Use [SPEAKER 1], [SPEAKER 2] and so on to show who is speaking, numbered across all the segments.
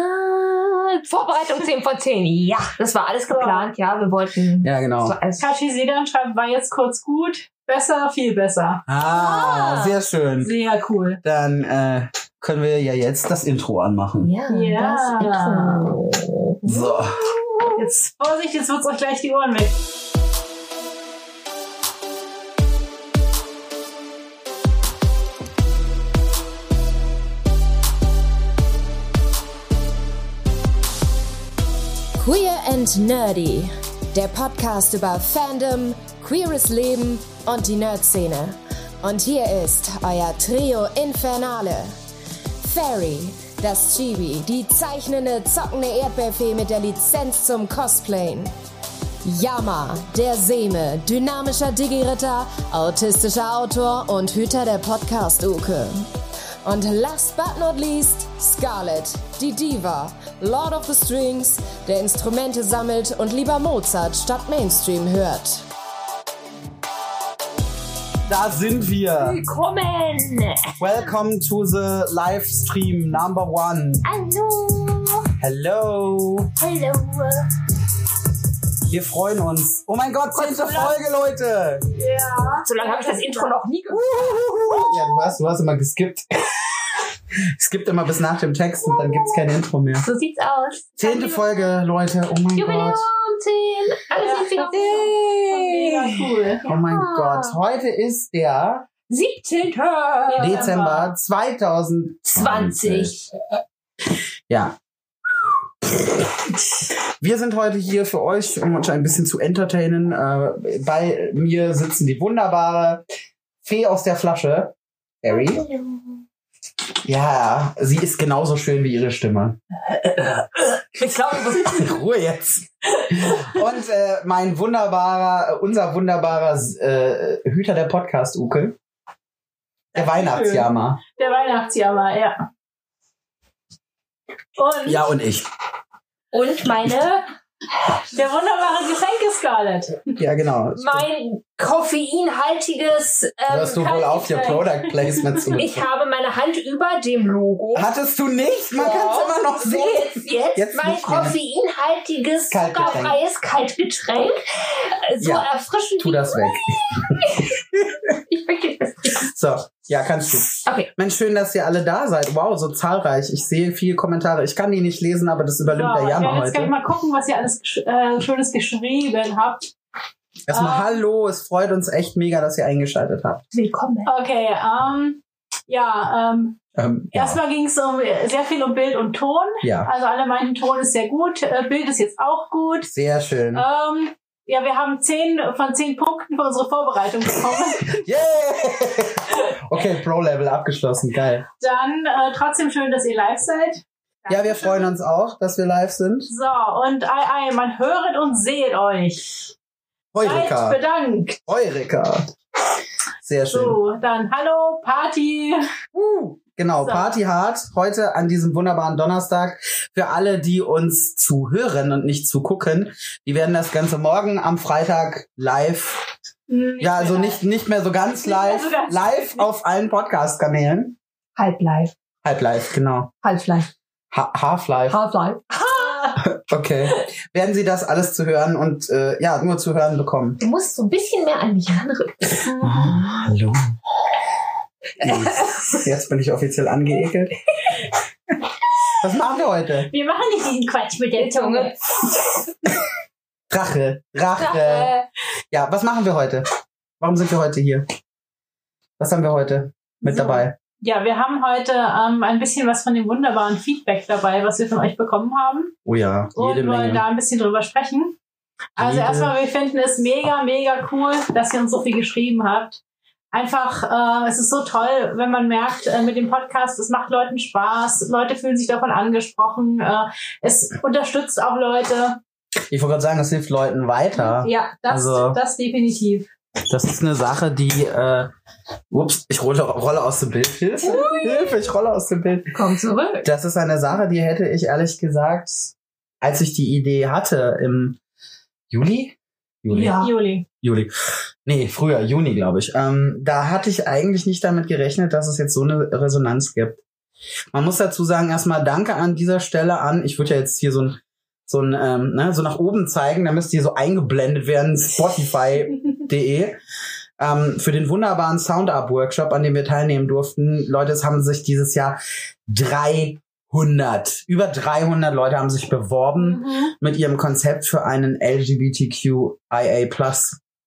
[SPEAKER 1] Ah, Vorbereitung 10 von 10. Ja, das war alles geplant. Ja, wir wollten.
[SPEAKER 2] Ja,
[SPEAKER 1] Das
[SPEAKER 2] genau.
[SPEAKER 1] war alles.
[SPEAKER 3] Kathi Sedan schreibt, war jetzt kurz gut. Besser, viel besser.
[SPEAKER 2] Ah,
[SPEAKER 1] Ah.
[SPEAKER 2] sehr schön.
[SPEAKER 3] Sehr cool.
[SPEAKER 2] Dann äh, können wir ja jetzt das Intro anmachen.
[SPEAKER 1] Ja,
[SPEAKER 3] Ja.
[SPEAKER 1] das Intro.
[SPEAKER 2] So.
[SPEAKER 3] Jetzt Vorsicht, jetzt wird's euch gleich die Ohren weg.
[SPEAKER 4] Queer and Nerdy, der Podcast über Fandom, queeres Leben und die Nerd-Szene. Und hier ist euer Trio Infernale. Fairy, das Chibi, die zeichnende, zockende Erdbeerfee mit der Lizenz zum Cosplayen. Yama, der Seme, dynamischer Digi-Ritter, autistischer Autor und Hüter der Podcast-Uke. Und last but not least, Scarlett, die Diva, Lord of the Strings, der Instrumente sammelt und lieber Mozart statt Mainstream hört.
[SPEAKER 2] Da sind wir.
[SPEAKER 1] Willkommen!
[SPEAKER 2] Welcome to the live stream number one.
[SPEAKER 1] Hallo!
[SPEAKER 2] Hello.
[SPEAKER 1] Hallo!
[SPEAKER 2] Wir freuen uns. Oh mein Gott, zehnte Folge, Leute.
[SPEAKER 1] So lange habe ich das Intro noch nie gehört.
[SPEAKER 2] Ja, du hast, du hast immer geskippt. Es gibt immer bis nach dem Text und dann gibt's kein Intro mehr.
[SPEAKER 1] So sieht's aus.
[SPEAKER 2] Zehnte Folge, Leute. Oh mein
[SPEAKER 1] Jubiläum
[SPEAKER 2] Gott.
[SPEAKER 1] 10. Alles
[SPEAKER 3] Ja.
[SPEAKER 1] sind wieder
[SPEAKER 3] Mega
[SPEAKER 2] Yay.
[SPEAKER 3] cool.
[SPEAKER 2] Oh mein Gott. Heute ist der
[SPEAKER 1] 17.
[SPEAKER 2] Dezember 2020.
[SPEAKER 1] 20.
[SPEAKER 2] Ja. Wir sind heute hier für euch, um uns ein bisschen zu entertainen. Äh, bei mir sitzen die wunderbare Fee aus der Flasche, Harry. Ja, sie ist genauso schön wie ihre Stimme.
[SPEAKER 1] Ich glaube, du bist
[SPEAKER 2] Ruhe jetzt. Und äh, mein wunderbarer, unser wunderbarer äh, Hüter der Podcast-Uke, der Weihnachtsjammer.
[SPEAKER 3] Der Weihnachtsjammer, ja. Und
[SPEAKER 2] Ja, und ich.
[SPEAKER 1] Und meine,
[SPEAKER 3] der wunderbare Geschenke Scarlett.
[SPEAKER 2] Ja, genau.
[SPEAKER 1] mein koffeinhaltiges. Ähm,
[SPEAKER 2] Hörst du wohl auf, dir Product Placement zu
[SPEAKER 1] Ich habe meine Hand über dem Logo.
[SPEAKER 2] Hattest du nicht? Halt, Man kann es immer noch sehen.
[SPEAKER 1] Jetzt, jetzt,
[SPEAKER 2] Jetzt
[SPEAKER 1] mein
[SPEAKER 2] nicht mehr.
[SPEAKER 1] koffeinhaltiges,
[SPEAKER 2] Kaltgetränk.
[SPEAKER 1] zuckerfreies Kaltgetränk. Äh, So
[SPEAKER 2] Ja.
[SPEAKER 1] erfrischend
[SPEAKER 2] Tu das weg.
[SPEAKER 1] wie ich möchte. das nicht.
[SPEAKER 2] So, ja, kannst du.
[SPEAKER 1] Okay.
[SPEAKER 2] Mensch, schön, dass ihr alle da seid. Wow, so zahlreich. Ich sehe viele Kommentare. Ich kann die nicht lesen, aber das übernimmt
[SPEAKER 3] So,
[SPEAKER 2] der
[SPEAKER 3] ich werde
[SPEAKER 2] Jammer
[SPEAKER 3] jetzt gleich
[SPEAKER 2] heute.
[SPEAKER 3] mal gucken, was ihr alles gesch äh, Schönes geschrieben habt.
[SPEAKER 2] Erstmal
[SPEAKER 3] Ah.
[SPEAKER 2] hallo, es freut uns echt mega, dass ihr eingeschaltet habt.
[SPEAKER 1] Willkommen.
[SPEAKER 3] Okay, ähm, ja, ähm,
[SPEAKER 2] Ähm, ja.
[SPEAKER 3] erstmal ging es um, sehr viel um Bild und Ton.
[SPEAKER 2] ja,
[SPEAKER 3] Also alle meinen, Ton ist sehr gut, äh, Bild ist jetzt auch gut.
[SPEAKER 2] sehr schön.
[SPEAKER 3] Ähm, ja, wir haben zehn von zehn Punkten für unsere Vorbereitung bekommen.
[SPEAKER 2] Yeah! Okay, Pro-Level abgeschlossen, geil.
[SPEAKER 3] Dann äh, trotzdem schön, dass ihr live seid.
[SPEAKER 2] Ja, wir freuen uns auch, dass wir live sind.
[SPEAKER 3] So, und ei, ei, man höret und seht euch. Seid
[SPEAKER 2] Eureka!
[SPEAKER 3] bedankt.
[SPEAKER 2] Eureka! Sehr schön.
[SPEAKER 3] So, dann hallo, Party.
[SPEAKER 2] Uh, genau,
[SPEAKER 3] So.
[SPEAKER 2] Party Hard heute an diesem wunderbaren Donnerstag. Für alle, die uns zuhören und nicht zugucken, die werden das Ganze morgen am Freitag live,
[SPEAKER 3] Hm,
[SPEAKER 2] ja, also nicht, nicht mehr so ganz
[SPEAKER 3] Nicht mehr
[SPEAKER 2] live,
[SPEAKER 3] so ganz
[SPEAKER 2] live auf allen Podcast-Kanälen.
[SPEAKER 1] Half-Life.
[SPEAKER 2] Halb live, genau.
[SPEAKER 1] Half-Life.
[SPEAKER 2] Ha Half-Life.
[SPEAKER 1] Half-Life.
[SPEAKER 2] Okay. werden sie das alles zu hören und, äh, ja, nur zu hören bekommen.
[SPEAKER 1] Du musst so ein bisschen mehr an mich ranrücken.
[SPEAKER 2] hallo. Jetzt bin ich offiziell angeekelt. Was machen wir heute?
[SPEAKER 3] Wir machen nicht diesen Quatsch mit der Zunge.
[SPEAKER 2] Rache, Rache. Ja, was machen wir heute? Warum sind wir heute hier? Was haben wir heute mit
[SPEAKER 3] So.
[SPEAKER 2] dabei?
[SPEAKER 3] Ja, wir haben heute ähm, ein bisschen was von dem wunderbaren Feedback dabei, was wir von euch bekommen haben.
[SPEAKER 2] Oh ja,
[SPEAKER 3] Und wollen da ein bisschen drüber sprechen. Also
[SPEAKER 2] Jede-
[SPEAKER 3] erstmal, wir finden es mega, mega cool, dass ihr uns so viel geschrieben habt. Einfach, äh, es ist so toll, wenn man merkt, äh, mit dem Podcast, es macht Leuten Spaß, Leute fühlen sich davon angesprochen, äh, es unterstützt auch Leute.
[SPEAKER 2] Ich wollte gerade sagen, das hilft Leuten weiter.
[SPEAKER 3] Ja, das,
[SPEAKER 2] Also-
[SPEAKER 3] das definitiv.
[SPEAKER 2] Das ist eine Sache, die. Äh, ups, ich rolle, rolle aus dem Bild. Hilfe, Hilfe, ich rolle aus dem Bild.
[SPEAKER 1] Komm zurück.
[SPEAKER 2] Das ist eine Sache, die hätte ich ehrlich gesagt, als ich die Idee hatte im Juli? Juli.
[SPEAKER 1] Ja.
[SPEAKER 3] Juli.
[SPEAKER 2] Juli. Nee, früher, Juni, glaube ich. Ähm, da hatte ich eigentlich nicht damit gerechnet, dass es jetzt so eine Resonanz gibt. Man muss dazu sagen, erstmal Danke an dieser Stelle an. Ich würde ja jetzt hier so ein, so ein, ähm, ne, so nach oben zeigen, dann müsst ihr so eingeblendet werden, spotify.de. E. Ähm, für den wunderbaren Sound-Up-Workshop, an dem wir teilnehmen durften. Leute, es haben sich dieses Jahr 300, über 300 Leute haben sich beworben
[SPEAKER 3] Mhm.
[SPEAKER 2] mit ihrem Konzept für einen LGBTQIA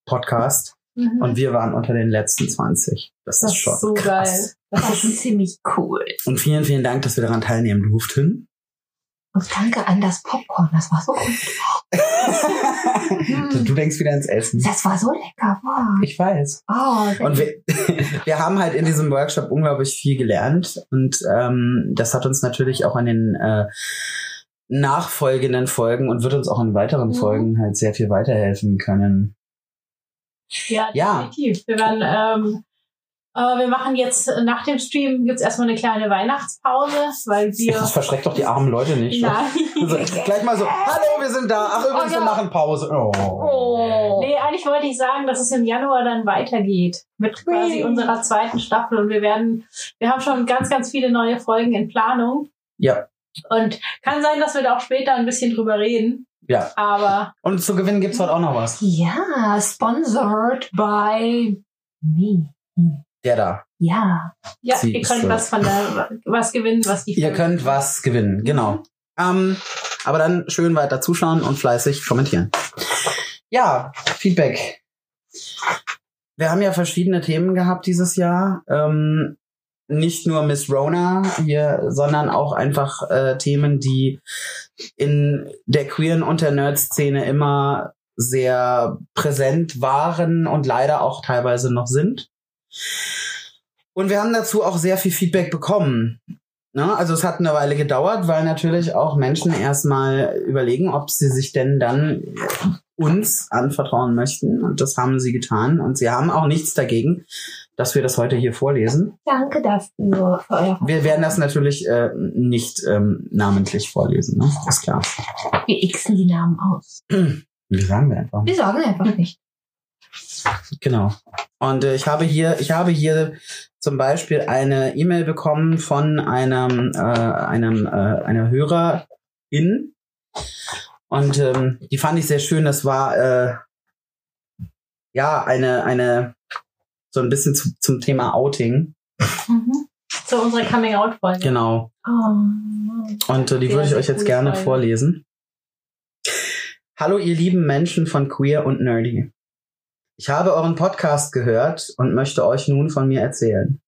[SPEAKER 2] Podcast.
[SPEAKER 3] Mhm.
[SPEAKER 2] Und wir waren unter den letzten 20. Das,
[SPEAKER 3] das
[SPEAKER 2] ist schon
[SPEAKER 3] ist so
[SPEAKER 2] krass.
[SPEAKER 3] geil.
[SPEAKER 1] Das ist ziemlich cool.
[SPEAKER 2] Und vielen, vielen Dank, dass wir daran teilnehmen durften.
[SPEAKER 1] Und danke an das Popcorn. Das war so gut.
[SPEAKER 2] Du denkst wieder ins Essen.
[SPEAKER 1] Das war so lecker. Wow.
[SPEAKER 2] Ich weiß.
[SPEAKER 1] Oh, sehr
[SPEAKER 2] Und wir, wir haben halt in diesem Workshop unglaublich viel gelernt. Und ähm, das hat uns natürlich auch an den äh, nachfolgenden Folgen und wird uns auch in weiteren
[SPEAKER 3] Mhm.
[SPEAKER 2] Folgen halt sehr viel weiterhelfen können.
[SPEAKER 3] Ja,
[SPEAKER 2] Ja.
[SPEAKER 3] definitiv. Wir werden, ähm, äh, wir machen jetzt äh, nach dem Stream gibt's erstmal eine kleine Weihnachtspause, weil
[SPEAKER 2] Das
[SPEAKER 3] wir
[SPEAKER 2] verschreckt doch die armen Leute nicht. oder?
[SPEAKER 3] Nein.
[SPEAKER 2] Also, gleich mal so, hallo, wir sind da. Ach, übrigens,
[SPEAKER 1] Oh, ja.
[SPEAKER 2] wir machen Pause.
[SPEAKER 1] Oh.
[SPEAKER 3] Nee, eigentlich wollte ich sagen, dass es im Januar dann weitergeht mit quasi
[SPEAKER 1] Hui.
[SPEAKER 3] unserer zweiten Staffel und wir werden, wir haben schon ganz, ganz viele neue Folgen in Planung
[SPEAKER 2] Ja,
[SPEAKER 3] und kann sein, dass wir da auch später ein bisschen drüber reden,
[SPEAKER 2] ja.
[SPEAKER 3] aber
[SPEAKER 2] Und zu gewinnen gibt's heute auch noch was.
[SPEAKER 1] Ja, sponsored by me.
[SPEAKER 2] Der da.
[SPEAKER 1] Ja.
[SPEAKER 3] ja,
[SPEAKER 2] Sie
[SPEAKER 3] ihr
[SPEAKER 2] ist
[SPEAKER 3] könnt
[SPEAKER 2] so.
[SPEAKER 3] was von der, was gewinnen, was die
[SPEAKER 2] Ihr
[SPEAKER 3] Folge-
[SPEAKER 2] könnt was gewinnen, genau. Ähm, aber dann schön weiter zuschauen und fleißig kommentieren. Ja, Feedback. Wir haben ja verschiedene Themen gehabt dieses Jahr. Ähm, nicht nur Miss Rona hier, sondern auch einfach äh, Themen, die in der queeren und der Nerd-Szene immer sehr präsent waren und leider auch teilweise noch sind. Und wir haben dazu auch sehr viel Feedback bekommen. Ne? Also es hat eine Weile gedauert, weil natürlich auch Menschen erstmal überlegen, ob sie sich denn dann uns anvertrauen möchten. Und das haben sie getan. Und sie haben auch nichts dagegen, dass wir das heute hier vorlesen.
[SPEAKER 1] Danke dafür. Für euer
[SPEAKER 2] Wir werden das natürlich äh, nicht ähm, namentlich vorlesen, ne? Ist klar.
[SPEAKER 1] wir xen die Namen aus.
[SPEAKER 2] Wir sagen wir einfach. mal.
[SPEAKER 1] Wir sagen einfach nicht.
[SPEAKER 2] Genau. Und äh, ich habe hier, ich habe hier zum Beispiel eine E-Mail bekommen von einem, äh, einem, äh, einer Hörerin. Und ähm, die fand ich sehr schön. Das war äh, ja eine, eine so ein bisschen zu, zum Thema Outing.
[SPEAKER 3] Mhm. zu unserer Coming-out-Folge.
[SPEAKER 2] Genau.
[SPEAKER 1] Oh.
[SPEAKER 2] Und äh, die
[SPEAKER 3] Ja,
[SPEAKER 2] würde ich
[SPEAKER 3] sehr
[SPEAKER 2] euch jetzt
[SPEAKER 3] coole
[SPEAKER 2] gerne
[SPEAKER 3] Frage.
[SPEAKER 2] vorlesen. Hallo, ihr lieben Menschen von Queer und Nerdy. Ich habe euren Podcast gehört und möchte euch nun von mir erzählen.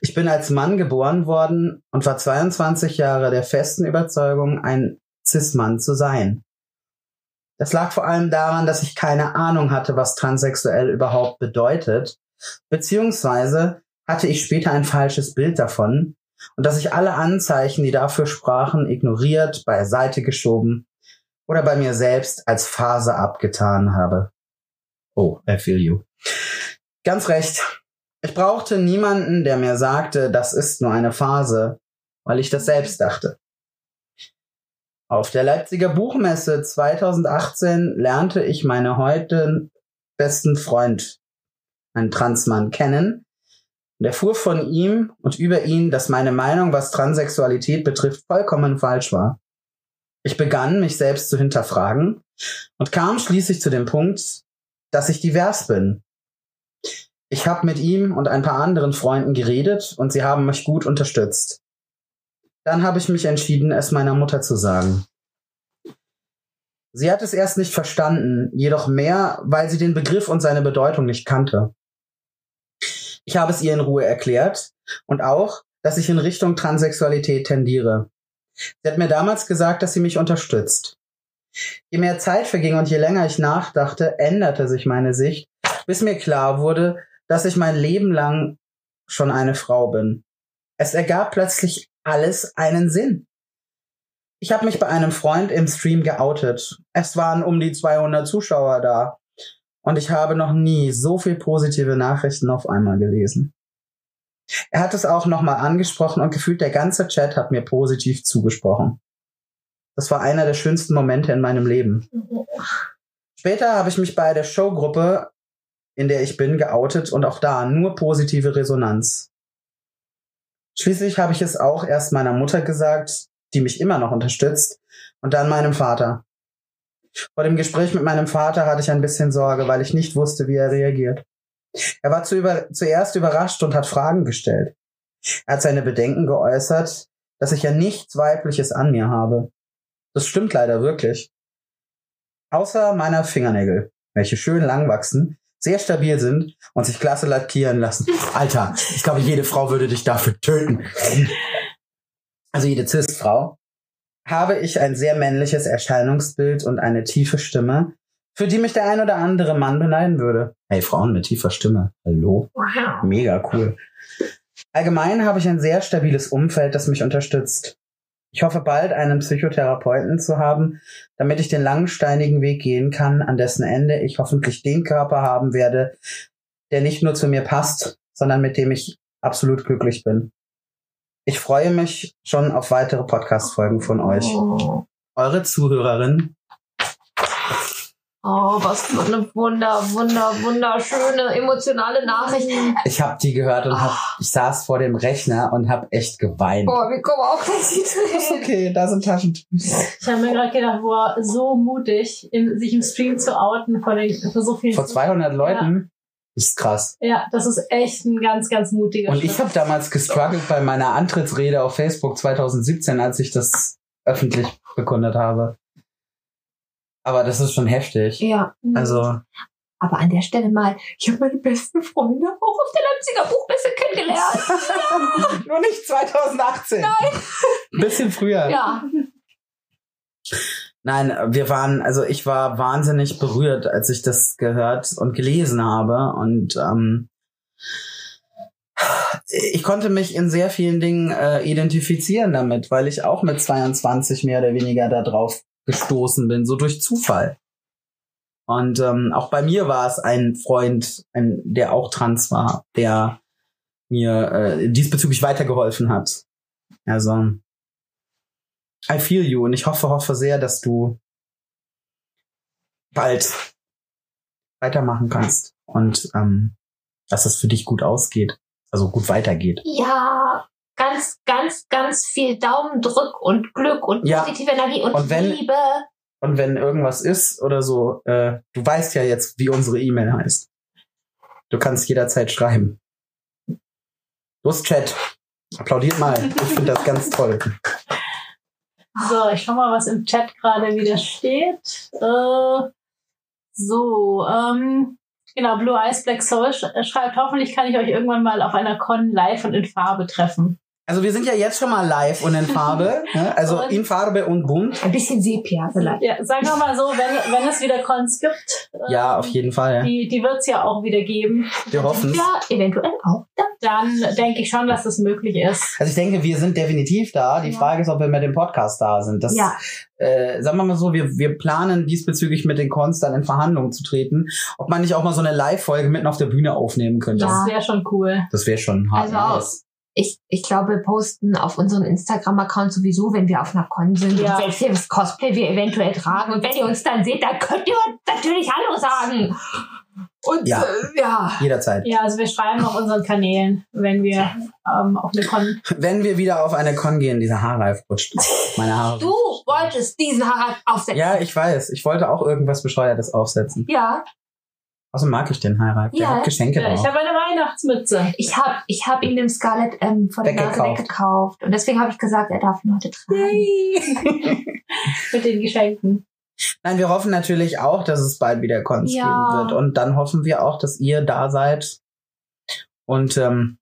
[SPEAKER 2] Ich bin als Mann geboren worden und war 22 Jahre der festen Überzeugung, ein Cis-Mann zu sein. Das lag vor allem daran, dass ich keine Ahnung hatte, was transsexuell überhaupt bedeutet, beziehungsweise hatte ich später ein falsches Bild davon, und dass ich alle Anzeichen, die dafür sprachen, ignoriert, beiseite geschoben oder bei mir selbst als Phase abgetan habe. Oh, I feel you. Ganz recht. Ich brauchte niemanden, der mir sagte, das ist nur eine Phase, weil ich das selbst dachte. Auf der Leipziger Buchmesse 2018 lernte ich meine heute besten Freund, einen Transmann, kennen, und erfuhr von ihm und über ihn, dass meine Meinung, was Transsexualität betrifft, vollkommen falsch war. Ich begann, mich selbst zu hinterfragen und kam schließlich zu dem Punkt, dass ich divers bin. Ich habe mit ihm und ein paar anderen Freunden geredet und sie haben mich gut unterstützt. Dann habe ich mich entschieden, es meiner Mutter zu sagen. Sie hat es erst nicht verstanden, jedoch mehr, weil sie den Begriff und seine Bedeutung nicht kannte. Ich habe es ihr in Ruhe erklärt und auch, dass ich in Richtung Transsexualität tendiere. Sie hat mir damals gesagt, dass sie mich unterstützt. Je mehr Zeit verging und je länger ich nachdachte, änderte sich meine Sicht, bis mir klar wurde, dass ich mein Leben lang schon eine Frau bin. Es ergab plötzlich alles einen Sinn. Ich habe mich bei einem Freund im Stream geoutet. Es waren um die 200 Zuschauer da. Und ich habe noch nie so viel positive Nachrichten auf einmal gelesen. Er hat es auch nochmal angesprochen und gefühlt der ganze Chat hat mir positiv zugesprochen. Das war einer der schönsten Momente in meinem Leben. Später habe ich mich bei der Showgruppe, in der ich bin, geoutet und auch da nur positive Resonanz. Schließlich habe ich es auch erst meiner Mutter gesagt, die mich immer noch unterstützt, und dann meinem Vater. Vor dem Gespräch mit meinem Vater hatte ich ein bisschen Sorge, weil ich nicht wusste, wie er reagiert. Er war zu über zuerst überrascht und hat Fragen gestellt. Er hat seine Bedenken geäußert, dass ich ja nichts Weibliches an mir habe. Das stimmt leider wirklich. Außer meiner Fingernägel, welche schön lang wachsen, sehr stabil sind und sich klasse lackieren lassen. Alter, ich glaube, jede Frau würde dich dafür töten. Also jede Cis-Frau. Habe ich ein sehr männliches Erscheinungsbild und eine tiefe Stimme, für die mich der ein oder andere Mann beneiden würde. Hey, Frauen mit tiefer Stimme. Hallo.
[SPEAKER 1] Wow.
[SPEAKER 2] Mega cool. Allgemein habe ich ein sehr stabiles Umfeld, das mich unterstützt. Ich hoffe bald einen Psychotherapeuten zu haben, damit ich den langen steinigen Weg gehen kann, an dessen Ende ich hoffentlich den Körper haben werde, der nicht nur zu mir passt, sondern mit dem ich absolut glücklich bin. Ich freue mich schon auf weitere Podcast-Folgen von euch.
[SPEAKER 1] Oh.
[SPEAKER 2] Eure Zuhörerin.
[SPEAKER 1] oh, was für eine wunder, wunder, wunderschöne emotionale Nachricht.
[SPEAKER 2] Ich habe die gehört und hab, ich saß vor dem Rechner und habe echt geweint.
[SPEAKER 1] Boah, wir kommen auch gleich die
[SPEAKER 2] Oh, Ist
[SPEAKER 1] Tränen.
[SPEAKER 2] okay, da sind Taschentücher.
[SPEAKER 3] Ich habe mir gerade gedacht, boah, so mutig, im, sich im Stream zu outen vor, den, vor so vielen.
[SPEAKER 2] Vor 200 Leuten. Ist krass.
[SPEAKER 3] Ja, das ist echt ein ganz, ganz mutiger
[SPEAKER 2] Und
[SPEAKER 3] Schritt.
[SPEAKER 2] ich habe damals gestruggelt bei meiner Antrittsrede auf Facebook 2017, als ich das öffentlich bekundet habe. Aber das ist schon heftig.
[SPEAKER 1] Ja,
[SPEAKER 2] Also,
[SPEAKER 1] aber an der Stelle mal, ich habe meine besten Freunde auch auf der Leipziger Buchmesse kennengelernt.
[SPEAKER 2] nur nicht 2018. Nein. Ein bisschen früher.
[SPEAKER 1] ja.
[SPEAKER 2] Nein, wir waren, also ich war wahnsinnig berührt, als ich das gehört und gelesen habe. Und ähm, ich konnte mich in sehr vielen Dingen äh, identifizieren damit, weil ich auch mit 22 mehr oder weniger da drauf gestoßen bin, so durch Zufall. Und ähm, auch bei mir war es ein Freund, ein, der auch trans war, der mir äh, diesbezüglich weitergeholfen hat. Also, I feel you und ich hoffe, hoffe sehr, dass du bald weitermachen kannst und ähm, dass es für dich gut ausgeht, also gut weitergeht.
[SPEAKER 1] Ja, ganz, ganz, ganz viel Daumendrück und Glück und
[SPEAKER 2] Ja.
[SPEAKER 1] positive Energie und,
[SPEAKER 2] Und wenn-
[SPEAKER 1] Liebe.
[SPEAKER 2] Und wenn irgendwas ist oder so, äh, du weißt ja jetzt, wie unsere E-Mail heißt. Du kannst jederzeit schreiben. Los, Chat. Applaudiert mal. Ich finde das ganz toll.
[SPEAKER 3] So, ich schau mal, was im Chat gerade wieder steht. Äh, so, ähm, genau, Blue Eyes Black Soul sch äh, schreibt, hoffentlich kann ich euch irgendwann mal auf einer Con live und in Farbe treffen.
[SPEAKER 2] Also wir sind ja jetzt schon mal live und in Farbe. Ne? Also in Farbe und bunt.
[SPEAKER 1] Ein bisschen Sepia vielleicht.
[SPEAKER 3] Ja, sagen wir mal so, wenn, wenn es wieder Cons gibt, äh,
[SPEAKER 2] Ja, auf jeden Fall.
[SPEAKER 3] die, die wird's ja auch wieder geben,
[SPEAKER 2] Wir hoffen's.
[SPEAKER 1] Ja, eventuell auch.
[SPEAKER 3] dann denke ich schon, dass das möglich ist.
[SPEAKER 2] Also ich denke, wir sind definitiv da. Die
[SPEAKER 1] Ja.
[SPEAKER 2] Frage ist, ob wir mit dem Podcast da sind. Das,
[SPEAKER 1] ja,
[SPEAKER 2] äh, sagen wir mal so, wir, wir planen diesbezüglich mit den Cons dann in Verhandlungen zu treten, ob man nicht auch mal so eine Live-Folge mitten auf der Bühne aufnehmen könnte.
[SPEAKER 1] Ja.
[SPEAKER 3] Das wäre schon cool.
[SPEAKER 2] Das wäre schon hart.
[SPEAKER 1] also auch.
[SPEAKER 2] nice.
[SPEAKER 1] Ich, ich glaube, wir posten auf unserem Instagram-Account sowieso, wenn wir auf einer Con sind,
[SPEAKER 3] Ja.
[SPEAKER 1] und welches Cosplay wir eventuell tragen. Und wenn ihr uns dann seht, dann könnt ihr uns natürlich Hallo sagen. Und
[SPEAKER 2] Ja.
[SPEAKER 1] ja, äh, ja.
[SPEAKER 2] Jederzeit.
[SPEAKER 3] Ja, also wir schreiben auf unseren Kanälen, wenn wir ähm, auf eine Con
[SPEAKER 2] Wenn wir wieder auf eine Con gehen, dieser Haarreif rutscht. Meine Haare.
[SPEAKER 1] du wolltest diesen Harald aufsetzen.
[SPEAKER 2] Ja, ich weiß. Ich wollte auch irgendwas Bescheuertes aufsetzen.
[SPEAKER 1] ja.
[SPEAKER 2] Außerdem mag ich den Haarreif. Der
[SPEAKER 1] Ja.
[SPEAKER 2] hat Geschenke
[SPEAKER 3] Ja, ich
[SPEAKER 2] drauf.
[SPEAKER 3] habe eine Weihnachtsmütze.
[SPEAKER 1] Ich habe ich hab ihm den Scarlett ähm, von der Nase
[SPEAKER 2] Weggekauft.
[SPEAKER 1] weggekauft. Und deswegen habe ich gesagt, er darf ihn heute tragen.
[SPEAKER 3] Mit den Geschenken.
[SPEAKER 2] Nein, wir hoffen natürlich auch, dass es bald wieder Cons
[SPEAKER 1] Ja.
[SPEAKER 2] geben wird. Und dann hoffen wir auch, dass ihr da seid und ähm,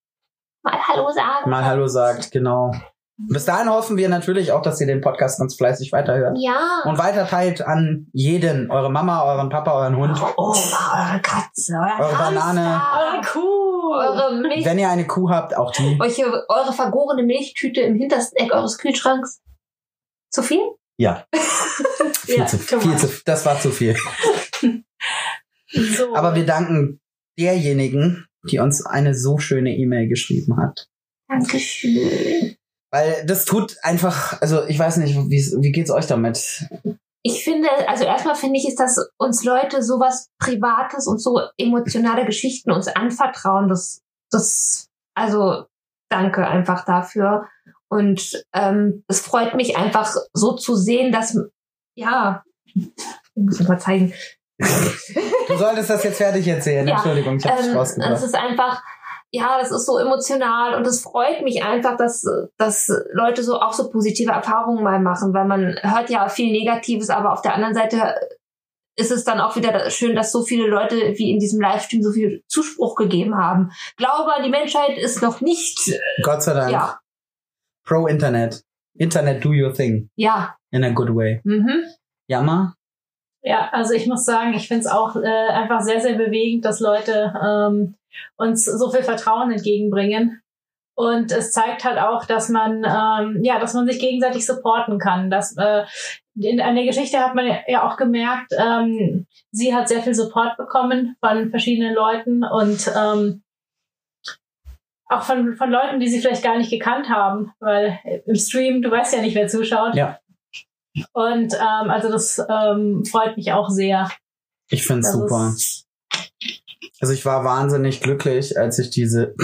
[SPEAKER 1] Mal Hallo sagen.
[SPEAKER 2] mal Hallo sagt, genau. Bis dahin hoffen wir natürlich auch, dass ihr den Podcast ganz fleißig weiterhört.
[SPEAKER 1] Ja.
[SPEAKER 2] Und weiter teilt an jeden, eure Mama, euren Papa, euren Hund.
[SPEAKER 1] Eure Oma, Oh, eure Katze, euer
[SPEAKER 2] Eure Banane.
[SPEAKER 3] Ah, cool.
[SPEAKER 1] Eure Milch,
[SPEAKER 2] Wenn ihr eine Kuh habt, auch die.
[SPEAKER 1] eure, eure vergorene Milchtüte im hintersten Eck eures Kühlschranks. Zu viel?
[SPEAKER 2] Ja, viel,
[SPEAKER 3] Ja,
[SPEAKER 2] zu,
[SPEAKER 3] guck
[SPEAKER 2] viel
[SPEAKER 3] mal.
[SPEAKER 2] zu, das war zu viel.
[SPEAKER 3] So.
[SPEAKER 2] Aber wir danken derjenigen, die uns eine so schöne E-Mail geschrieben hat.
[SPEAKER 1] Dankeschön.
[SPEAKER 2] Weil das tut einfach, also ich weiß nicht, wie's- wie geht's euch damit?
[SPEAKER 1] Ich finde, also erstmal finde ich, ist, dass uns Leute sowas Privates und so emotionale Geschichten uns anvertrauen. Das, das, also danke einfach dafür. Und ähm, es freut mich einfach so zu sehen, dass, ja, ich muss mal zeigen,
[SPEAKER 2] Du solltest das jetzt fertig erzählen.
[SPEAKER 1] Ja,
[SPEAKER 2] Entschuldigung, ich hab's
[SPEAKER 1] ähm, es
[SPEAKER 2] rausgebracht.
[SPEAKER 1] ist einfach, ja, das ist so emotional und es freut mich einfach, dass, dass Leute so auch so positive Erfahrungen mal machen, weil man hört ja viel Negatives, aber auf der anderen Seite ist es dann auch wieder da- schön, dass so viele Leute wie in diesem Livestream so viel Zuspruch gegeben haben. Glaube an die Menschheit ist noch nicht,
[SPEAKER 2] Gott sei Dank.
[SPEAKER 1] ja,
[SPEAKER 2] Pro Internet. Internet, do your thing.
[SPEAKER 1] ja,
[SPEAKER 2] In a good way.
[SPEAKER 1] mhm.
[SPEAKER 2] Jammer.
[SPEAKER 3] Ja, also ich muss sagen, ich find's auch äh, einfach sehr, sehr bewegend, dass Leute ähm, uns so viel Vertrauen entgegenbringen. Und es zeigt halt auch, dass man ähm, ja, dass man sich gegenseitig supporten kann. Dass, äh, in, an der Geschichte hat man ja auch gemerkt, ähm, sie hat sehr viel Support bekommen von verschiedenen Leuten und ähm, auch von, von Leuten, die sie vielleicht gar nicht gekannt haben, weil im Stream, du weißt ja nicht, wer zuschaut.
[SPEAKER 2] Ja.
[SPEAKER 3] Und ähm, also das ähm, freut mich auch sehr.
[SPEAKER 2] Ich find's
[SPEAKER 3] Das
[SPEAKER 2] super.
[SPEAKER 3] Ist,
[SPEAKER 2] Also ich war wahnsinnig glücklich, als ich diese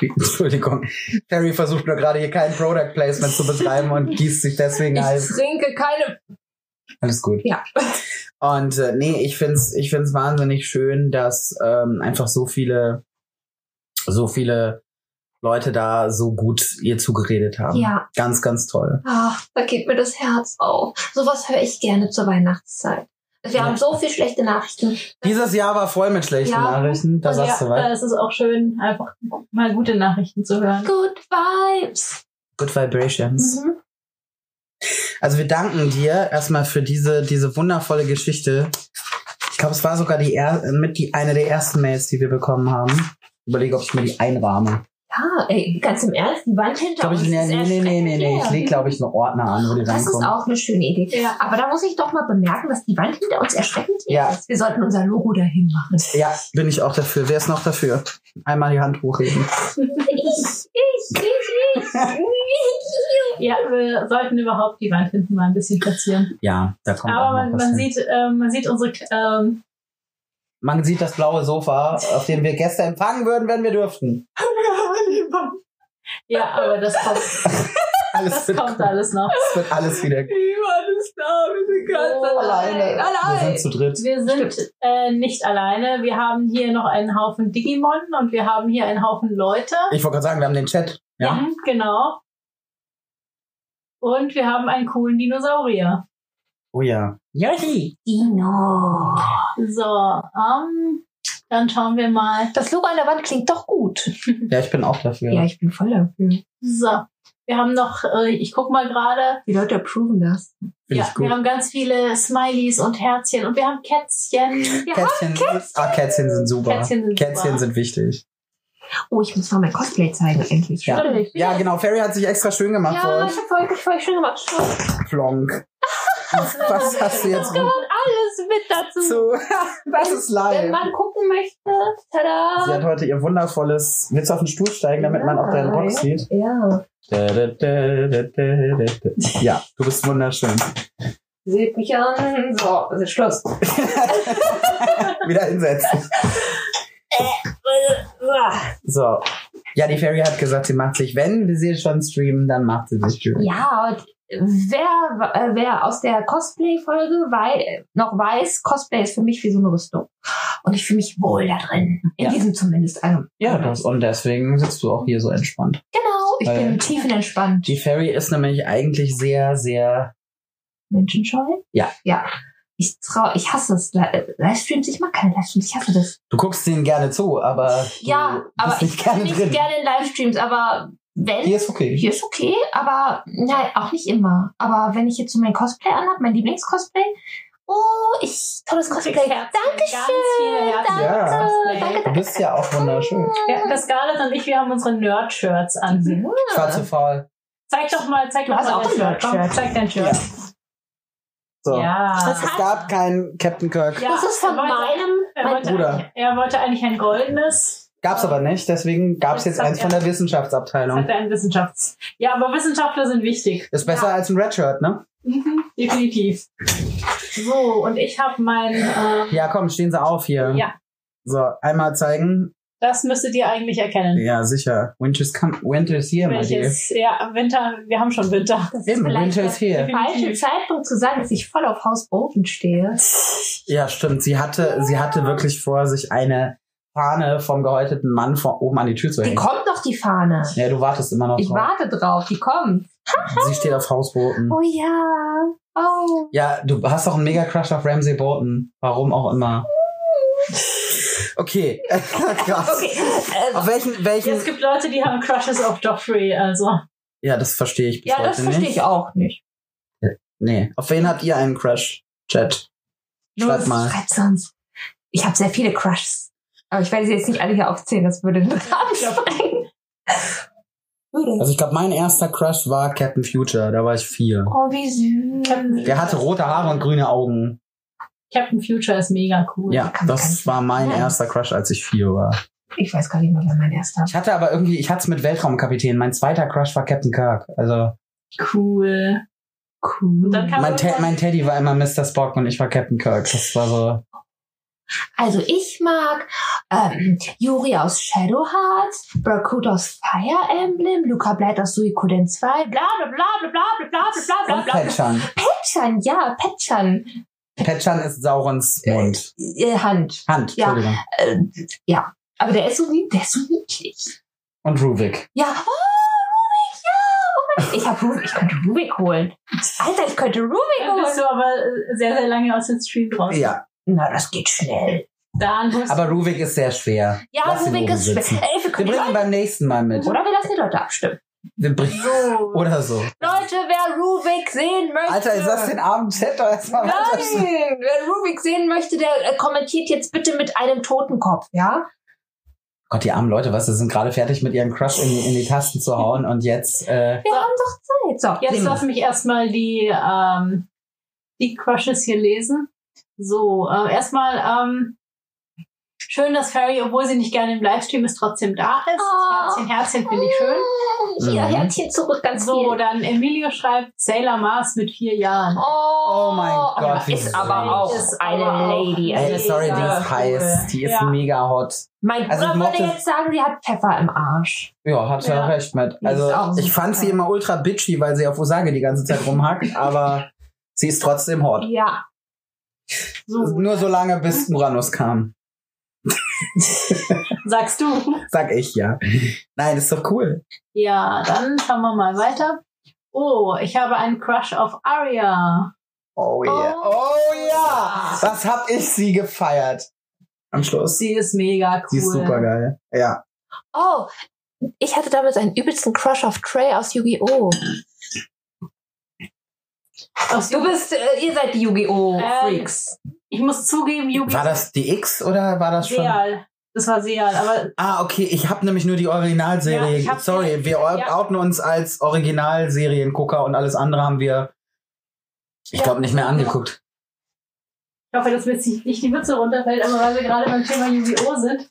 [SPEAKER 2] Entschuldigung. Terry versucht nur gerade hier kein Product Placement zu betreiben und gießt sich deswegen
[SPEAKER 1] Ich
[SPEAKER 2] halb.
[SPEAKER 1] trinke keine,
[SPEAKER 2] Alles gut.
[SPEAKER 1] Ja.
[SPEAKER 2] Und äh, nee, ich find's, ich find's wahnsinnig schön, dass ähm, einfach so viele, so viele Leute da so gut ihr zugeredet haben.
[SPEAKER 1] ja,
[SPEAKER 2] Ganz, ganz toll.
[SPEAKER 1] ach, ah, da geht mir das Herz auf. Sowas höre ich gerne zur Weihnachtszeit. Wir
[SPEAKER 2] Ja.
[SPEAKER 1] haben so viel schlechte Nachrichten.
[SPEAKER 2] Dieses Jahr war voll mit schlechten
[SPEAKER 1] Ja.
[SPEAKER 2] Nachrichten. Da
[SPEAKER 3] also
[SPEAKER 2] sagst du
[SPEAKER 3] ja,
[SPEAKER 2] was.
[SPEAKER 3] äh, es ist auch schön, einfach mal gute Nachrichten zu hören.
[SPEAKER 1] Good Vibes.
[SPEAKER 2] Good Vibrations.
[SPEAKER 1] Mhm.
[SPEAKER 2] Also wir danken dir erstmal für diese, diese wundervolle Geschichte. Ich glaube, es war sogar die er mit die eine der ersten Mails, die wir bekommen haben. Überlege, ob ich mir die einrahme.
[SPEAKER 1] Ja, Ah, ey, ganz im Ernst, die Wand
[SPEAKER 2] Ich
[SPEAKER 1] hinter
[SPEAKER 2] glaube,
[SPEAKER 1] uns
[SPEAKER 2] ich, ne, nee,
[SPEAKER 1] ist
[SPEAKER 2] nee, nee, nee, nee, nee. Ich lege,
[SPEAKER 1] erschreckend
[SPEAKER 2] glaube ich, einen Ordner an, wo die
[SPEAKER 1] leer. Das ist
[SPEAKER 2] reinkommen.
[SPEAKER 1] auch eine schöne Idee.
[SPEAKER 3] Ja.
[SPEAKER 1] Aber da muss ich doch mal bemerken, dass die Wand hinter uns erschreckend leer
[SPEAKER 2] Ja.
[SPEAKER 1] ist. Wir sollten unser Logo dahin machen.
[SPEAKER 2] Ja, bin ich auch dafür. Wer ist noch dafür? Einmal die Hand hochheben.
[SPEAKER 1] Ich, ich, ich, ich.
[SPEAKER 3] Ja, wir sollten überhaupt die Wand hinten mal ein bisschen platzieren.
[SPEAKER 2] Ja, da kommt
[SPEAKER 3] Aber
[SPEAKER 2] auch noch
[SPEAKER 3] man,
[SPEAKER 2] was
[SPEAKER 3] man
[SPEAKER 2] hin.
[SPEAKER 3] sieht, ähm, man sieht unsere, ähm,
[SPEAKER 2] man sieht das blaue Sofa, auf dem wir Gäste empfangen würden, wenn wir dürften.
[SPEAKER 3] ja, aber das kommt,
[SPEAKER 2] Alles
[SPEAKER 3] das
[SPEAKER 2] wird,
[SPEAKER 3] kommt
[SPEAKER 2] gut.
[SPEAKER 3] alles noch.
[SPEAKER 2] Es wird alles wieder
[SPEAKER 1] Niemand ist da, wir sind ganz
[SPEAKER 3] Oh,
[SPEAKER 1] alleine.
[SPEAKER 2] alleine. Wir
[SPEAKER 1] Allein.
[SPEAKER 2] sind zu dritt.
[SPEAKER 3] Wir sind äh, nicht alleine. Wir haben hier noch einen Haufen Digimon und wir haben hier einen Haufen Leute.
[SPEAKER 2] Ich wollte gerade sagen, wir haben den Chat. Ja.
[SPEAKER 3] Mhm, Genau. Und wir haben einen coolen Dinosaurier.
[SPEAKER 2] Oh ja. Yoshi.
[SPEAKER 1] Dino.
[SPEAKER 3] So, ähm, dann schauen wir mal.
[SPEAKER 1] Das Logo an der Wand klingt doch gut.
[SPEAKER 2] Ja, ich bin auch dafür.
[SPEAKER 1] Ja, ich bin voll dafür.
[SPEAKER 3] So, wir haben noch, äh, ich guck mal gerade.
[SPEAKER 1] Die Leute approven das.
[SPEAKER 2] Finde
[SPEAKER 3] Ja,
[SPEAKER 2] ich
[SPEAKER 3] wir
[SPEAKER 2] gut.
[SPEAKER 3] haben ganz viele Smileys und Herzchen und wir haben Kätzchen.
[SPEAKER 1] Ja, oh,
[SPEAKER 2] Kätzchen, ah, Kätzchen sind super.
[SPEAKER 3] Kätzchen sind
[SPEAKER 2] Kätzchen
[SPEAKER 3] super.
[SPEAKER 2] sind wichtig.
[SPEAKER 1] Oh, ich muss mal mein Cosplay zeigen, endlich.
[SPEAKER 2] Ja.
[SPEAKER 1] Stimmt.
[SPEAKER 2] Ja, genau. Ferry hat sich extra schön gemacht für
[SPEAKER 1] Ja,
[SPEAKER 2] euch.
[SPEAKER 1] ich hab voll, voll schön gemacht. Stimmt.
[SPEAKER 2] Plonk. Was hast du jetzt
[SPEAKER 1] Das gehört alles mit dazu.
[SPEAKER 2] zu? Das
[SPEAKER 1] Wenn
[SPEAKER 2] ist live.
[SPEAKER 1] man gucken möchte, tada.
[SPEAKER 2] Sie hat heute ihr wundervolles. Willst du auf den Stuhl steigen, damit man auch deinen Rock sieht?
[SPEAKER 1] ja,
[SPEAKER 2] Ja, du bist wunderschön.
[SPEAKER 1] seht mich an. So, das ist Schluss.
[SPEAKER 2] Wieder hinsetzen. So. Ja, die Ferry hat gesagt, sie macht sich, wenn wir sie schon streamen, dann macht sie sich schön.
[SPEAKER 1] Ja, und wer, äh, wer aus der Cosplay-Folge wei noch weiß, Cosplay ist für mich wie so eine Rüstung. Und ich fühle mich wohl da drin. In
[SPEAKER 2] Ja.
[SPEAKER 1] diesem zumindest. Also,
[SPEAKER 2] Ja, das, und deswegen sitzt du auch hier so entspannt.
[SPEAKER 1] genau, ich
[SPEAKER 2] Weil-
[SPEAKER 1] bin tiefenentspannt.
[SPEAKER 2] Äh, Die Ferry ist nämlich eigentlich sehr, sehr
[SPEAKER 1] Menschenscheu?
[SPEAKER 2] Ja.
[SPEAKER 1] Ja. Ich trau, ich hasse es. Li- äh, Livestreams, ich mag keine Livestreams, ich hasse das.
[SPEAKER 2] Du guckst denen gerne zu, aber du
[SPEAKER 1] Ja,
[SPEAKER 2] bist
[SPEAKER 1] aber
[SPEAKER 2] nicht
[SPEAKER 1] ich
[SPEAKER 2] gerne
[SPEAKER 1] gerne nicht
[SPEAKER 2] drin.
[SPEAKER 1] gerne in Livestreams, aber wenn.
[SPEAKER 2] Hier ist okay.
[SPEAKER 1] Hier ist okay, aber nein, auch nicht immer. Aber wenn ich jetzt so mein Cosplay anhab, mein Lieblingscosplay, oh, ich tolles Cosplay.
[SPEAKER 3] Ganz viele
[SPEAKER 1] Dankeschön.
[SPEAKER 3] Herzen.
[SPEAKER 2] Ja.
[SPEAKER 1] Danke. Danke,
[SPEAKER 2] Du bist ja auch wunderschön.
[SPEAKER 3] Ja, das Scarlett und ich, wir haben unsere Nerd-Shirts an.
[SPEAKER 1] danke.
[SPEAKER 2] Ich war zu faul.
[SPEAKER 3] Zeig doch mal, zeig doch
[SPEAKER 1] Du hast
[SPEAKER 3] mal
[SPEAKER 1] auch ein
[SPEAKER 3] Shirt. Komm,
[SPEAKER 1] Nerd-Shirt.
[SPEAKER 3] zeig dein Shirt.
[SPEAKER 2] So.
[SPEAKER 3] Ja.
[SPEAKER 2] Es gab keinen Captain Kirk.
[SPEAKER 3] Ja,
[SPEAKER 1] Das ist von
[SPEAKER 3] er wollte-
[SPEAKER 1] meinem.
[SPEAKER 3] Er wollte,
[SPEAKER 2] Bruder.
[SPEAKER 3] eigentlich- er wollte eigentlich ein goldenes.
[SPEAKER 2] Gab's aber nicht, deswegen gab's jetzt
[SPEAKER 3] Das hat
[SPEAKER 2] eins von der
[SPEAKER 3] Jetzt hat
[SPEAKER 2] Wissenschaftsabteilung.
[SPEAKER 3] er ein Wissenschafts. Ja, aber Wissenschaftler sind wichtig.
[SPEAKER 2] Ist besser als ein Redshirt, ne?
[SPEAKER 3] Definitiv. So, und ich habe mein. Äh,
[SPEAKER 2] Ja, komm, stehen Sie auf hier.
[SPEAKER 3] Ja.
[SPEAKER 2] So, einmal zeigen.
[SPEAKER 3] Das müsstet ihr eigentlich erkennen.
[SPEAKER 2] Ja, sicher. Winter's, come, winter's here, my dear.
[SPEAKER 3] Welches, ja, Winter, wir haben schon Winter.
[SPEAKER 1] Das
[SPEAKER 2] Eben,
[SPEAKER 1] vielleicht
[SPEAKER 2] Winter is
[SPEAKER 1] der
[SPEAKER 2] here.
[SPEAKER 1] falsche
[SPEAKER 3] Definitiv.
[SPEAKER 1] Zeitpunkt zu sagen, dass ich voll auf Haus Boden stehe.
[SPEAKER 2] Ja, stimmt. Sie hatte, sie hatte wirklich vor, sich eine Fahne vom gehäuteten Mann von oben an die Tür zu
[SPEAKER 1] Die
[SPEAKER 2] hängen.
[SPEAKER 1] kommt noch, die Fahne.
[SPEAKER 2] Ja, Mhm. du wartest immer noch
[SPEAKER 1] Ich
[SPEAKER 2] drauf.
[SPEAKER 1] warte drauf, die kommt.
[SPEAKER 2] Sie steht auf Hausboten.
[SPEAKER 1] Oh ja. Oh.
[SPEAKER 2] Ja, du hast doch einen mega Crush auf Ramsey Bolton. Warum auch immer. Okay. Krass.
[SPEAKER 1] äh, Okay. Äh,
[SPEAKER 2] Auf welchen, welchen?
[SPEAKER 3] Es gibt Leute, die haben Crushes auf Joffrey, also.
[SPEAKER 2] Ja, das verstehe ich bis
[SPEAKER 1] ja,
[SPEAKER 2] heute
[SPEAKER 1] das verstehe
[SPEAKER 2] nicht.
[SPEAKER 1] ich auch nicht.
[SPEAKER 2] Nee. Auf wen habt ihr einen Crush? Chat. Schreibt
[SPEAKER 1] Los,
[SPEAKER 2] mal.
[SPEAKER 1] Schreibt sonst. Ich habe sehr viele Crushes. Aber ich werde sie jetzt nicht alle hier aufzählen, das würde den Rahmen sprengen. Würde.
[SPEAKER 2] Also ich glaube, mein erster Crush war Captain Future. Da war ich vier.
[SPEAKER 1] Oh, wie süß.
[SPEAKER 2] Der hatte rote Haare und grüne Augen.
[SPEAKER 3] Captain Future ist mega cool.
[SPEAKER 2] Ja,
[SPEAKER 1] Oh, Kann-
[SPEAKER 2] das war mein
[SPEAKER 1] Ja.
[SPEAKER 2] erster Crush, als ich vier war.
[SPEAKER 1] Ich weiß gar nicht mehr, wer mein erster war.
[SPEAKER 2] Ich hatte aber irgendwie, ich hatte es mit Weltraumkapitän. Mein zweiter Crush war Captain Kirk. Also
[SPEAKER 3] Cool.
[SPEAKER 1] Cool.
[SPEAKER 3] Und dann kam
[SPEAKER 2] mein, Te
[SPEAKER 3] irgendwann-
[SPEAKER 2] mein Teddy war immer Mr. Spock und ich war Captain Kirk. Das war so.
[SPEAKER 1] Also ich mag ähm, Yuri aus Shadowhearts, Barcode aus Fire Emblem, Luca Blight aus Suikoden 2, bla bla bla bla bla bla bla bla bla
[SPEAKER 2] Und
[SPEAKER 1] bla bla.
[SPEAKER 2] Petchan.
[SPEAKER 1] Petchan, ja, Petchan.
[SPEAKER 2] Petchan ist Saurons Mund.
[SPEAKER 1] Äh, Hand.
[SPEAKER 2] Hand,
[SPEAKER 1] Ja.
[SPEAKER 2] Entschuldigung.
[SPEAKER 1] Äh, ja. Aber der ist so niedlich. Der ist so niedlich.
[SPEAKER 2] Und Rubik.
[SPEAKER 1] Ja. Oh, Rubik, ja. Oh mein Gott. Ich hab Rubik. Ich könnte Rubik holen. Alter, ich könnte Rubik
[SPEAKER 3] Dann bist
[SPEAKER 1] holen.
[SPEAKER 3] du aber äh, sehr, sehr lange aus dem Stream draußen.
[SPEAKER 2] Ja.
[SPEAKER 1] Na, das geht schnell.
[SPEAKER 3] Dann holst
[SPEAKER 2] Aber Rubik ist sehr schwer.
[SPEAKER 1] Ja,
[SPEAKER 2] Lass ihn
[SPEAKER 1] Rubik
[SPEAKER 2] oben
[SPEAKER 1] ist schwer. Äh,
[SPEAKER 2] sitzen.
[SPEAKER 1] Ey, wir
[SPEAKER 2] Wir
[SPEAKER 1] können die
[SPEAKER 2] bringen ihn
[SPEAKER 1] Leute,
[SPEAKER 2] beim nächsten Mal mit.
[SPEAKER 1] oder wir lassen die Leute abstimmen.
[SPEAKER 2] Wir bringen
[SPEAKER 3] so.
[SPEAKER 2] oder so.
[SPEAKER 1] Leute, wer Rubik sehen möchte.
[SPEAKER 2] Oh. Alter, ich lass den armen Chat doch erstmal weiter.
[SPEAKER 1] Nein! Wer Rubik sehen möchte, der äh, kommentiert jetzt bitte mit einem Totenkopf, ja?
[SPEAKER 2] Gott, die armen Leute, was, sie sind gerade fertig mit ihrem Crush in, in die Tasten zu hauen und jetzt, äh,
[SPEAKER 1] Wir
[SPEAKER 3] So.
[SPEAKER 1] haben doch Zeit. So,
[SPEAKER 3] Jetzt
[SPEAKER 1] sehen wir.
[SPEAKER 3] lass mich erstmal die, ähm, die Crushes hier lesen. So, äh, erstmal ähm, schön, dass Fairy, obwohl sie nicht gerne im Livestream ist, trotzdem da ist.
[SPEAKER 1] Oh.
[SPEAKER 3] Herzchen, Herzchen finde ich schön.
[SPEAKER 1] Hier,
[SPEAKER 2] Mhm.
[SPEAKER 1] Herzchen zurück, ganz
[SPEAKER 3] So,
[SPEAKER 1] viel.
[SPEAKER 3] dann Emilio schreibt Sailor Mars mit vier Jahren.
[SPEAKER 1] Oh,
[SPEAKER 2] Oh mein Gott, wie
[SPEAKER 1] Ist
[SPEAKER 2] süß.
[SPEAKER 1] aber auch
[SPEAKER 3] Ist
[SPEAKER 1] eine
[SPEAKER 3] aber auch-
[SPEAKER 1] Lady. also
[SPEAKER 2] ey, sorry, die
[SPEAKER 3] Ja.
[SPEAKER 2] ist heiß. Die ist
[SPEAKER 3] Ja.
[SPEAKER 2] mega hot.
[SPEAKER 1] Mein
[SPEAKER 2] Also
[SPEAKER 1] Bruder
[SPEAKER 2] ich mochte-
[SPEAKER 1] würde jetzt sagen, die hat Pfeffer im Arsch.
[SPEAKER 2] Ja, hat er
[SPEAKER 3] Ja.
[SPEAKER 2] recht mit.
[SPEAKER 1] Die
[SPEAKER 2] Also,
[SPEAKER 1] ist auch
[SPEAKER 2] ich
[SPEAKER 1] super.
[SPEAKER 2] fand sie immer ultra bitchy, weil sie auf Osage die ganze Zeit rumhackt, aber sie ist trotzdem hot.
[SPEAKER 1] Ja.
[SPEAKER 3] So,
[SPEAKER 2] Nur so lange, bis Uranus kam.
[SPEAKER 3] sagst du.
[SPEAKER 2] Sag ich ja. Nein, ist doch cool.
[SPEAKER 3] Ja, dann schauen wir mal weiter. Oh, ich habe einen Crush auf Aria.
[SPEAKER 2] Oh yeah.
[SPEAKER 1] Oh.
[SPEAKER 2] Oh ja. Was hab ich sie gefeiert? Am Schluss.
[SPEAKER 3] Sie ist mega cool.
[SPEAKER 2] Sie ist super geil. Ja.
[SPEAKER 1] Oh, ich hatte damals einen übelsten Crush auf Trey aus Yu-Gi-Oh!
[SPEAKER 3] Aus
[SPEAKER 1] Du bist, äh, ihr seid die Yu-Gi-Oh!
[SPEAKER 3] Ähm,
[SPEAKER 1] Freaks.
[SPEAKER 3] Ich muss zugeben, Yugi
[SPEAKER 2] War das die X oder war das schon?
[SPEAKER 3] Seal. Das war Seal, aber
[SPEAKER 2] Ah, okay. Ich habe nämlich nur die
[SPEAKER 3] Ja,
[SPEAKER 2] Originalserie.
[SPEAKER 3] ich hab-
[SPEAKER 2] Sorry, wir ou-
[SPEAKER 3] Ja.
[SPEAKER 2] outen uns als Originalseriengucker und alles andere haben wir, ich glaube, nicht mehr angeguckt.
[SPEAKER 3] ich hoffe, dass mir jetzt nicht nicht die Mütze runterfällt, aber weil wir gerade beim Thema Yu-Gi-Oh! sind.
[SPEAKER 1] Ähm,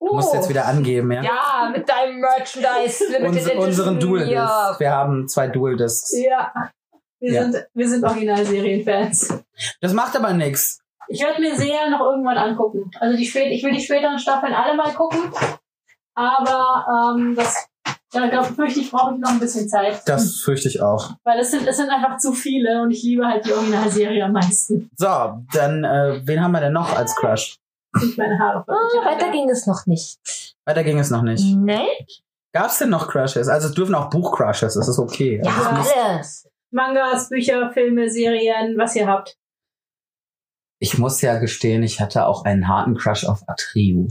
[SPEAKER 2] Du musst
[SPEAKER 3] Oh.
[SPEAKER 2] jetzt wieder angeben, ja?
[SPEAKER 1] Ja, mit deinem Merchandise. Limited
[SPEAKER 2] Uns,
[SPEAKER 1] Edition.
[SPEAKER 2] unseren Dual
[SPEAKER 1] Ja.
[SPEAKER 2] Discs. Wir haben zwei Dual Discs.
[SPEAKER 3] Ja. Wir
[SPEAKER 2] Ja.
[SPEAKER 3] sind, wir sind Originalserienfans.
[SPEAKER 2] Das macht aber nichts.
[SPEAKER 3] Ich werde mir Seal noch irgendwann angucken. Also die spät, ich will die späteren Staffeln alle mal gucken. Aber ähm, das, da glaube fürchte ich, brauche ich noch ein bisschen Zeit.
[SPEAKER 2] Das fürchte ich auch.
[SPEAKER 3] Weil es sind, es sind einfach zu viele und ich liebe halt die Originalserie am meisten.
[SPEAKER 2] So, dann äh, wen haben wir denn noch als Crush?
[SPEAKER 3] Und meine Haare.
[SPEAKER 1] Ah, weiter ging es noch nicht. Ne?
[SPEAKER 2] Weiter ging es noch nicht.
[SPEAKER 3] Mhm.
[SPEAKER 1] Nein?
[SPEAKER 2] Gab's denn noch Crushes? Also es dürfen auch Buchcrushes, das ist okay.
[SPEAKER 1] Ja,
[SPEAKER 2] Also, es muss-
[SPEAKER 1] alles.
[SPEAKER 3] Mangas, Bücher, Filme, Serien, was ihr habt.
[SPEAKER 2] ich muss ja gestehen, ich hatte auch einen harten Crush auf Atriu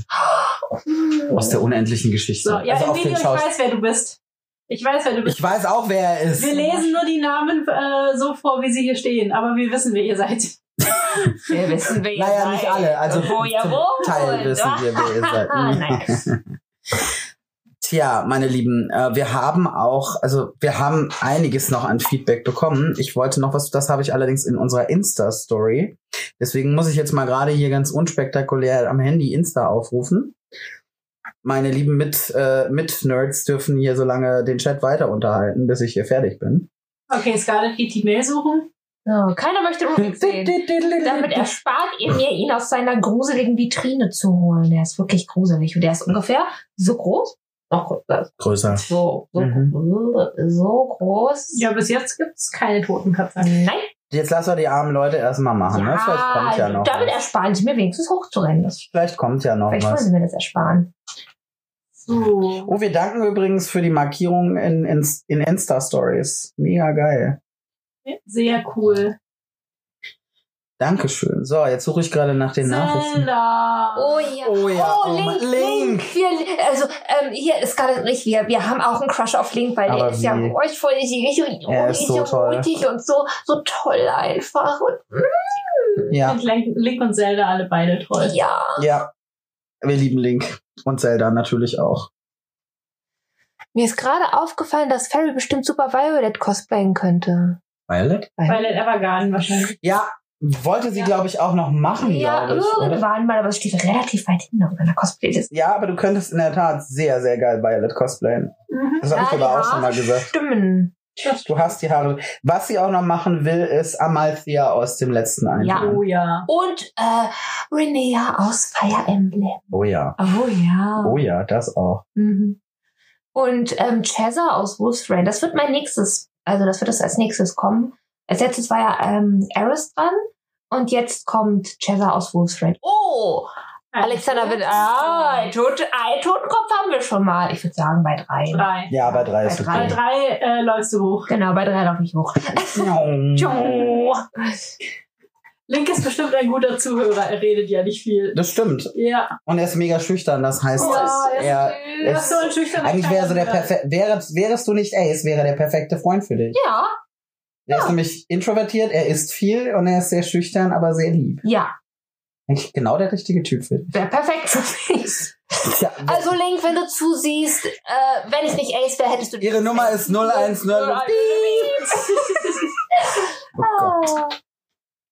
[SPEAKER 2] aus der unendlichen Geschichte.
[SPEAKER 3] Mhm. So, ja,
[SPEAKER 2] also auf
[SPEAKER 3] Emilio,
[SPEAKER 2] den
[SPEAKER 3] ich
[SPEAKER 2] Schaus
[SPEAKER 3] weiß, wer du bist. Ich weiß, wer du bist.
[SPEAKER 2] ich weiß auch, wer er ist.
[SPEAKER 3] Wir lesen nur die Namen äh, so vor, wie sie hier stehen, aber wir wissen, wer ihr seid.
[SPEAKER 1] Wir wissen, wer ihr
[SPEAKER 2] Naja,
[SPEAKER 1] seid.
[SPEAKER 2] nicht alle. Also
[SPEAKER 1] Wo ihr
[SPEAKER 2] zum
[SPEAKER 1] wohnt.
[SPEAKER 2] Teil wissen wir, wer ihr seid. Mhm. Tja, meine Lieben, äh, wir haben auch, also wir haben einiges noch an Feedback bekommen. Ich wollte noch was, das habe ich allerdings in unserer Insta-Story. Deswegen muss ich jetzt mal gerade hier ganz unspektakulär am Handy Insta aufrufen. Meine lieben Mit, äh, Mit-Nerds dürfen hier so lange den Chat weiter unterhalten, bis ich hier fertig bin.
[SPEAKER 3] Okay, Scarlett geht die Mail suchen.
[SPEAKER 1] So, keiner möchte Rubik sehen. Damit erspart ihr mir, ihn aus seiner gruseligen Vitrine zu holen. Der ist wirklich gruselig. Und der ist ungefähr so groß. Noch äh,
[SPEAKER 2] Größer.
[SPEAKER 1] so, so,
[SPEAKER 2] Mhm.
[SPEAKER 1] so groß.
[SPEAKER 3] Ja, bis jetzt gibt's keine Totenkatze.
[SPEAKER 1] Nein.
[SPEAKER 2] Jetzt lassen wir die armen Leute erstmal machen. ne? Vielleicht kommt ja noch.
[SPEAKER 1] damit
[SPEAKER 2] was.
[SPEAKER 1] ersparen sie mir wenigstens hochzurennen. Das,
[SPEAKER 2] Vielleicht kommt ja noch
[SPEAKER 1] vielleicht
[SPEAKER 2] was.
[SPEAKER 1] wollen sie mir das ersparen.
[SPEAKER 3] So.
[SPEAKER 2] Oh, wir danken übrigens für die Markierung in, in, in Insta-Stories. Mega geil.
[SPEAKER 3] Sehr cool.
[SPEAKER 2] Dankeschön. So, jetzt suche ich gerade nach den Nachrichten.
[SPEAKER 3] Zelda.
[SPEAKER 1] Oh ja.
[SPEAKER 2] Oh ja,
[SPEAKER 1] Oh,
[SPEAKER 2] oh
[SPEAKER 1] Link,
[SPEAKER 2] Mann.
[SPEAKER 1] Link. Wir, also, ähm, hier ist gerade nicht wir. Wir haben auch einen Crush auf Link, weil der
[SPEAKER 2] Aber
[SPEAKER 1] ist oh,
[SPEAKER 2] wie?
[SPEAKER 1] ja euch voll ruhig
[SPEAKER 2] Er ist so
[SPEAKER 1] und
[SPEAKER 2] toll.
[SPEAKER 1] mutig und so, so toll einfach. Und,
[SPEAKER 2] Ja,
[SPEAKER 3] Und Link, Link und Zelda alle beide toll.
[SPEAKER 1] mm, ja.
[SPEAKER 2] ja. Wir lieben Link. Und Zelda natürlich auch.
[SPEAKER 1] Mir ist gerade aufgefallen, dass Fairy bestimmt super Violet cosplayen könnte.
[SPEAKER 2] Violet?
[SPEAKER 3] Violet Evergarden wahrscheinlich.
[SPEAKER 2] Ja, wollte sie,
[SPEAKER 3] Ja.
[SPEAKER 2] glaube ich, auch noch machen,
[SPEAKER 1] Ja,
[SPEAKER 2] glaube ich. Oder?
[SPEAKER 1] irgendwann mal, aber es steht relativ weit hinten auf meiner Cosplay-Liste.
[SPEAKER 2] Ja, aber du könntest in der Tat sehr, sehr geil Violet cosplayen.
[SPEAKER 3] Mhm.
[SPEAKER 2] Das habe ich
[SPEAKER 1] Ja, die
[SPEAKER 2] aber auch schon
[SPEAKER 1] Haare
[SPEAKER 2] mal gesagt.
[SPEAKER 1] Stimmen.
[SPEAKER 2] Du hast die Haare. Was sie auch noch machen will, ist Amalthea aus dem letzten Einhorn.
[SPEAKER 3] Oh ja.
[SPEAKER 1] Und äh, Renea aus Fire Emblem.
[SPEAKER 2] Oh ja.
[SPEAKER 1] Oh ja.
[SPEAKER 2] Oh ja, das auch.
[SPEAKER 1] Mhm. Und ähm, Chazza aus Wolf's Rain. Das wird mein nächstes, also das wird das als nächstes kommen. Als letztes war ja ähm, Eris dran. Und jetzt kommt Chazza aus Wolf's Rain. Oh! Alexander will. Ah, ein Tot, ein Totenkopf haben wir schon mal. Ich würde sagen, bei drei.
[SPEAKER 3] Ah, Drei.
[SPEAKER 2] Ja, bei drei ist
[SPEAKER 1] Bei
[SPEAKER 3] Bei
[SPEAKER 2] okay.
[SPEAKER 3] drei äh, läufst du hoch.
[SPEAKER 1] Genau, bei drei laufe ich hoch.
[SPEAKER 2] Miau.
[SPEAKER 1] Tschu.
[SPEAKER 3] Link ist bestimmt ein guter Zuhörer. Er redet ja nicht viel.
[SPEAKER 2] Das stimmt.
[SPEAKER 3] Ja.
[SPEAKER 2] Und er ist mega schüchtern. Das heißt,
[SPEAKER 3] Oh, er ist
[SPEAKER 2] er,
[SPEAKER 3] Er ist
[SPEAKER 2] ist-
[SPEAKER 3] so ein schüchterner
[SPEAKER 2] eigentlich wäre so der
[SPEAKER 3] kleiner
[SPEAKER 2] perfekte, wäre, wärest du nicht Ace, wäre der perfekte Freund für dich.
[SPEAKER 1] Ja,
[SPEAKER 2] Er ist nämlich introvertiert, er isst viel und er ist sehr schüchtern, aber sehr lieb.
[SPEAKER 1] ja.
[SPEAKER 2] Eigentlich genau der richtige Typ für dich.
[SPEAKER 1] Wäre perfekt für mich.
[SPEAKER 2] Ja,
[SPEAKER 1] Also, Link, wenn du zusiehst, äh, wenn ich nicht Ace wäre, hättest du
[SPEAKER 2] ihre Nummer ist 010. Oh Gott.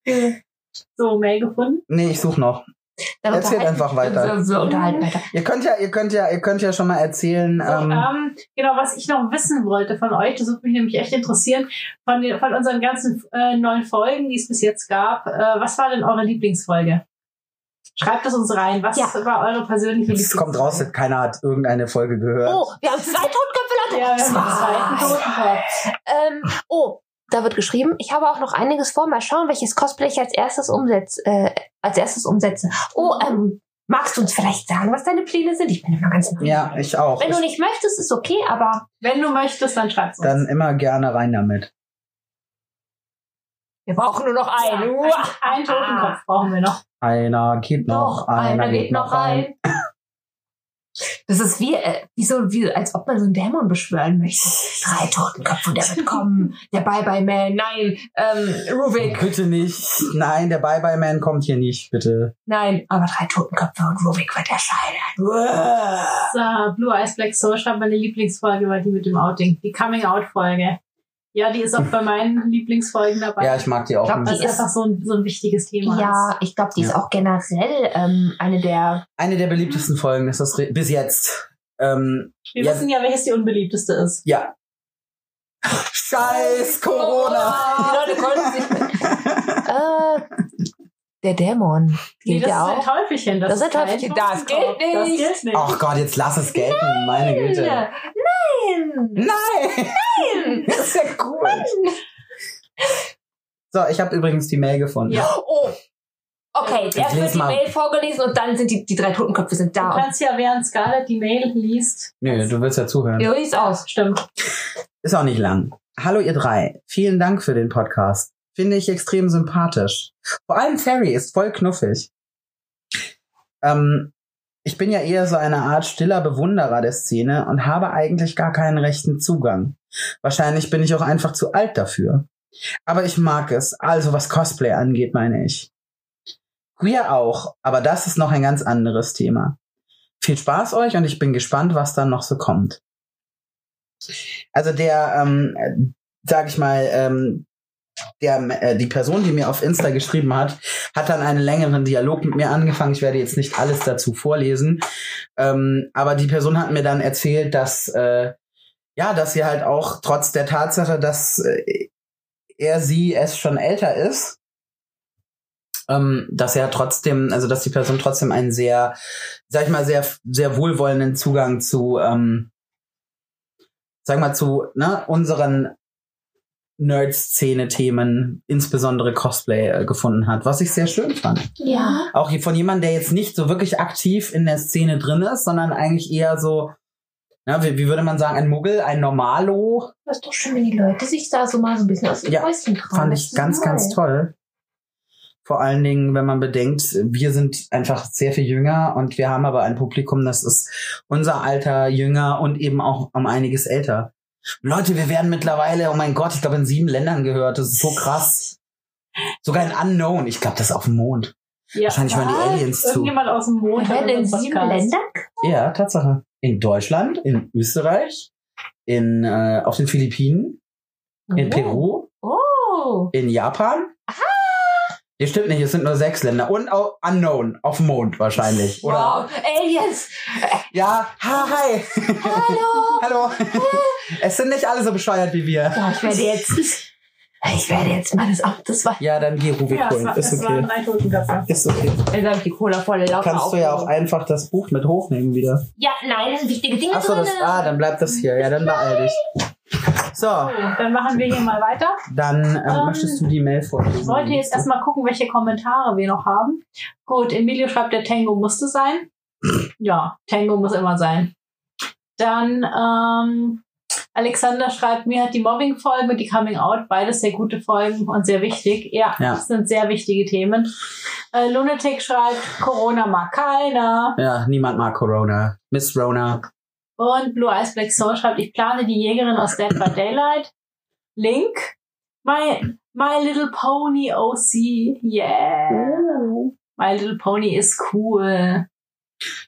[SPEAKER 1] Ah.
[SPEAKER 3] So, Mail gefunden.
[SPEAKER 2] Nee, ich suche noch.
[SPEAKER 1] Dann
[SPEAKER 2] Erzähl
[SPEAKER 1] unterhalten-
[SPEAKER 2] einfach weiter.
[SPEAKER 1] Wir, wir unterhalten weiter.
[SPEAKER 2] Ihr könnt ja, ihr könnt ja, ihr könnt ja schon mal erzählen.
[SPEAKER 3] So,
[SPEAKER 2] Ähm,
[SPEAKER 1] ah,
[SPEAKER 3] ähm, genau, was ich noch wissen wollte von euch, das würde mich nämlich echt interessieren, von, den, von unseren ganzen äh, neuen Folgen, die es bis jetzt gab, äh, was war denn eure Lieblingsfolge? Schreibt es uns rein. Was
[SPEAKER 1] Ja.
[SPEAKER 3] war eure persönliche
[SPEAKER 2] es kommt raus,
[SPEAKER 3] Lieblingsfolge?
[SPEAKER 2] dass keiner hat irgendeine Folge gehört.
[SPEAKER 1] Oh, wir haben zwei Totenköpfe, Leute.
[SPEAKER 3] Ja, wir haben den zweiten
[SPEAKER 1] Zwei.
[SPEAKER 3] Totenkopf.
[SPEAKER 1] Ähm, oh, da wird geschrieben, ich habe auch noch einiges vor. Mal schauen, welches Cosplay ich als erstes umsetze. Äh, als erstes umsetze. Oh, ähm, magst du uns vielleicht sagen, was deine Pläne sind? Ich bin immer ganz neu.
[SPEAKER 2] Ja, ich auch.
[SPEAKER 1] Wenn du
[SPEAKER 2] Ich,
[SPEAKER 1] nicht möchtest, ist okay, aber
[SPEAKER 3] Wenn du möchtest, dann schreib's uns.
[SPEAKER 2] dann immer gerne rein damit.
[SPEAKER 1] wir brauchen nur noch
[SPEAKER 3] ja,
[SPEAKER 1] einen.
[SPEAKER 3] ein,
[SPEAKER 1] Uah.
[SPEAKER 3] ein Totenkopf brauchen wir noch.
[SPEAKER 2] Einer geht
[SPEAKER 1] Noch
[SPEAKER 2] noch,
[SPEAKER 1] einer geht noch rein. Das ist wie, äh, wie so, wie, als ob man so einen Dämon beschwören möchte. Drei Totenköpfe, und der wird kommen. Der Bye-Bye-Man, nein, ähm, Rubik,
[SPEAKER 2] Oh, Bitte nicht. Nein, der Bye-Bye-Man kommt hier nicht, bitte.
[SPEAKER 1] Nein, aber drei Totenköpfe und Rubik wird erscheinen. Uah.
[SPEAKER 3] So, Blue Eyes Black Soul schreibt meine Lieblingsfolge, war die mit dem Outing. Die Coming-out-Folge. Ja, die ist auch bei meinen Lieblingsfolgen dabei.
[SPEAKER 2] Ja, ich mag die auch.
[SPEAKER 1] Glaub,
[SPEAKER 2] nicht.
[SPEAKER 3] das
[SPEAKER 1] die
[SPEAKER 3] ist
[SPEAKER 1] ist-
[SPEAKER 3] einfach so ein, so ein wichtiges Thema.
[SPEAKER 1] Ja, ich glaube, die ist auch generell ähm, eine der.
[SPEAKER 2] Eine der beliebtesten Folgen ist das re- bis jetzt. Ähm,
[SPEAKER 3] Wir
[SPEAKER 2] Ja.
[SPEAKER 3] wissen ja, welches die unbeliebteste ist.
[SPEAKER 2] ja. Scheiß Corona.
[SPEAKER 1] Die Leute konnten sich. äh, der Dämon.
[SPEAKER 3] Nee,
[SPEAKER 1] Gilt
[SPEAKER 3] das
[SPEAKER 1] ja
[SPEAKER 3] ist ein
[SPEAKER 1] auch.
[SPEAKER 3] Teufelchen. Das,
[SPEAKER 1] Das ist ein
[SPEAKER 3] kein
[SPEAKER 1] Teufelchen. Das
[SPEAKER 3] Totenkopf.
[SPEAKER 1] gilt
[SPEAKER 3] Das
[SPEAKER 1] nicht.
[SPEAKER 3] gilt nicht.
[SPEAKER 2] Ach Gott, jetzt lass es gelten. Meine Güte.
[SPEAKER 1] Nein!
[SPEAKER 2] Nein!
[SPEAKER 1] Nein!
[SPEAKER 2] Das ist ja cool. So, ich habe übrigens die Mail gefunden.
[SPEAKER 3] Ja.
[SPEAKER 1] Oh! Okay,
[SPEAKER 3] Ich
[SPEAKER 1] erst wird
[SPEAKER 2] lese
[SPEAKER 1] die
[SPEAKER 2] mal.
[SPEAKER 1] Mail vorgelesen und dann sind die, die drei Totenköpfe sind
[SPEAKER 3] Du
[SPEAKER 1] da.
[SPEAKER 3] kannst ja, während Scarlett die Mail liest.
[SPEAKER 2] Nö, du willst ja zuhören.
[SPEAKER 1] Und lies aus.
[SPEAKER 3] Stimmt.
[SPEAKER 2] Ist auch nicht lang. Hallo ihr drei. Vielen Dank für den Podcast. Finde ich extrem sympathisch. Vor allem Ferry ist voll knuffig. Ähm, ich bin ja eher so eine Art stiller Bewunderer der Szene und habe eigentlich gar keinen rechten Zugang. Wahrscheinlich bin ich auch einfach zu alt dafür. Aber ich mag es, also was Cosplay angeht, meine ich. Queer auch, aber das ist noch ein ganz anderes Thema. Viel Spaß euch und ich bin gespannt, was dann noch so kommt. Also der, ähm, äh, sag ich mal, ähm, der, äh, die Person, die mir auf Insta geschrieben hat, hat dann einen längeren Dialog mit mir angefangen. Ich werde jetzt nicht alles dazu vorlesen. Ähm, aber die Person hat mir dann erzählt, dass, äh, ja, dass sie halt auch trotz der Tatsache, dass äh, er, sie, es schon älter ist, ähm, dass er trotzdem, also dass die Person trotzdem einen sehr, sag ich mal, sehr, sehr wohlwollenden Zugang zu, ähm, sag mal, zu ne, unseren Nerd-Szene-Themen, insbesondere Cosplay, äh, gefunden hat, was ich sehr schön fand.
[SPEAKER 1] Ja.
[SPEAKER 2] Auch hier von jemandem, der jetzt nicht so wirklich aktiv in der Szene drin ist, sondern eigentlich eher so, ne, wie, wie würde man sagen, ein Muggel, ein Normalo,
[SPEAKER 1] Das ist doch schön, wenn die Leute sich da so mal so ein bisschen aus dem
[SPEAKER 2] Ja,
[SPEAKER 1] Häuschen trauen.
[SPEAKER 2] Fand
[SPEAKER 1] Oh, Das
[SPEAKER 2] ich
[SPEAKER 1] ist
[SPEAKER 2] ganz,
[SPEAKER 1] neu.
[SPEAKER 2] ganz toll. Vor allen Dingen, wenn man bedenkt, wir sind einfach sehr viel jünger und wir haben aber ein Publikum, das ist unser Alter jünger und eben auch um einiges älter. Leute, wir werden mittlerweile, oh mein Gott, ich glaube in sieben Ländern gehört. Das ist so krass. Sogar in Unknown. Ich glaube, das ist auf dem Mond.
[SPEAKER 3] Ja.
[SPEAKER 2] Wahrscheinlich hören die
[SPEAKER 3] Was?
[SPEAKER 2] Aliens zu.
[SPEAKER 3] Irgendjemand aus dem Mond.
[SPEAKER 1] Wir werden in
[SPEAKER 3] unseren
[SPEAKER 1] sieben
[SPEAKER 3] Podcast.
[SPEAKER 1] Ländern?
[SPEAKER 2] Ja, Tatsache. In Deutschland, in Österreich, in, äh, auf den Philippinen, in
[SPEAKER 3] Oh.
[SPEAKER 2] Peru,
[SPEAKER 1] Oh.
[SPEAKER 2] in Japan.
[SPEAKER 3] Ah.
[SPEAKER 2] Hier stimmt nicht, es sind nur sechs Länder. Und au- Unknown, auf dem Mond wahrscheinlich. Oder?
[SPEAKER 1] Wow. Aliens.
[SPEAKER 2] Ja, ha, hi,
[SPEAKER 3] Oh.
[SPEAKER 1] Hallo.
[SPEAKER 2] hallo. es sind nicht alle so bescheuert wie wir.
[SPEAKER 1] ja, ich werde jetzt. Ich werde jetzt meines Amtes weiter.
[SPEAKER 2] Ja, dann geh Ruby
[SPEAKER 3] Ja, es
[SPEAKER 2] holen.
[SPEAKER 3] war-
[SPEAKER 2] Ist
[SPEAKER 3] es waren
[SPEAKER 2] okay.
[SPEAKER 3] drei Totenköpfe.
[SPEAKER 2] Ist okay.
[SPEAKER 1] Dann sag ich die Cola voll.
[SPEAKER 2] Kannst du ja auch einfach das Buch mit hochnehmen wieder.
[SPEAKER 1] Ja, nein, wichtige Dinge
[SPEAKER 2] Achso, das,
[SPEAKER 1] drinne.
[SPEAKER 2] ah, dann bleibt das hier. Ja, dann beeil dich.
[SPEAKER 3] So,
[SPEAKER 2] So,
[SPEAKER 3] dann machen wir hier mal weiter.
[SPEAKER 2] dann ähm,
[SPEAKER 3] Ähm,
[SPEAKER 2] möchtest du die Mail vorlesen.
[SPEAKER 3] Ich wollte jetzt erstmal gucken, welche Kommentare wir noch haben. Gut, Emilio schreibt, der Tango musste sein. Ja, Tango muss immer sein. Dann ähm, Alexander schreibt, mir hat die Mobbing-Folge und die Coming-out beides sehr gute Folgen und sehr wichtig. Ja,
[SPEAKER 2] Ja.
[SPEAKER 3] das sind sehr wichtige Themen. Äh, Lunatic schreibt, Corona mag keiner.
[SPEAKER 2] Ja, niemand mag Corona. Miss Rona.
[SPEAKER 3] Und Blue Eyes Black Soul schreibt, ich plane die Jägerin aus Dead by Daylight. Link, My, my Little Pony OC, yeah.
[SPEAKER 2] Oh.
[SPEAKER 3] My Little Pony ist cool.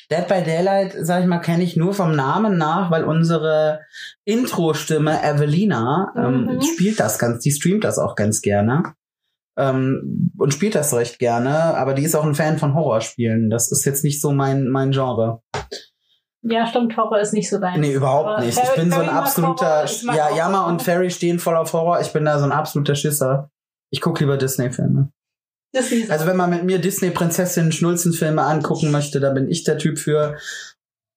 [SPEAKER 2] Dead by Daylight, sag ich mal, kenne ich nur vom Namen nach, weil unsere Intro-Stimme Evelina ähm,
[SPEAKER 3] Mhm.
[SPEAKER 2] spielt das ganz, die streamt das auch ganz gerne. Ähm, und spielt das recht gerne, aber die ist auch ein Fan von Horrorspielen. Das ist jetzt nicht so mein, mein Genre.
[SPEAKER 3] Ja, stimmt, Horror ist nicht so dein.
[SPEAKER 2] Nee, überhaupt
[SPEAKER 3] Aber
[SPEAKER 2] nicht.
[SPEAKER 3] Fairy-
[SPEAKER 2] Ich bin so ein
[SPEAKER 3] Fairy mag
[SPEAKER 2] absoluter,
[SPEAKER 3] Horror, ich mag
[SPEAKER 2] ja,
[SPEAKER 3] auch
[SPEAKER 2] Jammer
[SPEAKER 3] Horror.
[SPEAKER 2] und Fairy stehen voll auf Horror. Ich bin da so ein absoluter Schisser. Ich guck lieber Disney-Filme.
[SPEAKER 3] Das ist
[SPEAKER 2] Also wenn man mit mir Disney-Prinzessinnen Schnulzenfilme angucken möchte, da bin ich der Typ für.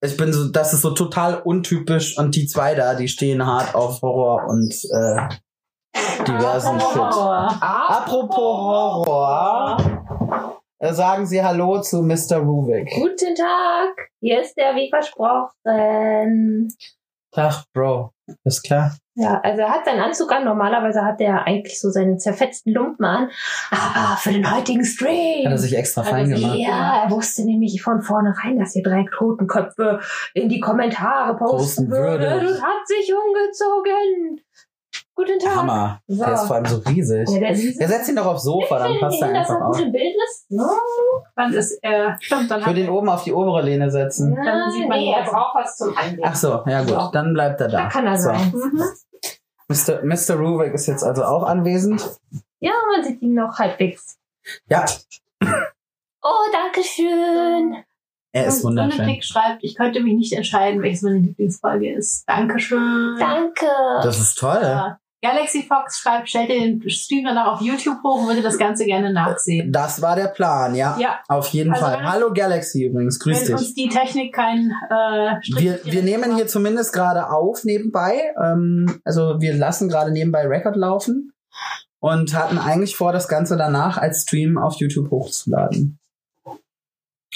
[SPEAKER 2] Ich bin so, das ist so total untypisch und die zwei da, die stehen hart auf Horror und äh, diversen Shit.
[SPEAKER 3] Horror.
[SPEAKER 1] Ah,
[SPEAKER 2] Apropos Horror, äh, sagen Sie Hallo zu Mr. Rubik.
[SPEAKER 1] guten Tag. Hier ist der wie versprochen.
[SPEAKER 2] Tag, Bro. Ist klar.
[SPEAKER 1] Ja, also er hat seinen Anzug an. Normalerweise hat er eigentlich so seine zerfetzten Lumpen an. Aber für den heutigen Stream.
[SPEAKER 2] Hat er sich extra
[SPEAKER 3] Hat er
[SPEAKER 2] fein
[SPEAKER 3] sich-
[SPEAKER 2] gemacht.
[SPEAKER 1] Also, ja, er wusste nämlich von vornherein, dass ihr drei Totenköpfe in die Kommentare posten
[SPEAKER 2] Posten würdet.
[SPEAKER 1] würdet und hat sich umgezogen. Guten Tag.
[SPEAKER 2] Hammer.
[SPEAKER 1] So.
[SPEAKER 2] Der ist vor allem so riesig.
[SPEAKER 1] Ja, der sieht
[SPEAKER 2] Ja, setz ihn doch aufs Sofa, dann passt er
[SPEAKER 1] hin, dass
[SPEAKER 2] einfach
[SPEAKER 1] er gut
[SPEAKER 2] auf.
[SPEAKER 1] im Bild ist. Ne?
[SPEAKER 3] Dann ist er. Stimmt, dann
[SPEAKER 2] Ich würde ihn oben auf die obere Lehne setzen.
[SPEAKER 1] Ja,
[SPEAKER 3] sieht man
[SPEAKER 1] nee,
[SPEAKER 3] ihn
[SPEAKER 1] er
[SPEAKER 3] besser.
[SPEAKER 1] braucht was zum Anlegen.
[SPEAKER 2] Hm. Ach so, ja
[SPEAKER 1] So.
[SPEAKER 2] gut, dann bleibt er da.
[SPEAKER 1] Da kann er
[SPEAKER 2] So.
[SPEAKER 1] sein.
[SPEAKER 3] Mhm.
[SPEAKER 2] Mr. Mr. Rubik ist jetzt also auch anwesend.
[SPEAKER 1] Ja, man sieht ihn noch halbwegs.
[SPEAKER 2] Ja,
[SPEAKER 1] Oh, danke schön.
[SPEAKER 2] er ist
[SPEAKER 3] Und
[SPEAKER 2] wunderschön.
[SPEAKER 3] Lunatic schreibt, ich könnte mich nicht entscheiden, welches meine Lieblingsfolge ist. Dankeschön.
[SPEAKER 1] Danke.
[SPEAKER 2] Das ist toll.
[SPEAKER 3] Ja. Galaxy Fox schreibt, stellt ihr den Stream danach auf YouTube hoch und würde das Ganze gerne nachsehen.
[SPEAKER 2] Das war der Plan, ja.
[SPEAKER 3] Ja,
[SPEAKER 2] Auf jeden
[SPEAKER 3] Also
[SPEAKER 2] Fall.
[SPEAKER 3] wenn-
[SPEAKER 2] Hallo Galaxy übrigens, grüß
[SPEAKER 3] wenn
[SPEAKER 2] dich.
[SPEAKER 3] uns die Technik keinen äh, Strich
[SPEAKER 2] Wir,
[SPEAKER 3] direkt
[SPEAKER 2] wir nehmen
[SPEAKER 3] macht.
[SPEAKER 2] hier zumindest gerade auf nebenbei. Ähm, also wir lassen gerade nebenbei Record laufen und hatten eigentlich vor, das Ganze danach als Stream auf YouTube hochzuladen.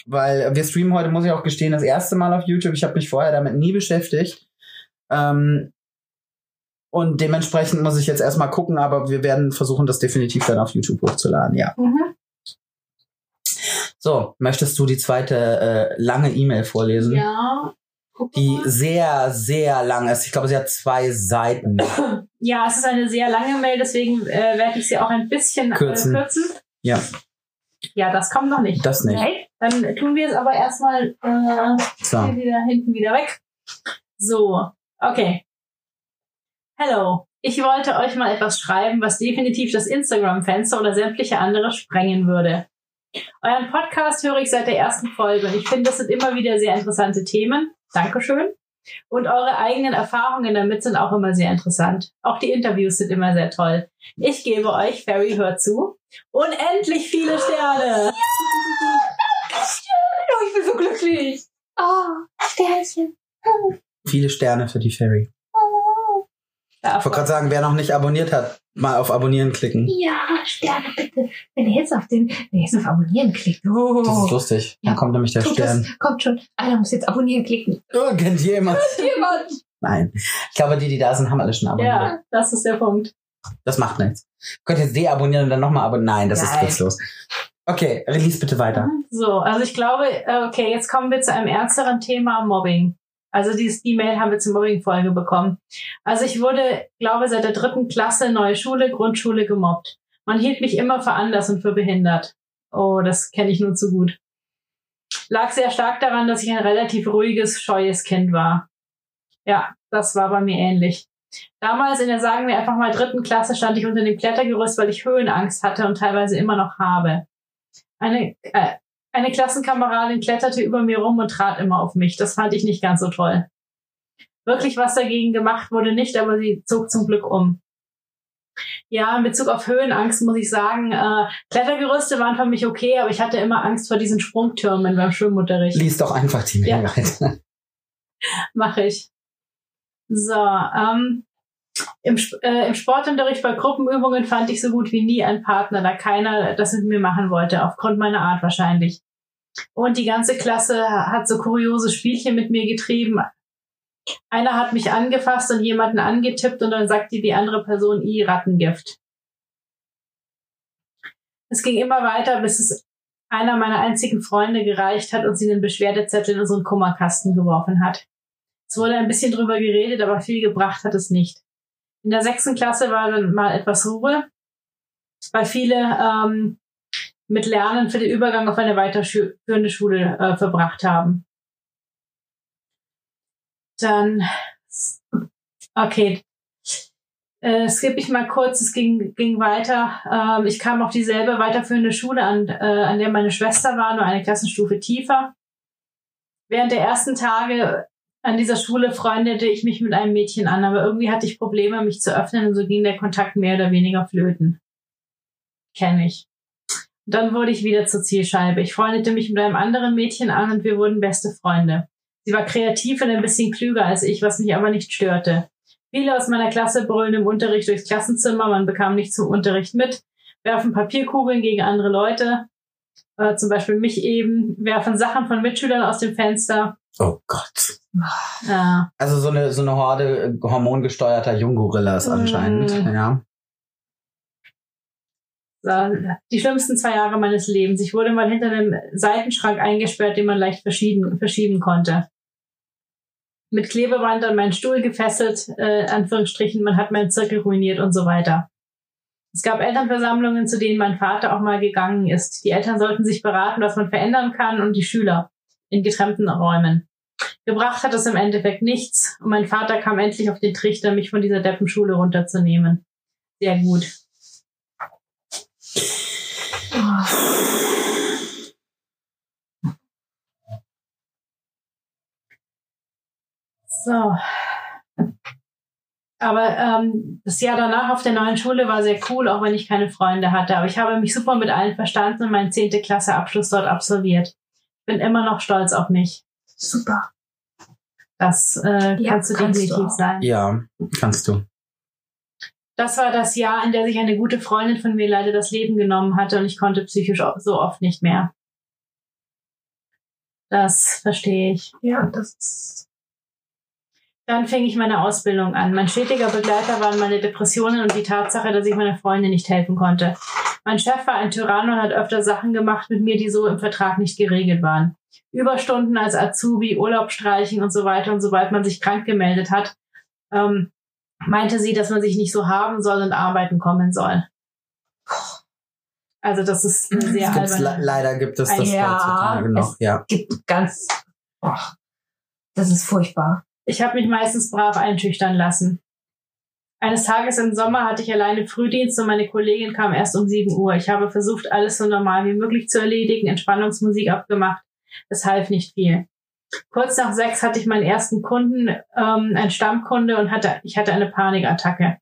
[SPEAKER 2] Weil wir streamen heute, muss ich auch gestehen, das erste Mal auf YouTube. Ich habe mich vorher damit nie beschäftigt. Ähm, und dementsprechend muss ich jetzt erstmal gucken, aber wir werden versuchen, das definitiv dann auf YouTube hochzuladen, ja.
[SPEAKER 3] Mhm.
[SPEAKER 2] So, möchtest du die zweite äh, lange E-Mail vorlesen?
[SPEAKER 3] Ja. Guck
[SPEAKER 2] Mhm. die
[SPEAKER 3] mal.
[SPEAKER 2] sehr, sehr lang ist. Ich glaube, sie hat zwei Seiten.
[SPEAKER 3] Ja, es ist eine sehr lange Mail, deswegen äh, werde ich sie auch ein bisschen
[SPEAKER 2] Kürzen.
[SPEAKER 3] Äh, kürzen.
[SPEAKER 2] Ja.
[SPEAKER 3] Ja, das kommt noch nicht.
[SPEAKER 2] Das nicht.
[SPEAKER 1] Nein,
[SPEAKER 3] Dann tun wir es aber erstmal äh,
[SPEAKER 2] So.
[SPEAKER 3] hier wieder hinten wieder weg. So, okay. Hello. Ich wollte euch mal etwas schreiben, was definitiv das Instagram-Fenster oder sämtliche andere sprengen würde. Euren Podcast höre ich seit der ersten Folge und ich finde, das sind immer wieder sehr interessante Themen. Dankeschön. Und eure eigenen Erfahrungen damit sind auch immer sehr interessant. Auch die Interviews sind immer sehr toll. Ich gebe euch, Fairy hört zu, unendlich viele Sterne.
[SPEAKER 1] Oh, ich bin so glücklich. Oh, Sternchen.
[SPEAKER 2] Viele Sterne für die Fairy.
[SPEAKER 3] Ja,
[SPEAKER 2] Ich wollte gerade sagen, wer noch nicht abonniert hat, mal auf Abonnieren klicken.
[SPEAKER 1] Ja, Sterne, bitte. Wenn ihr jetzt auf den, wenn ihr jetzt auf Abonnieren klickt. Oh,
[SPEAKER 2] Das ist lustig. Dann
[SPEAKER 1] Ja.
[SPEAKER 2] kommt nämlich der
[SPEAKER 1] tut das.
[SPEAKER 2] Stern.
[SPEAKER 1] Kommt schon. Einer muss jetzt Abonnieren klicken.
[SPEAKER 2] Oh, kennt jemand?
[SPEAKER 1] Jemand.
[SPEAKER 2] Nein. Ich glaube, die, die da sind, haben alle schon abonniert.
[SPEAKER 3] ja, das ist der Punkt.
[SPEAKER 2] Das macht nichts. Könnt jetzt deabonnieren und dann nochmal abonnieren. Nein, das
[SPEAKER 1] Nein.
[SPEAKER 2] ist witzlos. Okay, release bitte weiter.
[SPEAKER 3] So, also ich glaube, äh, okay, jetzt kommen wir zu einem ernsteren Thema Mobbing. Also dieses E-Mail haben wir zur Mobbing-Folge bekommen. Also ich wurde, glaube seit der dritten Klasse, neue Schule, Grundschule gemobbt. Man hielt mich immer für anders und für behindert. Oh, das kenne ich nur zu gut. Lag sehr stark daran, dass ich ein relativ ruhiges, scheues Kind war. Ja, das war bei mir ähnlich. Damals in der, sagen wir einfach mal, dritten Klasse stand ich unter dem Klettergerüst, weil ich Höhenangst hatte und teilweise immer noch habe. Eine, äh, eine Klassenkameradin kletterte über mir rum und trat immer auf mich. Das fand ich nicht ganz so toll. Wirklich was dagegen gemacht wurde nicht, aber sie zog zum Glück um. Ja, in Bezug auf Höhenangst muss ich sagen, äh, Klettergerüste waren für mich okay, aber ich hatte immer Angst vor diesen Sprungtürmen beim Schwimmunterricht.
[SPEAKER 2] Lies doch einfach die
[SPEAKER 3] Ja.
[SPEAKER 2] Mehrheit.
[SPEAKER 3] mache ich. So, ähm, im, Sp- äh, im Sportunterricht bei Gruppenübungen fand ich so gut wie nie einen Partner, da keiner das mit mir machen wollte, aufgrund meiner Art wahrscheinlich. Und die ganze Klasse hat so kuriose Spielchen mit mir getrieben. Einer hat mich angefasst und jemanden angetippt und dann sagte die andere Person, i Rattengift. Es ging immer weiter, bis es einer meiner einzigen Freunde gereicht hat und sie einen Beschwerdezettel in unseren Kummerkasten geworfen hat. Es wurde ein bisschen drüber geredet, aber viel gebracht hat es nicht. In der sechsten Klasse war dann mal etwas Ruhe, weil viele ähm, mit Lernen für den Übergang auf eine weiterführende Schule äh, verbracht haben. Dann, okay, äh, skippe ich mal kurz, es ging, ging weiter. Ähm, ich kam auf dieselbe weiterführende Schule an, äh, an der meine Schwester war, nur eine Klassenstufe tiefer. Während der ersten Tage an dieser Schule freundete ich mich mit einem Mädchen an, aber irgendwie hatte ich Probleme, mich zu öffnen und so ging der Kontakt mehr oder weniger flöten. Kenne ich. Und dann wurde ich wieder zur Zielscheibe. Ich freundete mich mit einem anderen Mädchen an und wir wurden beste Freunde. Sie war kreativ und ein bisschen klüger als ich, was mich aber nicht störte. Viele aus meiner Klasse brüllen im Unterricht durchs Klassenzimmer, man bekam nicht zum Unterricht mit, werfen Papierkugeln gegen andere Leute, äh, zum Beispiel mich eben, werfen Sachen von Mitschülern aus dem Fenster.
[SPEAKER 2] Oh Gott.
[SPEAKER 3] Äh,
[SPEAKER 2] Also so eine, so eine Horde äh, hormongesteuerter Junggorillas
[SPEAKER 1] Mhm.
[SPEAKER 3] Mm.
[SPEAKER 2] anscheinend. Ja.
[SPEAKER 3] So, die schlimmsten zwei Jahre meines Lebens. Ich wurde mal hinter einem Seitenschrank eingesperrt, den man leicht verschieben, verschieben konnte. Mit Klebeband an meinen Stuhl gefesselt, äh, Anführungsstrichen, man hat meinen Zirkel ruiniert und so weiter. Es gab Elternversammlungen, zu denen mein Vater auch mal gegangen ist. Die Eltern sollten sich beraten, was man verändern kann und die Schüler in getrennten Räumen. Gebracht hat es im Endeffekt nichts und mein Vater kam endlich auf den Trichter, mich von dieser Deppenschule runterzunehmen. Sehr gut.
[SPEAKER 1] Oh,
[SPEAKER 3] So. Aber ähm, das Jahr danach auf der neuen Schule war sehr cool, auch wenn ich keine Freunde hatte. Aber ich habe mich super mit allen verstanden und meinen 10. Klasse Abschluss dort absolviert. Bin immer noch stolz auf mich.
[SPEAKER 1] super.
[SPEAKER 3] Das äh,
[SPEAKER 1] Ja,
[SPEAKER 3] kannst du
[SPEAKER 1] kannst du
[SPEAKER 3] definitiv
[SPEAKER 1] auch.
[SPEAKER 3] sein.
[SPEAKER 2] ja, kannst du.
[SPEAKER 3] Das war das Jahr, in der sich eine gute Freundin von mir leider das Leben genommen hatte und ich konnte psychisch o- so oft nicht mehr. Das verstehe ich.
[SPEAKER 1] Ja, das ist.
[SPEAKER 3] Dann fing ich meine Ausbildung an. Mein stetiger Begleiter waren meine Depressionen und die Tatsache, dass ich meiner Freundin nicht helfen konnte. Mein Chef war ein Tyrann und hat öfter Sachen gemacht mit mir, die so im Vertrag nicht geregelt waren. Überstunden als Azubi, Urlaub streichen und so weiter. Und sobald man sich krank gemeldet hat, ähm, meinte sie, dass man sich nicht so haben soll und arbeiten kommen soll. Also das ist eine sehr
[SPEAKER 2] Es gibt's le
[SPEAKER 3] alberne.
[SPEAKER 2] leider gibt es das
[SPEAKER 1] Ja,
[SPEAKER 2] heutzutage noch.
[SPEAKER 1] es-
[SPEAKER 2] Ja.
[SPEAKER 1] Gibt ganz. Oh, das ist furchtbar.
[SPEAKER 3] Ich habe mich meistens brav einschüchtern lassen. Eines Tages im Sommer hatte ich alleine Frühdienst und meine Kollegin kam erst um 7 Uhr. Ich habe versucht, alles so normal wie möglich zu erledigen, Entspannungsmusik abgemacht. Es half nicht viel. Kurz nach sechs hatte ich meinen ersten Kunden, ähm, einen Stammkunde, und hatte, ich hatte eine Panikattacke.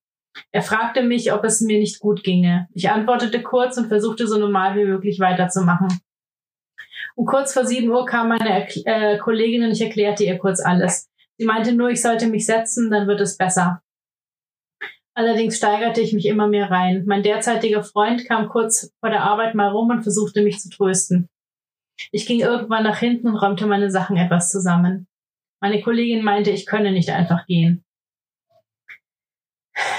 [SPEAKER 3] Er fragte mich, ob es mir nicht gut ginge. Ich antwortete kurz und versuchte so normal wie möglich weiterzumachen. Und kurz vor sieben Uhr kam meine Erkl äh, Kollegin und ich erklärte ihr kurz alles. Sie meinte nur, ich sollte mich setzen, dann wird es besser. Allerdings steigerte ich mich immer mehr rein. Mein derzeitiger Freund kam kurz vor der Arbeit mal rum und versuchte mich zu trösten. Ich ging irgendwann nach hinten und räumte meine Sachen etwas zusammen. Meine Kollegin meinte, ich könne nicht einfach gehen.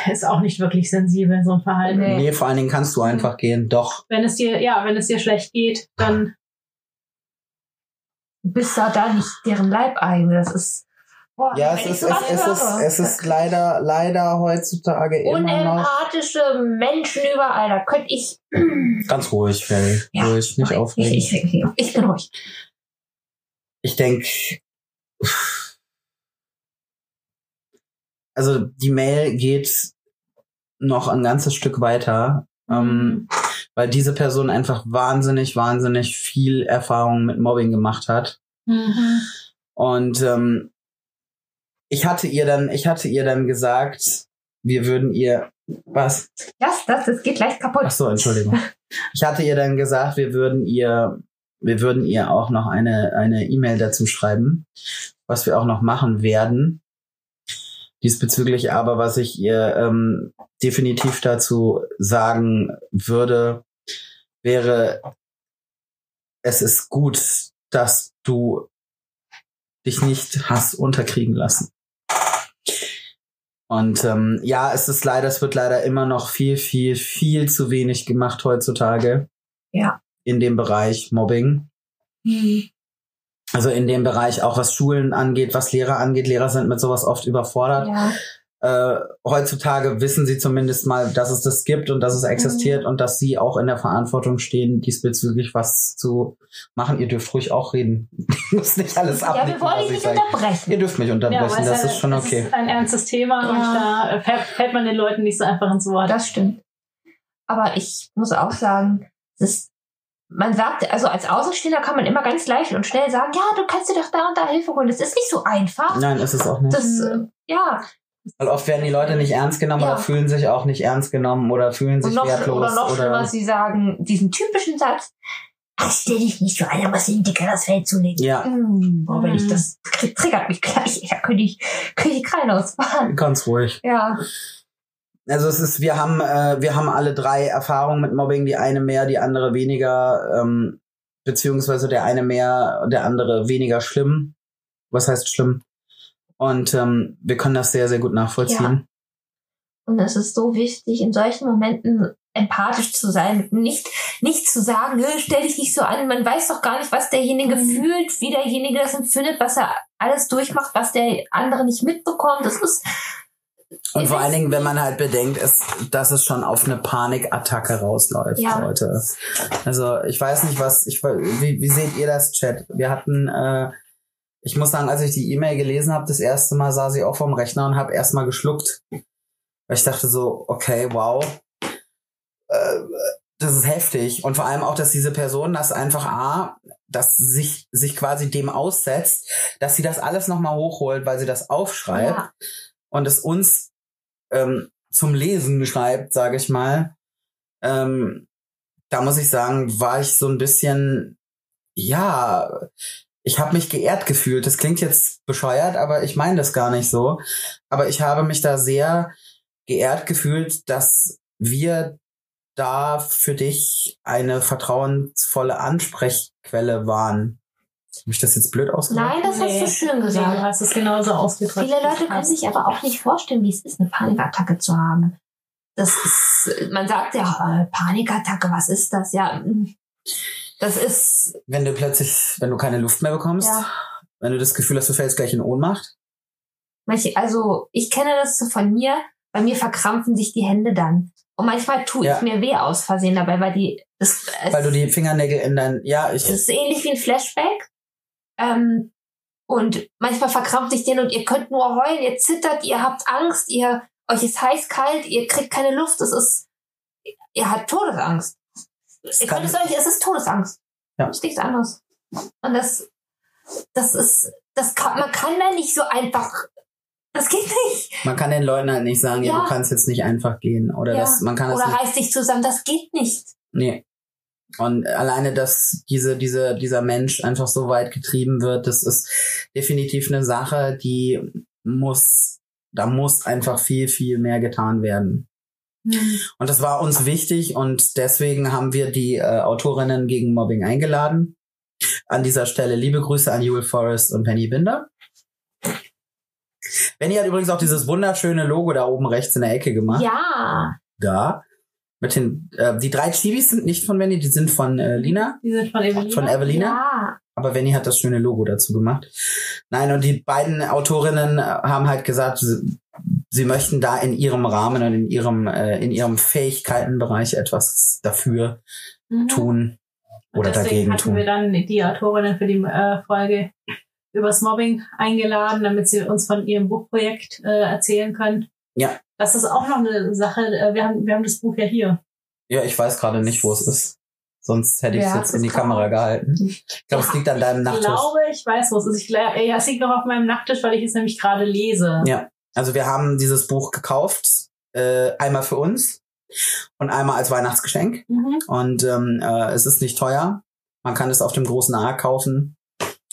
[SPEAKER 3] Ist auch nicht wirklich sensibel, so ein Verhalten.
[SPEAKER 1] Nee. Mhm.
[SPEAKER 2] Nee, vor allen Dingen kannst du einfach gehen. Doch.
[SPEAKER 3] Wenn es dir, ja, wenn es dir schlecht geht, dann
[SPEAKER 1] Bist du da nicht deren Leibeigene? Das ist. Boah,
[SPEAKER 2] Ja,
[SPEAKER 1] wenn
[SPEAKER 2] es
[SPEAKER 1] ich
[SPEAKER 2] ist,
[SPEAKER 1] sowas
[SPEAKER 2] es, es ist,
[SPEAKER 1] höre.
[SPEAKER 2] es ist leider, leider heutzutage immer noch.
[SPEAKER 1] Unempathische Menschen überall. Da könnte ich.
[SPEAKER 2] Ganz ruhig, Ferry.
[SPEAKER 1] Ja.
[SPEAKER 2] Ruhig, nicht aufregen.
[SPEAKER 1] Ich, ich, ich, ich bin ruhig.
[SPEAKER 2] ich denke, also die Mail geht noch ein ganzes Stück weiter,
[SPEAKER 1] Mhm.
[SPEAKER 2] ähm, weil diese Person einfach wahnsinnig, wahnsinnig viel Erfahrung mit Mobbing gemacht hat.
[SPEAKER 3] Mhm.
[SPEAKER 2] Und ähm, ich hatte ihr dann, ich hatte ihr dann gesagt, wir würden ihr was?
[SPEAKER 1] Das, das, das geht gleich
[SPEAKER 2] Ach
[SPEAKER 1] kaputt.
[SPEAKER 2] so, Entschuldigung. Ich hatte ihr dann gesagt, wir würden ihr, wir würden ihr auch noch eine eine E-Mail dazu schreiben, was wir auch noch machen werden. Diesbezüglich aber, was ich ihr ähm, definitiv dazu sagen würde, wäre, es ist gut, dass du dich nicht Hass unterkriegen lassen. Und ähm, ja, es ist leider, es wird leider immer noch viel, viel, viel zu wenig gemacht heutzutage.
[SPEAKER 1] Ja.
[SPEAKER 2] In dem Bereich Mobbing.
[SPEAKER 1] Mhm.
[SPEAKER 2] Also in dem Bereich auch was Schulen angeht, was Lehrer angeht. Lehrer sind mit sowas oft überfordert
[SPEAKER 1] Ja.
[SPEAKER 2] äh, heutzutage wissen sie zumindest mal, dass es das gibt und dass
[SPEAKER 1] Mhm.
[SPEAKER 2] es existiert und dass sie auch in der Verantwortung stehen, diesbezüglich was zu machen. Ihr dürft ruhig auch reden. Ich muss nicht alles
[SPEAKER 1] ja,
[SPEAKER 2] abnicken,
[SPEAKER 1] wir wollen
[SPEAKER 2] was
[SPEAKER 1] dich
[SPEAKER 2] ich
[SPEAKER 1] nicht
[SPEAKER 2] sage. Ihr
[SPEAKER 1] unterbrechen.
[SPEAKER 2] dürft mich
[SPEAKER 3] Ja,
[SPEAKER 2] unterbrechen,
[SPEAKER 3] aber es
[SPEAKER 2] das
[SPEAKER 3] ja-
[SPEAKER 2] ist schon
[SPEAKER 3] es
[SPEAKER 2] okay.
[SPEAKER 1] halt
[SPEAKER 3] ist ein ernstes Thema
[SPEAKER 1] Ja.
[SPEAKER 3] und da äh, fällt, fällt man den Leuten nicht so einfach ins Wort.
[SPEAKER 1] Das stimmt. Aber ich muss auch sagen, es ist, man sagt, also als Außenstehender kann man immer ganz leicht und schnell sagen, ja, du kannst dir doch da und da Hilfe holen. Das ist nicht so einfach.
[SPEAKER 2] Nein, ist es auch nicht.
[SPEAKER 1] Das, äh, ja,
[SPEAKER 2] Weil oft werden die Leute nicht ernst genommen
[SPEAKER 1] Ja.
[SPEAKER 2] oder fühlen sich auch nicht ernst genommen oder fühlen
[SPEAKER 1] und
[SPEAKER 2] sich
[SPEAKER 1] noch,
[SPEAKER 2] wertlos.
[SPEAKER 1] oder noch schlimmer, sie sagen diesen typischen Satz, anstell dich nicht so einer, was in dicker das Feld zu legen.
[SPEAKER 2] ja,
[SPEAKER 1] Mm, boah, wenn ich
[SPEAKER 3] Mhm.
[SPEAKER 1] das tri- triggert mich gleich, da könnte ich, könnte ich Krallen ausfahren.
[SPEAKER 2] ganz ruhig.
[SPEAKER 1] Ja,
[SPEAKER 2] Also es ist, wir haben, äh, wir haben alle drei Erfahrungen mit Mobbing, die eine mehr, die andere weniger, ähm, beziehungsweise der eine mehr, der andere weniger schlimm. Was heißt schlimm? Und ähm, wir können das sehr, sehr gut nachvollziehen.
[SPEAKER 1] Und es ist so wichtig, in solchen Momenten empathisch zu sein, nicht, nicht zu sagen, "Nö, stell dich nicht so an, man weiß doch gar nicht, was derjenige fühlt, wie derjenige das empfindet, was er alles durchmacht, was der andere nicht mitbekommt. Das ist,
[SPEAKER 2] Und
[SPEAKER 1] Wir
[SPEAKER 2] vor allen
[SPEAKER 1] wissen-
[SPEAKER 2] Dingen, wenn man halt bedenkt, ist, dass es schon auf eine Panikattacke rausläuft,
[SPEAKER 1] Ja.
[SPEAKER 2] Leute. Also ich weiß nicht, was, ich we- wie, wie seht ihr das, Chat? Wir hatten, äh, ich muss sagen, als ich die E-Mail gelesen habe, das erste Mal saß ich auch vorm Rechner und habe erstmal geschluckt. Weil ich dachte so, okay, wow. Äh, das ist heftig. Und vor allem auch, dass diese Person das einfach A, dass sich, sich quasi dem aussetzt, dass sie das alles nochmal hochholt, weil sie das aufschreibt
[SPEAKER 1] ja,
[SPEAKER 2] und es uns ähm, zum Lesen schreibt, sage ich mal, ähm, da muss ich sagen, war ich so ein bisschen, ja, ich habe mich geehrt gefühlt. Das klingt jetzt bescheuert, aber ich meine das gar nicht so. Aber ich habe mich da sehr geehrt gefühlt, dass wir da für dich eine vertrauensvolle Ansprechquelle waren. Habe ich das jetzt blöd ausgedrückt?
[SPEAKER 1] nein, das hast
[SPEAKER 3] Nee.
[SPEAKER 1] du schön
[SPEAKER 3] Nee, du
[SPEAKER 1] gesagt.
[SPEAKER 3] hast es genauso ausgedrückt.
[SPEAKER 1] Viele Leute können sich aber auch nicht vorstellen, wie es ist, eine Panikattacke zu haben. Das ist, man sagt ja, äh, Panikattacke, was ist das? Ja, mm. das ist,
[SPEAKER 2] Wenn du plötzlich, wenn du keine Luft mehr bekommst,
[SPEAKER 1] ja.
[SPEAKER 2] wenn du das Gefühl hast, du fällst gleich in Ohnmacht.
[SPEAKER 1] Manche, also ich kenne das so von mir, bei mir verkrampfen sich die Hände dann. Und manchmal tue
[SPEAKER 2] Ja.
[SPEAKER 1] ich mir weh aus Versehen dabei, weil die es, es,
[SPEAKER 2] Weil du die Fingernägel in dein, ja,
[SPEAKER 1] es
[SPEAKER 2] ich,
[SPEAKER 1] ist ähnlich wie ein Flashback. Ähm, und manchmal verkrampft sich den und ihr könnt nur heulen, ihr zittert, ihr habt Angst, ihr euch ist heiß kalt, ihr kriegt keine Luft, es ist ihr habt Todesangst.
[SPEAKER 2] es
[SPEAKER 1] Ihr
[SPEAKER 2] kann,
[SPEAKER 1] könnt es euch, es ist Todesangst.
[SPEAKER 2] Ja.
[SPEAKER 1] Ist nichts anderes. Und das das ist, das kann, man kann da nicht so einfach, das geht nicht.
[SPEAKER 2] Man kann den Leuten halt nicht sagen, ja,
[SPEAKER 1] Ja.
[SPEAKER 2] du kannst jetzt nicht einfach gehen. Oder
[SPEAKER 1] Ja.
[SPEAKER 2] das, man kann das
[SPEAKER 1] Oder
[SPEAKER 2] nicht.
[SPEAKER 1] reiß dich zusammen, das geht nicht.
[SPEAKER 2] Nee. Und alleine, dass diese, diese, dieser Mensch einfach so weit getrieben wird, das ist definitiv eine Sache, die muss, da muss einfach viel, viel mehr getan werden. Und das war uns wichtig und deswegen haben wir die äh, Autorinnen gegen Mobbing eingeladen. An dieser Stelle liebe Grüße an Jewel Forrest und Penny Binder. Penny hat übrigens auch dieses wunderschöne Logo da oben rechts in der Ecke gemacht
[SPEAKER 1] Ja.
[SPEAKER 2] da. Mit den, äh, die drei Chibis sind nicht von Venny, die sind von äh, Lina,
[SPEAKER 3] Die sind von Evelina.
[SPEAKER 2] von Evelina.
[SPEAKER 1] Ja.
[SPEAKER 2] Aber Venny hat das schöne Logo dazu gemacht. Nein, und die beiden Autorinnen äh, haben halt gesagt, sie, sie möchten da in ihrem Rahmen und in ihrem, äh, in ihrem Fähigkeitenbereich etwas dafür
[SPEAKER 3] Mhm.
[SPEAKER 2] tun
[SPEAKER 3] Und
[SPEAKER 2] oder
[SPEAKER 3] deswegen
[SPEAKER 2] dagegen
[SPEAKER 3] hatten wir
[SPEAKER 2] tun.
[SPEAKER 3] dann die Autorinnen für die äh, Folge übers Mobbing eingeladen, damit sie uns von ihrem Buchprojekt äh, erzählen können.
[SPEAKER 2] Ja.
[SPEAKER 3] Das ist auch noch eine Sache. Äh, wir, haben, wir haben das Buch ja hier.
[SPEAKER 2] Ja, ich weiß gerade nicht, wo es ist. Sonst hätte ich es
[SPEAKER 1] Ja,
[SPEAKER 2] jetzt
[SPEAKER 1] das
[SPEAKER 2] in die
[SPEAKER 1] kann-
[SPEAKER 2] Kamera gehalten. Ich glaube, es liegt an deinem
[SPEAKER 3] Ich
[SPEAKER 2] Nachttisch.
[SPEAKER 3] glaube, ich weiß, wo es ist. Ich, gla- äh, ja, es liegt noch auf meinem Nachttisch, weil ich es nämlich gerade lese.
[SPEAKER 2] Ja. Also wir haben dieses Buch gekauft, äh, einmal für uns und einmal als Weihnachtsgeschenk.
[SPEAKER 3] Mhm.
[SPEAKER 2] Und ähm, äh, es ist nicht teuer. Man kann es auf dem großen A kaufen.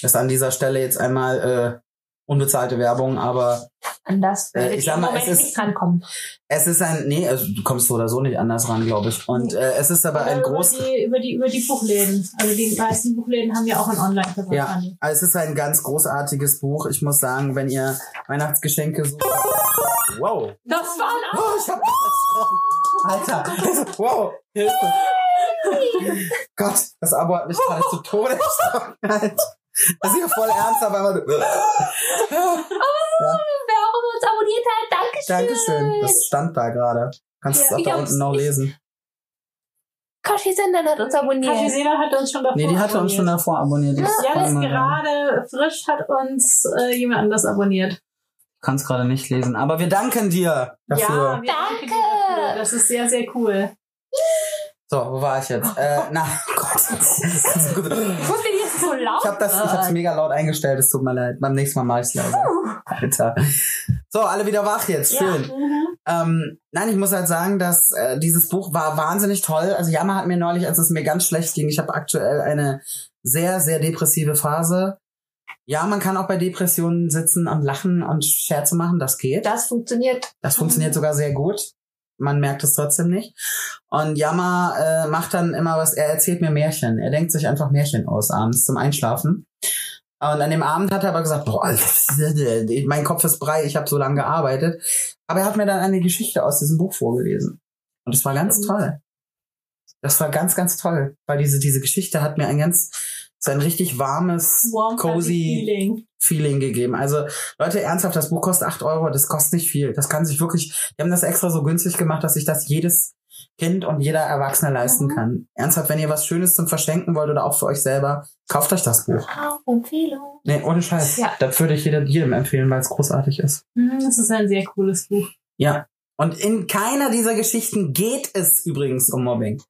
[SPEAKER 2] Ist an dieser Stelle jetzt einmal äh, unbezahlte Werbung, aber
[SPEAKER 1] An das
[SPEAKER 2] Äh,
[SPEAKER 1] würde
[SPEAKER 2] ich
[SPEAKER 1] ich
[SPEAKER 2] sag
[SPEAKER 1] im
[SPEAKER 2] mal,
[SPEAKER 1] Moment
[SPEAKER 2] es ist-
[SPEAKER 1] nicht drankommen.
[SPEAKER 2] es ist ein, nee, also du kommst so oder so nicht anders ran, glaube ich. Und äh, es ist aber ein
[SPEAKER 3] Äh,
[SPEAKER 2] groß,
[SPEAKER 3] über, die, über, die, über die Buchläden. Also die meisten Buchläden haben ja auch ein Online-Versand.
[SPEAKER 2] ja, also es ist ein ganz großartiges Buch. Ich muss sagen, wenn ihr Weihnachtsgeschenke sucht. Wow.
[SPEAKER 1] Das war ein
[SPEAKER 2] Oh, ich hab mich erschrocken. Alter. Also, Wow. Hilfe. Gott, das Abo hat mich gerade zu Tode erschrocken. Alter. Das ist ja voll ernst, aber immer so.
[SPEAKER 1] Wer auch immer uns abonniert hat, Dankeschön.
[SPEAKER 2] Dankeschön. Das stand da gerade. Kannst
[SPEAKER 1] Ja,
[SPEAKER 2] du das
[SPEAKER 1] ich
[SPEAKER 2] da
[SPEAKER 1] hab's
[SPEAKER 2] unten noch
[SPEAKER 1] nicht.
[SPEAKER 2] lesen?
[SPEAKER 1] Kashi Senden hat uns abonniert.
[SPEAKER 3] Katja Seeler hat uns schon davor
[SPEAKER 2] Nee, die hatte uns schon
[SPEAKER 3] abonniert.
[SPEAKER 2] davor abonniert. Ich
[SPEAKER 3] Ja, das
[SPEAKER 2] kann mal-
[SPEAKER 3] gerade frisch hat uns äh, jemand anders abonniert.
[SPEAKER 2] kann's gerade nicht lesen. Aber wir danken dir dafür.
[SPEAKER 3] Ja, wir danken dir
[SPEAKER 1] Danke.
[SPEAKER 3] dafür. Das ist sehr, sehr cool.
[SPEAKER 2] So, wo war ich jetzt? Äh, na, Gott.
[SPEAKER 1] Ich wusste nicht, dass es so laut
[SPEAKER 2] Ich habe das, ich hab's mega laut eingestellt. Es tut mir leid. Beim nächsten Mal mache ich's leiser. Alter. So, alle wieder wach jetzt.
[SPEAKER 1] Ja. Mhm.
[SPEAKER 2] Schön. Ähm, nein, ich muss halt sagen, dass äh, dieses Buch war wahnsinnig toll. Also Yama hat mir neulich, als es mir ganz schlecht ging, ich habe aktuell eine sehr, sehr depressive Phase. Ja, man kann auch bei Depressionen sitzen und lachen und Scherze machen, das geht.
[SPEAKER 1] Das funktioniert.
[SPEAKER 2] Das funktioniert sogar sehr gut. Man merkt es trotzdem nicht. Und Yama äh, macht dann immer was, er erzählt mir Märchen. Er denkt sich einfach Märchen aus abends zum Einschlafen. Und an dem Abend hat er aber gesagt, boah, mein Kopf ist brei, ich habe so lange gearbeitet. Aber er hat mir dann eine Geschichte aus diesem Buch vorgelesen. Und das war ganz toll. Das war ganz, ganz toll. Weil diese, diese Geschichte hat mir ein ganz, so ein richtig warmes,
[SPEAKER 3] Warm,
[SPEAKER 2] cozy,
[SPEAKER 3] Feeling.
[SPEAKER 2] Feeling gegeben. Also, Leute, ernsthaft, das Buch kostet 8 Euro, das kostet nicht viel. Das kann sich wirklich, wir haben das extra so günstig gemacht, dass sich das jedes Kind und jeder Erwachsene leisten
[SPEAKER 3] Mhm.
[SPEAKER 2] kann. Ernsthaft, wenn ihr was Schönes zum Verschenken wollt oder auch für euch selber, kauft euch das Buch.
[SPEAKER 1] Auch Empfehlung.
[SPEAKER 2] Nee, ohne Scheiß.
[SPEAKER 1] Ja.
[SPEAKER 2] Das würde ich jedem, jedem empfehlen, weil es großartig ist.
[SPEAKER 3] Mhm, Das ist ein sehr cooles Buch.
[SPEAKER 2] Ja. Und in keiner dieser Geschichten geht es übrigens um Mobbing.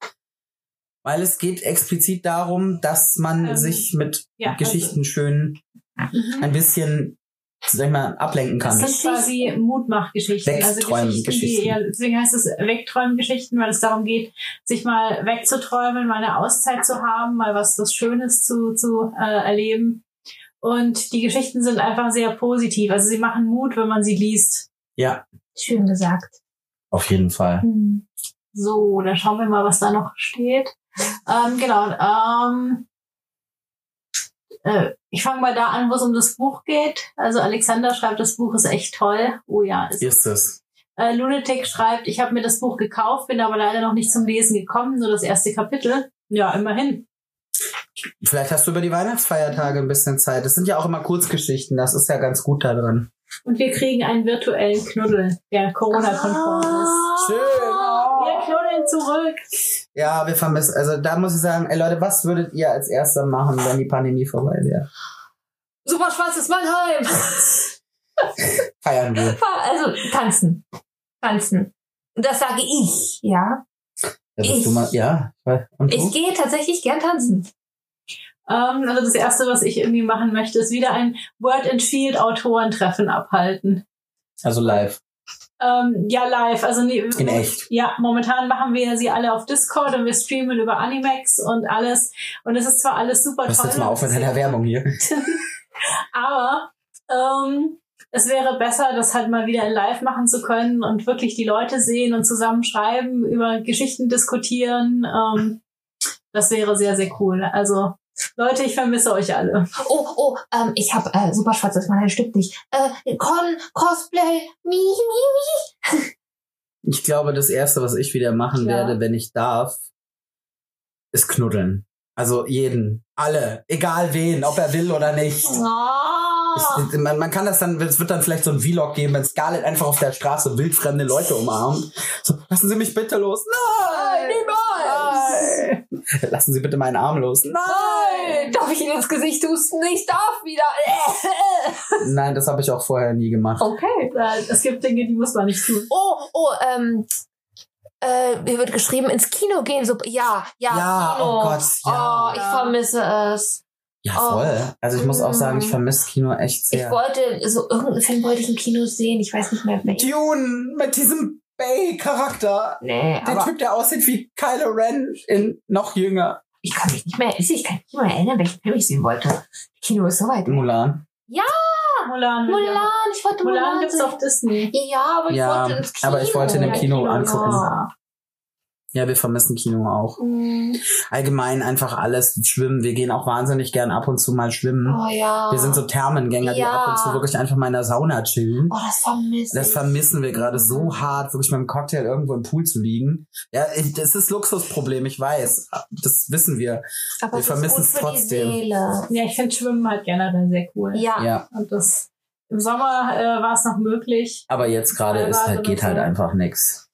[SPEAKER 2] Weil es geht explizit darum, dass man
[SPEAKER 3] Ähm,
[SPEAKER 2] sich mit
[SPEAKER 3] ja, also Mhm.
[SPEAKER 2] Geschichten schön ein bisschen, sag ich mal, ablenken kann.
[SPEAKER 3] Das sind quasi Mutmachgeschichten. also
[SPEAKER 2] Wegträumen-Geschichten.
[SPEAKER 3] die- ja, deswegen heißt es Wegträumen-Geschichten, weil es darum geht, sich mal wegzuträumen, mal eine Auszeit zu haben, mal was, was Schönes zu, zu äh, erleben. Und die Geschichten sind einfach sehr positiv. Also sie machen Mut, wenn man sie liest.
[SPEAKER 2] Ja,
[SPEAKER 1] Schön gesagt.
[SPEAKER 2] auf jeden Fall.
[SPEAKER 1] Hm.
[SPEAKER 3] So, dann schauen wir mal, was da noch steht. Ähm, genau. Ähm, äh, ich fange mal da an, wo es um das Buch geht. Also Alexander schreibt, das Buch ist echt toll. Oh ja. Ist
[SPEAKER 2] Ist es.
[SPEAKER 3] äh, Lunatic schreibt, ich habe mir das Buch gekauft, bin aber leider noch nicht zum Lesen gekommen, nur das erste Kapitel. Ja, immerhin.
[SPEAKER 2] Vielleicht hast du über die Weihnachtsfeiertage ein bisschen Zeit. Das sind ja auch immer Kurzgeschichten, das ist ja ganz gut da dran.
[SPEAKER 3] Und wir kriegen einen virtuellen Knuddel, der
[SPEAKER 1] Ah.
[SPEAKER 3] Corona-konform
[SPEAKER 2] Ah.
[SPEAKER 3] ist. Wir knuddeln zurück.
[SPEAKER 2] Oh. Ja, wir vermissen. Also da muss ich sagen, ey Leute, was würdet ihr als erster machen, wenn die Pandemie vorbei wäre?
[SPEAKER 1] Super schwarzes Mannheim.
[SPEAKER 2] Feiern wir.
[SPEAKER 1] Also tanzen. Tanzen. Und Das sage ich, ja.
[SPEAKER 2] Da bist
[SPEAKER 1] Ich.
[SPEAKER 2] Du mal, ja. Und
[SPEAKER 1] Ich
[SPEAKER 2] du?
[SPEAKER 1] gehe tatsächlich gern tanzen.
[SPEAKER 3] Ähm, also das Erste, was ich irgendwie machen möchte, ist wieder ein Word and Field Autorentreffen abhalten.
[SPEAKER 2] Also live.
[SPEAKER 3] Ähm, ja, live. Also nee,
[SPEAKER 2] In echt.
[SPEAKER 3] Ja, momentan machen wir sie alle auf Discord und wir streamen über Animax und alles. Und es ist zwar alles super
[SPEAKER 2] Hörst
[SPEAKER 3] toll.
[SPEAKER 2] jetzt mal auf mit deiner Werbung hier.
[SPEAKER 3] Aber ähm, es wäre besser, das halt mal wieder in live machen zu können und wirklich die Leute sehen und zusammen schreiben, über Geschichten diskutieren. Ähm, das wäre sehr, sehr cool. Also, Leute, ich vermisse euch alle.
[SPEAKER 1] Oh, oh, ähm, ich habe äh, super schwarzes Mal, das stimmt nicht. Äh, Con, Cosplay, mi, mi.
[SPEAKER 2] Ich glaube, das Erste, was ich wieder machen
[SPEAKER 3] Ja.
[SPEAKER 2] werde, wenn ich darf, ist knuddeln. Also jeden, alle, egal wen, ob er will oder nicht.
[SPEAKER 1] Oh.
[SPEAKER 2] Es- man, man kann das dann, es wird dann vielleicht so ein Vlog geben, wenn Scarlett einfach auf der Straße wildfremde Leute umarmt. So, lassen Sie mich bitte los. Nein, niemals. Nein. Lassen Sie bitte meinen Arm los.
[SPEAKER 1] Nein, darf ich ihn ins Gesicht husten? Ich darf wieder.
[SPEAKER 2] Nein, das habe ich auch vorher nie gemacht.
[SPEAKER 1] Okay.
[SPEAKER 3] Weil Es gibt Dinge, die muss man nicht tun.
[SPEAKER 1] Oh, oh, ähm, äh, hier wird geschrieben, ins Kino gehen. So, ja, ja,
[SPEAKER 2] Ja,
[SPEAKER 1] Kino.
[SPEAKER 2] oh Gott, ja.
[SPEAKER 1] Oh, ich vermisse es.
[SPEAKER 2] Ja, voll. Also ich muss auch sagen, ich vermisse Kino echt
[SPEAKER 1] Mm. Ich
[SPEAKER 2] sehr.
[SPEAKER 1] wollte, so irgendeinen Film wollte ich im Kino sehen. Ich weiß nicht mehr welchen.
[SPEAKER 2] Dune mit diesem Bay-Charakter.
[SPEAKER 1] Nee,
[SPEAKER 2] Der
[SPEAKER 1] aber
[SPEAKER 2] Typ, der aussieht wie Kylo Ren in noch jünger.
[SPEAKER 1] ich kann mich nicht mehr, ich kann mich nicht mehr erinnern, welchen Film ich sehen wollte. Kino ist soweit.
[SPEAKER 2] Mulan.
[SPEAKER 3] Mulan.
[SPEAKER 1] Ah, Mulan, ich wollte Mulan,
[SPEAKER 3] Mulan gibt's
[SPEAKER 1] sehen.
[SPEAKER 3] auf Disney.
[SPEAKER 1] Ja, aber Oh, ich
[SPEAKER 2] Ja,
[SPEAKER 1] wollte ins Kino.
[SPEAKER 2] aber ich wollte in dem
[SPEAKER 3] Ja,
[SPEAKER 2] Kino
[SPEAKER 3] Kino,
[SPEAKER 2] angucken.
[SPEAKER 3] ja.
[SPEAKER 2] Ja, wir vermissen Kino auch. Mhm.
[SPEAKER 1] Mm,
[SPEAKER 2] Allgemein einfach alles. Schwimmen. Wir gehen auch wahnsinnig gern ab und zu mal schwimmen.
[SPEAKER 1] Oh ja.
[SPEAKER 2] Wir sind so Thermengänger, die
[SPEAKER 1] Ja.
[SPEAKER 2] ab und zu wirklich einfach mal in der Sauna chillen.
[SPEAKER 1] Oh, das Mhm. vermisse
[SPEAKER 2] Das
[SPEAKER 1] ich.
[SPEAKER 2] vermissen wir gerade so hart, wirklich mit dem Cocktail irgendwo im Pool zu liegen. Ja, ich- das ist Luxusproblem, ich weiß. Das wissen wir.
[SPEAKER 1] aber
[SPEAKER 2] wir
[SPEAKER 1] es
[SPEAKER 2] vermissen
[SPEAKER 1] ist
[SPEAKER 2] es
[SPEAKER 1] gut für
[SPEAKER 2] trotzdem.
[SPEAKER 1] Die Seele.
[SPEAKER 3] Ja, ich finde Schwimmen halt generell sehr cool.
[SPEAKER 1] Ja.
[SPEAKER 2] Ja.
[SPEAKER 3] Und das im Sommer äh, war es noch möglich.
[SPEAKER 2] Aber jetzt gerade ist halt, geht halt einfach nichts.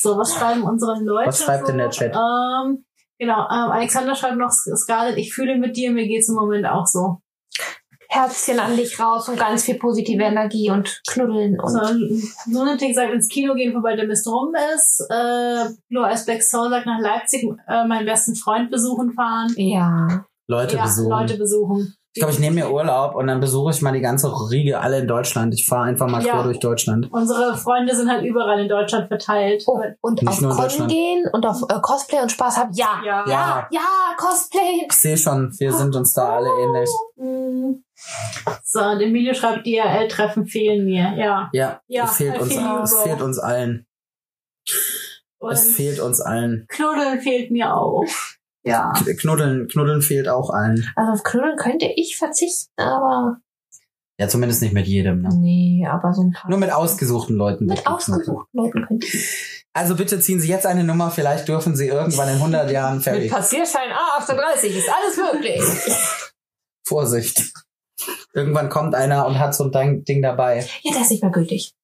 [SPEAKER 3] So, was schreiben unsere Leute?
[SPEAKER 2] Was schreibt
[SPEAKER 3] so?
[SPEAKER 2] denn der Chat?
[SPEAKER 3] Ähm, genau, ähm, Alexander schreibt noch, Scarlett, ich fühle mit dir, mir geht's im Moment auch so.
[SPEAKER 1] Herzchen an dich raus und ganz viel positive Energie und Knuddeln und.
[SPEAKER 3] so Lunatic sagt, ins Kino gehen, wobei der Mist rum ist. Äh, Blue Eyes Black Soul sagt, nach Leipzig äh, meinen besten Freund besuchen fahren.
[SPEAKER 1] Ja.
[SPEAKER 2] Leute
[SPEAKER 3] ja,
[SPEAKER 2] besuchen.
[SPEAKER 3] Leute besuchen.
[SPEAKER 2] Ich glaube, ich nehme mir Urlaub und dann besuche ich mal die ganze Riege alle in Deutschland. Ich fahre einfach mal
[SPEAKER 3] Ja.
[SPEAKER 2] quer durch Deutschland.
[SPEAKER 3] Unsere Freunde sind halt überall in Deutschland verteilt.
[SPEAKER 1] Oh, und
[SPEAKER 2] Nicht
[SPEAKER 1] auf
[SPEAKER 2] nur in
[SPEAKER 1] Con
[SPEAKER 2] Deutschland.
[SPEAKER 1] gehen und auf äh, Cosplay und Spaß haben. Ja.
[SPEAKER 3] Ja.
[SPEAKER 1] Ja, ja, Cosplay.
[SPEAKER 2] Ich sehe schon, wir sind uns da alle
[SPEAKER 3] Oh.
[SPEAKER 2] ähnlich.
[SPEAKER 1] Mhm.
[SPEAKER 3] Mm. So, und Emilio schreibt, E IRL-Treffen fehlen mir. Ja.
[SPEAKER 2] Ja,
[SPEAKER 3] Ja,
[SPEAKER 2] es fehlt
[SPEAKER 3] I
[SPEAKER 2] uns,
[SPEAKER 3] feel you,
[SPEAKER 2] es
[SPEAKER 3] bro.
[SPEAKER 2] fehlt uns allen.
[SPEAKER 3] Und
[SPEAKER 2] es fehlt uns allen.
[SPEAKER 3] Knuddeln fehlt mir auch. Ja.
[SPEAKER 2] Knuddeln, Knuddeln fehlt auch allen.
[SPEAKER 1] Also auf Knuddeln könnte ich verzichten, aber.
[SPEAKER 2] Ja, zumindest nicht mit jedem. Ne?
[SPEAKER 1] Nee, aber so ein paar.
[SPEAKER 2] Nur mit ausgesuchten Leuten.
[SPEAKER 1] mit
[SPEAKER 2] wird geknuddelt.
[SPEAKER 1] ausgesuchten Leuten könnte ich.
[SPEAKER 2] Also bitte ziehen Sie jetzt eine Nummer, vielleicht dürfen Sie irgendwann in 100 Jahren fertig.
[SPEAKER 1] Passierschein A38 ist alles möglich.
[SPEAKER 2] Vorsicht. Irgendwann kommt einer und hat so ein Ding- Ding dabei.
[SPEAKER 1] ja, das ist nicht mehr gültig.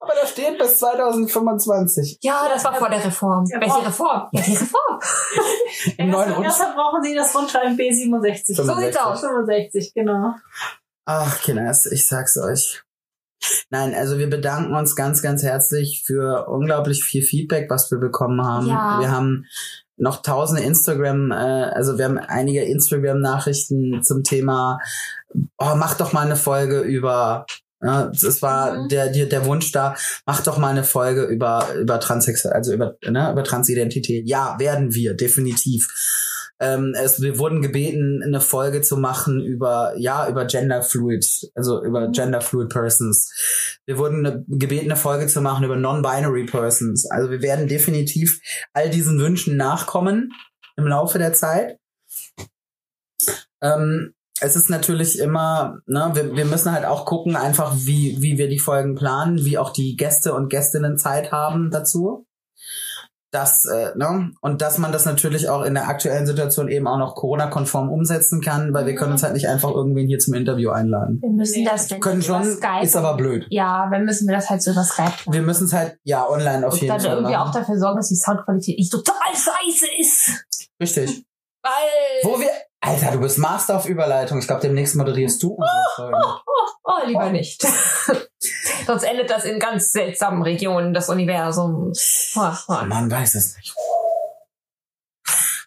[SPEAKER 2] Aber da steht bis 2025.
[SPEAKER 1] Ja, das war vor der Reform.
[SPEAKER 3] Ja,
[SPEAKER 1] Welche
[SPEAKER 3] boah.
[SPEAKER 1] Reform? Ja, die Reform.
[SPEAKER 2] Im neuen
[SPEAKER 3] Erst-
[SPEAKER 2] Rund.
[SPEAKER 3] Erstmal brauchen sie das Rundschreiben B67.
[SPEAKER 1] So sieht's
[SPEAKER 2] 65.
[SPEAKER 1] aus.
[SPEAKER 3] 65, genau.
[SPEAKER 2] Ach, Kinders, ich sag's euch. Nein, also wir bedanken uns ganz, ganz herzlich für unglaublich viel Feedback, was wir bekommen haben.
[SPEAKER 1] Ja.
[SPEAKER 2] Wir haben noch tausende Instagram, äh, also wir haben einige Instagram-Nachrichten zum Thema, oh, mach doch mal eine Folge über, äh, es war
[SPEAKER 3] Mhm.
[SPEAKER 2] der, der, der Wunsch da, mach doch mal eine Folge über, über Transsexuell, also über, ne, über Transidentität. Ja, werden wir, definitiv. Ähm, es, wir wurden gebeten, eine Folge zu machen über, ja, über Gender Fluid, also über
[SPEAKER 3] Mhm.
[SPEAKER 2] Gender Fluid Persons. Wir wurden eine, gebeten, eine Folge zu machen über Non-Binary Persons. Also wir werden definitiv all diesen Wünschen nachkommen im Laufe der Zeit. Ähm, es ist natürlich immer, ne, wir, wir müssen halt auch gucken, einfach wie, wie wir die Folgen planen, wie auch die Gäste und Gästinnen Zeit haben dazu. Das, äh, ne? Und dass man das natürlich auch in der aktuellen Situation eben auch noch Corona-konform umsetzen kann, weil wir können uns halt nicht einfach irgendwen hier zum Interview einladen.
[SPEAKER 1] Wir müssen
[SPEAKER 3] Nee.
[SPEAKER 1] das, wenn
[SPEAKER 2] Können
[SPEAKER 1] wir über
[SPEAKER 2] schon,
[SPEAKER 1] Skype.
[SPEAKER 2] ist aber blöd.
[SPEAKER 1] ja, dann müssen wir das halt so über Skype machen.
[SPEAKER 2] Wir müssen es halt, ja, online auf
[SPEAKER 1] Und
[SPEAKER 2] jeden
[SPEAKER 1] dann
[SPEAKER 2] Fall
[SPEAKER 1] irgendwie auch
[SPEAKER 2] machen.
[SPEAKER 1] dafür sorgen, dass die Soundqualität nicht total scheiße ist.
[SPEAKER 2] Richtig.
[SPEAKER 1] Weil.
[SPEAKER 2] Wo wir, Alter, du bist Master auf Überleitung. Ich glaube, demnächst moderierst du unsere Folgen.
[SPEAKER 1] Oh, lieber nicht. Sonst endet das in ganz seltsamen Oh,
[SPEAKER 2] Oh
[SPEAKER 1] Regionen, das Universum. Ach, Mann.
[SPEAKER 2] Man weiß es nicht.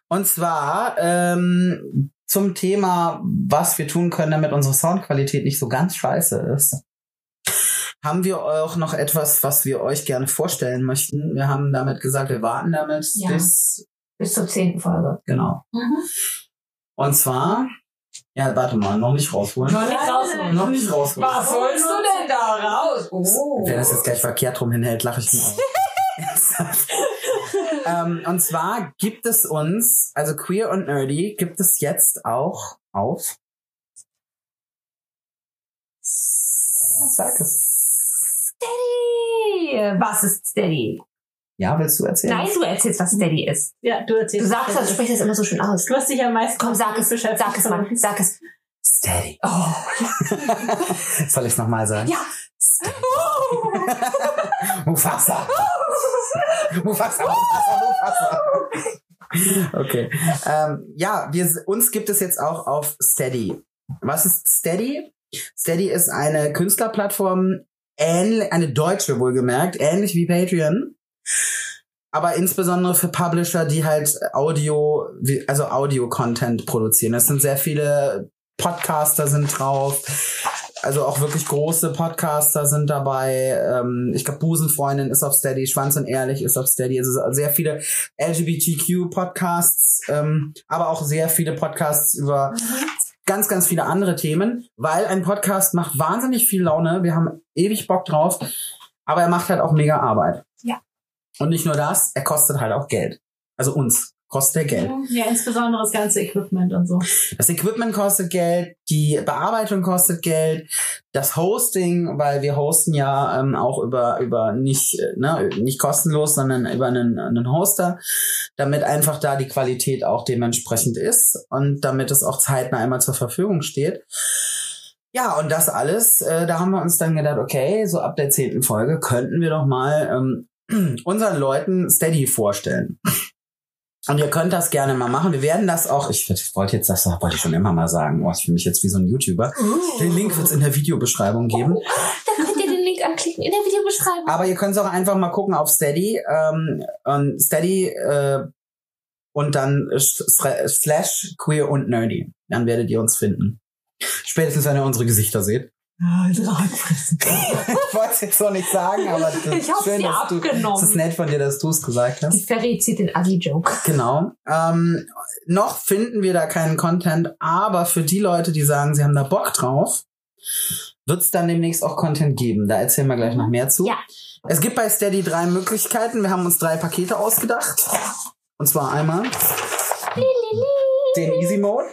[SPEAKER 2] Und zwar ähm, zum Thema, was wir tun können, damit unsere Soundqualität nicht so ganz scheiße ist, haben wir auch noch etwas, was wir euch gerne vorstellen möchten. Wir haben damit gesagt, wir warten damit
[SPEAKER 1] Ja.
[SPEAKER 2] bis
[SPEAKER 1] Bis zur zehnten Folge.
[SPEAKER 2] genau.
[SPEAKER 1] Mhm.
[SPEAKER 2] Und zwar, ja, warte mal, noch nicht rausholen.
[SPEAKER 1] Noch nicht rausholen.
[SPEAKER 2] Noch nicht rausholen.
[SPEAKER 3] Was holst du denn
[SPEAKER 1] da raus? Oh.
[SPEAKER 2] Wer das jetzt gleich verkehrt rum hinhält, lache ich mir aus. Ernsthaft. ähm, und zwar gibt es uns, also Queer und Nerdy, gibt es jetzt auch auf. Sag es.
[SPEAKER 1] Steady! Was ist Steady?
[SPEAKER 2] Ja, willst du erzählen?
[SPEAKER 1] Nein, du erzählst, was Steady ist.
[SPEAKER 3] Ja, du
[SPEAKER 1] Du
[SPEAKER 3] erzählst.
[SPEAKER 1] sagst das, du sprichst das immer so schön aus.
[SPEAKER 3] Du hast dich am meisten.
[SPEAKER 1] Komm, sag es,
[SPEAKER 3] beschäftigt.
[SPEAKER 1] sag es mal, sag es.
[SPEAKER 2] Steady.
[SPEAKER 1] Oh,
[SPEAKER 2] Soll ich es nochmal sagen?
[SPEAKER 1] ja.
[SPEAKER 2] Mufasa. Mufasa, Mufasa, Mufasa. Okay. Ähm, ja, wir, uns gibt es jetzt auch auf Steady. Was ist Steady? Steady ist eine Künstlerplattform, ähnlich, eine deutsche wohlgemerkt, ähnlich wie Patreon. Aber insbesondere für Publisher, die halt Audio, wie- also Audio-Content produzieren. Es sind sehr viele Podcaster sind drauf. Also auch wirklich große Podcaster sind dabei. Ähm, ich glaube, Busenfreundin ist auf Steady, Schwanz und Ehrlich ist auf Steady. Also sehr viele LGBTQ-Podcasts, ähm, aber auch sehr viele Podcasts über ganz, ganz viele andere Themen, weil ein Podcast macht wahnsinnig viel Laune. Wir haben ewig Bock drauf, aber er macht halt auch mega Arbeit.
[SPEAKER 1] Ja.
[SPEAKER 2] Und nicht nur das, er kostet halt auch Geld. Also uns kostet er Geld.
[SPEAKER 3] Ja, insbesondere das ganze Equipment und so.
[SPEAKER 2] Das Equipment kostet Geld, die Bearbeitung kostet Geld, das Hosting, weil wir hosten ja ähm, auch über über nicht äh, ne, nicht kostenlos, sondern über einen, einen Hoster, damit einfach da die Qualität auch dementsprechend ist und damit es auch zeitnah einmal zur Verfügung steht. Ja, und das alles, äh, da haben wir uns dann gedacht, okay, so ab der zehnten Folge könnten wir doch mal ähm, unseren Leuten Steady vorstellen. Und ihr könnt das gerne mal machen. Wir werden das auch, ich wollte jetzt das, wollte ich schon immer mal sagen. Oh, ich fühle mich jetzt wie so ein YouTuber.
[SPEAKER 1] Uh.
[SPEAKER 2] Den Link wird es in der Videobeschreibung geben.
[SPEAKER 1] Da könnt ihr den Link anklicken in der Videobeschreibung.
[SPEAKER 2] Aber ihr könnt es auch einfach mal gucken auf Steady. Ähm, und Steady äh, und dann s- s- slash queer und nerdy. Dann werdet ihr uns finden. Spätestens, wenn ihr unsere Gesichter seht. Ah, ich wollte es jetzt noch nicht sagen, aber das
[SPEAKER 1] Ich hab's dir
[SPEAKER 2] du, es ist
[SPEAKER 1] abgenommen.
[SPEAKER 2] nett von dir, dass du es gesagt hast.
[SPEAKER 1] Die Ferry zieht den Ugly-Joke.
[SPEAKER 2] Genau. Ähm, noch finden wir da keinen Content, aber für die Leute, die sagen, sie haben da Bock drauf, wird es dann demnächst auch Content geben. Da erzählen wir gleich noch mehr zu.
[SPEAKER 1] Ja.
[SPEAKER 2] Es gibt bei Steady drei Möglichkeiten. Wir haben uns drei Pakete ausgedacht. Und zwar einmal den Easy Mode.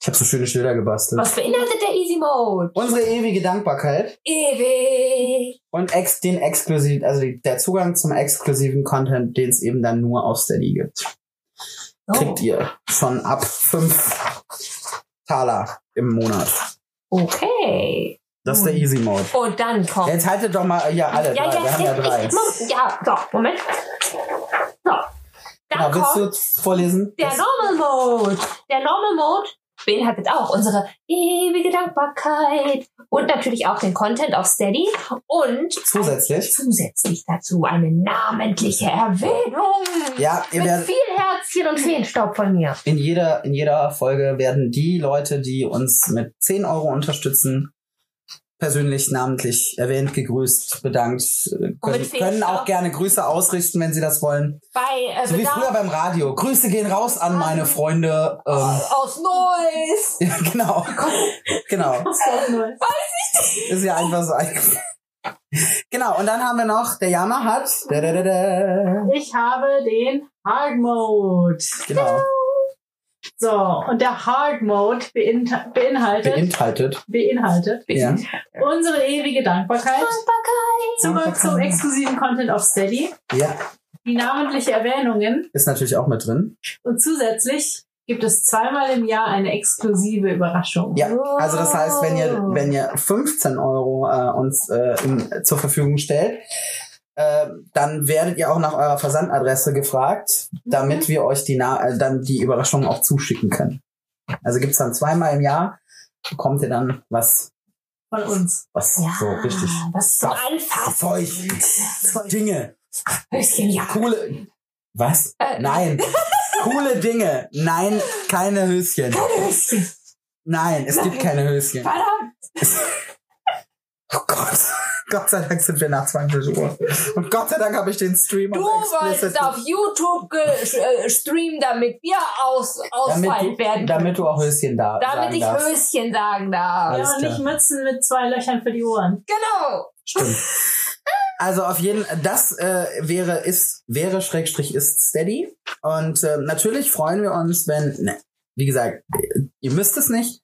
[SPEAKER 2] Ich habe so schöne Schilder gebastelt.
[SPEAKER 1] Was beinhaltet der Easy Mode?
[SPEAKER 2] Unsere ewige Dankbarkeit
[SPEAKER 1] Ewig.
[SPEAKER 2] und ex den exklusiven, also die, der Zugang zum exklusiven Content, den es eben dann nur auf Steady gibt. kriegt
[SPEAKER 1] Oh.
[SPEAKER 2] ihr schon ab fünf Taler im Monat.
[SPEAKER 1] Okay.
[SPEAKER 2] Das ist der Easy Mode.
[SPEAKER 1] Und dann kommt.
[SPEAKER 2] Jetzt haltet doch mal ja alle drei. Wir haben ja drei.
[SPEAKER 1] ich, ich, ja, so, Moment. So. Dann
[SPEAKER 2] Genau, willst
[SPEAKER 1] kommt
[SPEAKER 2] du vorlesen?
[SPEAKER 1] der Normal Mode. Der Normal Mode beinhaltet auch unsere ewige Dankbarkeit und natürlich auch den Content auf Steady und
[SPEAKER 2] Zusätzlich.
[SPEAKER 1] zusätzlich dazu eine namentliche Erwähnung.
[SPEAKER 2] Ja, ihr
[SPEAKER 1] Mit
[SPEAKER 2] werdet
[SPEAKER 1] viel Herzchen und Feenstaub von mir.
[SPEAKER 2] in jeder, in jeder Folge werden die Leute, die uns mit 10 Euro unterstützen, persönlich namentlich erwähnt, gegrüßt, bedankt, äh, können,
[SPEAKER 1] viel
[SPEAKER 2] können auch
[SPEAKER 1] Spaß.
[SPEAKER 2] gerne Grüße ausrichten, wenn sie das wollen.
[SPEAKER 1] Bei äh,
[SPEAKER 2] So wie früher
[SPEAKER 1] Bedarf
[SPEAKER 2] beim Radio. Grüße gehen raus an
[SPEAKER 1] Also
[SPEAKER 2] meine Freunde. Ähm,
[SPEAKER 1] aus Neuss.
[SPEAKER 2] ja, genau. Genau. Ist ja einfach so eingefallen. Genau, und dann haben wir noch, der Yama hat. Da, da, da, da,
[SPEAKER 3] Ich habe den Hard Mode.
[SPEAKER 2] genau,
[SPEAKER 3] So, und der Hard Mode bein beinhaltet,
[SPEAKER 2] beinhaltet.
[SPEAKER 3] beinhaltet
[SPEAKER 2] Ja.
[SPEAKER 3] unsere ewige Dankbarkeit. Zugang
[SPEAKER 2] Dankbarkeit.
[SPEAKER 3] zum exklusiven Content auf Steady,
[SPEAKER 2] ja,
[SPEAKER 3] die namentliche Erwähnungen
[SPEAKER 2] ist natürlich auch mit drin.
[SPEAKER 3] und zusätzlich gibt es zweimal im Jahr eine exklusive Überraschung.
[SPEAKER 2] Ja, also das heißt, wenn ihr,
[SPEAKER 1] Wow.
[SPEAKER 2] wenn ihr 15 Euro äh, uns äh, im, zur Verfügung stellt, äh, dann werdet ihr auch nach eurer Versandadresse gefragt,
[SPEAKER 1] Mhm.
[SPEAKER 2] damit wir euch die Na äh, dann die Überraschung auch zuschicken können. Also gibt's dann zweimal im Jahr, bekommt ihr dann was,
[SPEAKER 3] Von uns.
[SPEAKER 2] was
[SPEAKER 1] Ja,
[SPEAKER 2] so richtig.
[SPEAKER 1] Was zum Anfassen.
[SPEAKER 2] Zeug. Ah, Dinge.
[SPEAKER 1] Höschen, ja.
[SPEAKER 2] Coole. Was?
[SPEAKER 1] Äh.
[SPEAKER 2] Nein. Coole Dinge. Nein, keine Höschen. Nein, es gibt keine Höschen.
[SPEAKER 1] Verdammt!
[SPEAKER 2] Oh Gott. Gott sei Dank sind wir nach 20 Uhr. Und Gott sei Dank habe ich den Stream
[SPEAKER 1] Du
[SPEAKER 2] auf
[SPEAKER 1] wolltest
[SPEAKER 2] explicit
[SPEAKER 1] auf YouTube ge- äh, streamen, damit wir aus ausfallen
[SPEAKER 2] damit,
[SPEAKER 1] werden.
[SPEAKER 2] du, damit du auch Höschen da
[SPEAKER 1] damit
[SPEAKER 2] sagen
[SPEAKER 1] ich
[SPEAKER 2] darfst.
[SPEAKER 1] Höschen sagen darf.
[SPEAKER 2] Alles
[SPEAKER 3] Ja, und nicht
[SPEAKER 2] klar.
[SPEAKER 3] Mützen mit zwei Löchern für die Ohren.
[SPEAKER 1] Genau.
[SPEAKER 2] Stimmt. Also auf jeden das äh, wäre ist wäre Schrägstrich ist steady und äh, natürlich freuen wir uns, wenn ne, wie gesagt, äh, ihr müsst es nicht.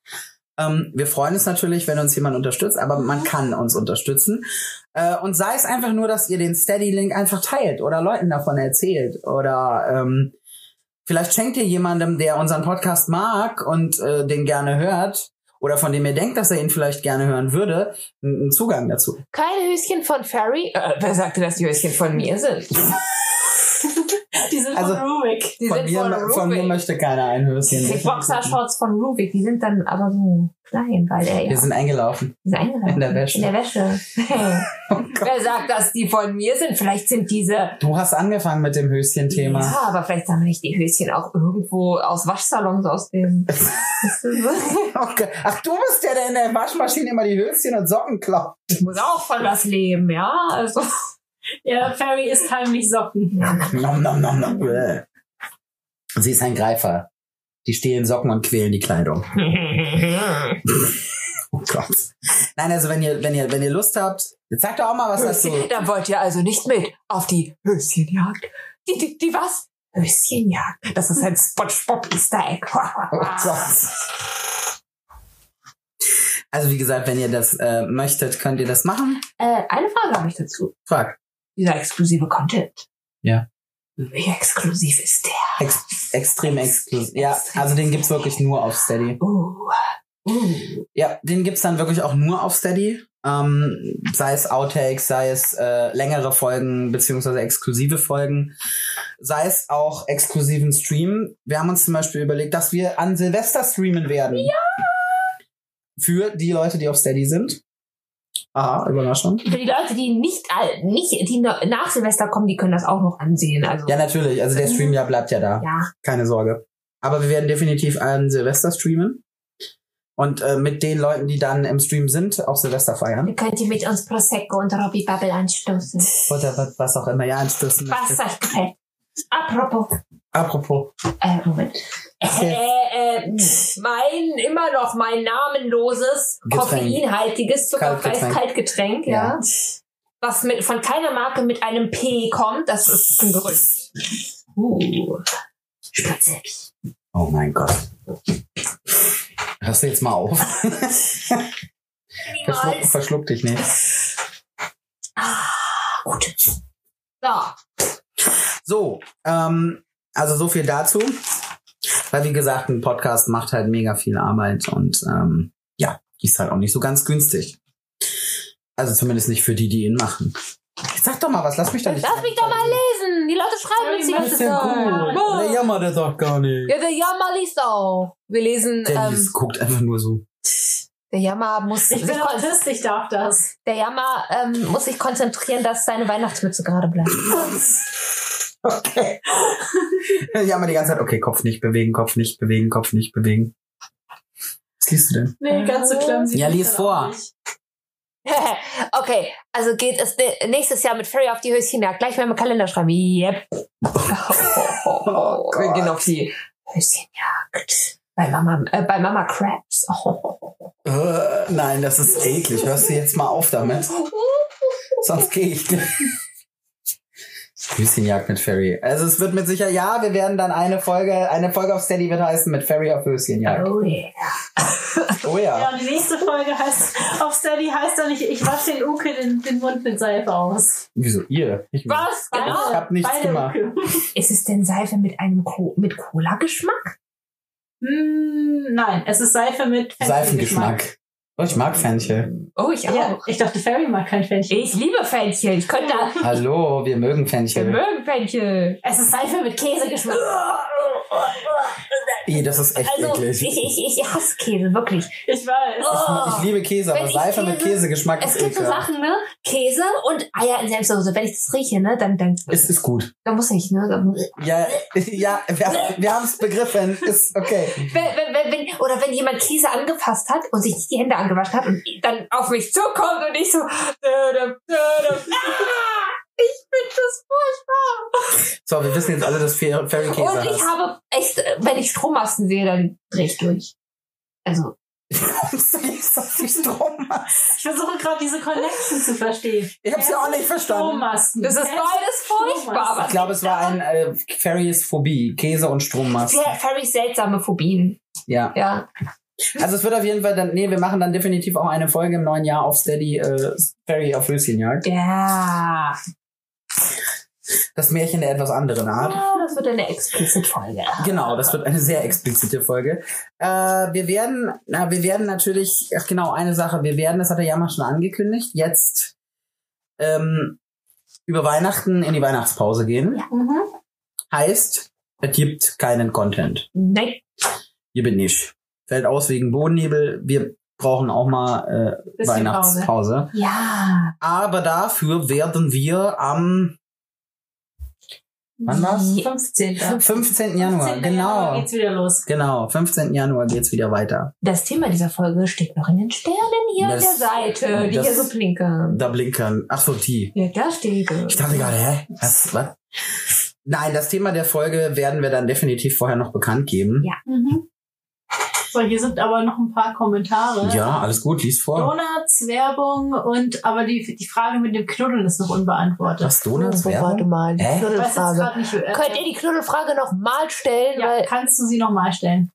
[SPEAKER 2] Ähm, wir freuen uns natürlich, wenn uns jemand unterstützt, aber man kann uns unterstützen. Äh, und sei es einfach nur, dass ihr den Steady-Link einfach teilt oder Leuten davon erzählt oder ähm, vielleicht schenkt ihr jemandem, der unseren Podcast mag und äh, den gerne hört oder von dem ihr denkt, dass er ihn vielleicht gerne hören würde, einen einen Zugang dazu.
[SPEAKER 1] Keine Höschen von Ferry. Äh, wer sagte, dass die Höschen von mir sind?
[SPEAKER 3] Die sind
[SPEAKER 2] Also-
[SPEAKER 3] von Rubik.
[SPEAKER 1] Die
[SPEAKER 2] Von
[SPEAKER 1] sind
[SPEAKER 2] mir,
[SPEAKER 1] von
[SPEAKER 2] von mir
[SPEAKER 1] Rubik.
[SPEAKER 2] möchte keiner ein Höschen.
[SPEAKER 1] Die Boxershorts von Rubik, die sind dann aber so klein, weil der ja
[SPEAKER 2] Wir sind eingelaufen.
[SPEAKER 1] die sind eingereiht.
[SPEAKER 2] in der Wäsche. Oh
[SPEAKER 1] In der Wäsche. Wer sagt, dass die von mir sind? Vielleicht sind diese.
[SPEAKER 2] Du hast angefangen mit dem Höschen-Thema.
[SPEAKER 1] Ja, aber vielleicht sammle ich die Höschen auch irgendwo aus Waschsalons aus dem. Weißt du, so?
[SPEAKER 2] Okay. Ach, du bist der, der in der Waschmaschine immer die Höschen und Socken klaut.
[SPEAKER 1] ich muss auch von was leben, ja. Also.
[SPEAKER 3] Ja, Fairy ist heimlich Socken.
[SPEAKER 2] Nom, nom, nom, nom. Bäh. Sie ist ein Greifer. Die stehlen Socken und quälen die Kleidung. Oh Gott. Nein, also wenn ihr, wenn ihr, wenn ihr Lust habt, jetzt sagt doch auch mal was dazu.
[SPEAKER 1] Höschen, dann wollt ihr also nicht mit auf die Höschenjagd. Die, die, die was? Höschenjagd. Das ist ein Spongebob Easter Egg.
[SPEAKER 2] Oh Gott. Also wie gesagt, wenn ihr das äh, möchtet, könnt ihr das machen.
[SPEAKER 1] äh, eine Frage habe ich dazu.
[SPEAKER 2] Frag.
[SPEAKER 1] Dieser exklusive Content.
[SPEAKER 2] Ja.
[SPEAKER 1] Wie exklusiv ist der?
[SPEAKER 2] Ex extrem exklusiv. Ja, also den gibt's wirklich nur auf Steady.
[SPEAKER 1] Uh. Uh.
[SPEAKER 2] Ja, den gibt's dann wirklich auch nur auf Steady. Ähm, sei es Outtakes, sei es äh, längere Folgen beziehungsweise exklusive Folgen, sei es auch exklusiven Stream. Wir haben uns zum Beispiel überlegt, dass wir an Silvester streamen werden. Ja! Für die Leute, die auf Steady sind. Aha, überraschend.
[SPEAKER 1] Für die Leute, die nicht, all- nicht die no- nach Silvester kommen, die können das auch noch ansehen. Also
[SPEAKER 2] Ja, natürlich. Also der Stream ja bleibt ja da.
[SPEAKER 1] ja.
[SPEAKER 2] Keine Sorge. Aber wir werden definitiv an Silvester streamen. Und äh, mit den Leuten, die dann im Stream sind, auch Silvester feiern.
[SPEAKER 1] Ihr könnt ihr mit uns Prosecco und Robbie Bubble anstoßen.
[SPEAKER 2] Oder was, was auch immer, ja, anstößen. möchte.
[SPEAKER 1] Wasserquell. Apropos.
[SPEAKER 2] Apropos.
[SPEAKER 1] Äh, Moment. Äh, äh, pff, mein, immer noch mein namenloses,
[SPEAKER 2] Getränk.
[SPEAKER 1] koffeinhaltiges, zuckerfreies
[SPEAKER 2] Kaltgetränk.
[SPEAKER 1] Kaltgetränk, ja. Was mit, von keiner Marke mit einem P kommt, das ist ein Gerücht. Uh. Spatzig.
[SPEAKER 2] Oh mein Gott. Hörst du jetzt mal auf? Verschluck,
[SPEAKER 1] Niemals.
[SPEAKER 2] verschluck dich nicht.
[SPEAKER 1] Gut. So.
[SPEAKER 2] So, ähm, also so viel dazu. Weil wie gesagt, ein Podcast macht halt mega viel Arbeit und ähm, ja, ist halt auch nicht so ganz günstig. Also zumindest nicht für die, die ihn machen. Jetzt sag doch mal was, lass mich doch nicht.
[SPEAKER 1] Lass mich doch mal lesen. Die Leute schreiben
[SPEAKER 3] Ja,
[SPEAKER 1] uns
[SPEAKER 3] die
[SPEAKER 1] die ganze
[SPEAKER 2] Das ist
[SPEAKER 1] Zeit.
[SPEAKER 2] ja cool.
[SPEAKER 1] Ja.
[SPEAKER 2] Der jammert das doch gar nicht.
[SPEAKER 1] Ja, der Jammer liest auch. Wir lesen,
[SPEAKER 2] Dennis
[SPEAKER 1] ähm,
[SPEAKER 2] guckt einfach nur so.
[SPEAKER 1] der Jammer muss
[SPEAKER 3] Ich
[SPEAKER 1] sich
[SPEAKER 3] bin
[SPEAKER 1] kon-
[SPEAKER 3] Autist, ich darf das.
[SPEAKER 1] Der Jammer ähm, muss sich konzentrieren, dass seine Weihnachtsmütze gerade bleibt.
[SPEAKER 2] Okay. Die haben wir die ganze Zeit, okay, Kopf nicht bewegen, Kopf nicht bewegen, Kopf nicht bewegen. Was liest du denn?
[SPEAKER 3] Nee, ganz so klamm sieht
[SPEAKER 2] Ja,
[SPEAKER 3] das
[SPEAKER 2] lies
[SPEAKER 3] dann
[SPEAKER 2] vor.
[SPEAKER 3] auch nicht.
[SPEAKER 1] okay, also geht es ne- nächstes Jahr mit Ferry auf die Höschenjagd. Gleich mal im Kalender schreiben. Yep.
[SPEAKER 2] Oh
[SPEAKER 1] Wir
[SPEAKER 2] Gott.
[SPEAKER 1] gehen auf die Höschenjagd. Bei Mama, äh, bei Mama Krabs. Oh.
[SPEAKER 2] Äh, nein, das ist eklig. Hörst du jetzt mal auf damit? Sonst gehe ich. Höschenjagd mit Ferry. Also es wird mit sicher, ja, wir werden dann eine Folge, eine Folge auf Steady wird heißen mit Ferry auf Höschenjagd.
[SPEAKER 1] Oh yeah.
[SPEAKER 2] Oh ja.
[SPEAKER 3] Ja, und die nächste Folge heißt, auf Steady heißt doch nicht, ich wasche den Uke den, den Mund mit Seife aus.
[SPEAKER 2] Wieso ihr? Ich
[SPEAKER 1] Was? Genau.
[SPEAKER 2] Ich hab nichts
[SPEAKER 3] Beide
[SPEAKER 2] gemacht.
[SPEAKER 3] Uke.
[SPEAKER 1] Ist es denn Seife mit einem Co mit Cola-Geschmack?
[SPEAKER 3] Hm, nein, es ist Seife mit
[SPEAKER 2] Seifengeschmack. Oh, ich mag Fenchel.
[SPEAKER 1] Oh, ich
[SPEAKER 3] Ja, ich dachte, Fairy mag kein Fenchel.
[SPEAKER 1] Ich liebe Fenchel. Ich könnte.
[SPEAKER 2] Hallo, wir mögen
[SPEAKER 1] Wir
[SPEAKER 2] Fenchel.
[SPEAKER 1] mögen Fenchel.
[SPEAKER 3] Es ist Seife mit Käsegeschmack.
[SPEAKER 2] Ih, das ist echt
[SPEAKER 1] Also,
[SPEAKER 2] eklig.
[SPEAKER 1] ich, ich, ich hasse Käse, wirklich.
[SPEAKER 3] Ich weiß.
[SPEAKER 1] Oh.
[SPEAKER 2] Ich liebe Käse, aber
[SPEAKER 1] Wenn ich
[SPEAKER 2] Seife mit
[SPEAKER 1] Käse-
[SPEAKER 2] Käsegeschmack
[SPEAKER 1] Es
[SPEAKER 2] ist
[SPEAKER 1] gibt so
[SPEAKER 2] ekelhaft.
[SPEAKER 1] Sachen, ne? Kä Käse und Eier in Senfsoße. Wenn ich das rieche, ne, dann, dann,
[SPEAKER 2] Es ist gut.
[SPEAKER 1] dann muss ich, ne, dann,
[SPEAKER 2] Ja, ja wir, wir haben es begriffen. Ist okay.
[SPEAKER 1] wenn, wenn, wenn, wenn, oder wenn jemand Käse angefasst hat und sich nicht die Hände angewaschen hat und dann auf mich zukommt und ich so, dö, dö, dö, dö, ah, ich finde das furchtbar.
[SPEAKER 2] So, wir wissen jetzt alle, dass Fer- Fairy Käse
[SPEAKER 1] und ich
[SPEAKER 2] hast.
[SPEAKER 1] habe echt, äh, wenn ich Strommasten sehe, dann drehe ich durch. Also,
[SPEAKER 2] Ich habe
[SPEAKER 3] Ich versuche gerade diese Connection zu verstehen.
[SPEAKER 2] Ich hab's ja auch nicht verstanden.
[SPEAKER 3] Strommasten.
[SPEAKER 1] das ist beides furchtbar.
[SPEAKER 2] Ich
[SPEAKER 1] Aber
[SPEAKER 2] glaube, es war ein äh, Fairies Phobie, Käse und Strommasten.
[SPEAKER 1] sehr, very seltsame Phobien.
[SPEAKER 2] Ja.
[SPEAKER 1] Ja.
[SPEAKER 2] Also es wird auf jeden Fall dann, nee, wir machen dann definitiv auch eine Folge im neuen Jahr auf Steady äh, Fairy auf Höschenjagd.
[SPEAKER 1] Ja.
[SPEAKER 2] Das Märchen der etwas anderen Art.
[SPEAKER 1] Ah, das wird eine explicit Folge.
[SPEAKER 2] Genau, das wird eine sehr explizite Folge. Äh, wir werden, na, wir werden natürlich, ach genau, eine Sache, wir werden, das hat der Jammer schon angekündigt, jetzt ähm, über Weihnachten in die Weihnachtspause gehen.
[SPEAKER 3] Mhm.
[SPEAKER 2] Heißt, es gibt keinen Content.
[SPEAKER 1] Nein.
[SPEAKER 2] Hier bin ich. Fällt aus wegen Bodennebel. Wir brauchen auch mal äh,
[SPEAKER 3] Bisschen
[SPEAKER 2] Weihnachtspause.
[SPEAKER 1] Ja.
[SPEAKER 2] Aber dafür werden wir am Wann war's?
[SPEAKER 1] Ja.
[SPEAKER 3] 15.
[SPEAKER 2] 15. Januar,
[SPEAKER 3] 15.
[SPEAKER 2] genau.
[SPEAKER 3] Januar geht's wieder los.
[SPEAKER 2] Genau, 15. Januar geht's wieder weiter.
[SPEAKER 1] Das Thema dieser Folge steht noch in den Sternen hier an der
[SPEAKER 2] Das-
[SPEAKER 1] Seite, die
[SPEAKER 2] das-
[SPEAKER 1] hier so blinken.
[SPEAKER 2] Da blinkern. Ach so, die.
[SPEAKER 1] Ja, da steht es.
[SPEAKER 2] Ich dachte gerade, hä? Was? was? Nein, das Thema der Folge werden wir dann definitiv vorher noch bekannt geben.
[SPEAKER 1] Ja.
[SPEAKER 3] Mhm. So, hier sind aber noch ein paar Kommentare.
[SPEAKER 2] Ja, alles gut, lies vor.
[SPEAKER 3] Donuts, Werbung und aber die, die Frage mit dem Knuddeln ist noch unbeantwortet.
[SPEAKER 2] Was Donuts
[SPEAKER 1] Oh, warte
[SPEAKER 2] werden?
[SPEAKER 1] mal, die
[SPEAKER 2] Hä?
[SPEAKER 3] Ich weiß jetzt
[SPEAKER 1] Knuddelfrage.
[SPEAKER 3] grad nicht, äh,
[SPEAKER 1] Könnt ihr die Knuddelfrage nochmal stellen?
[SPEAKER 3] ja,
[SPEAKER 1] Weil
[SPEAKER 3] kannst du sie nochmal stellen?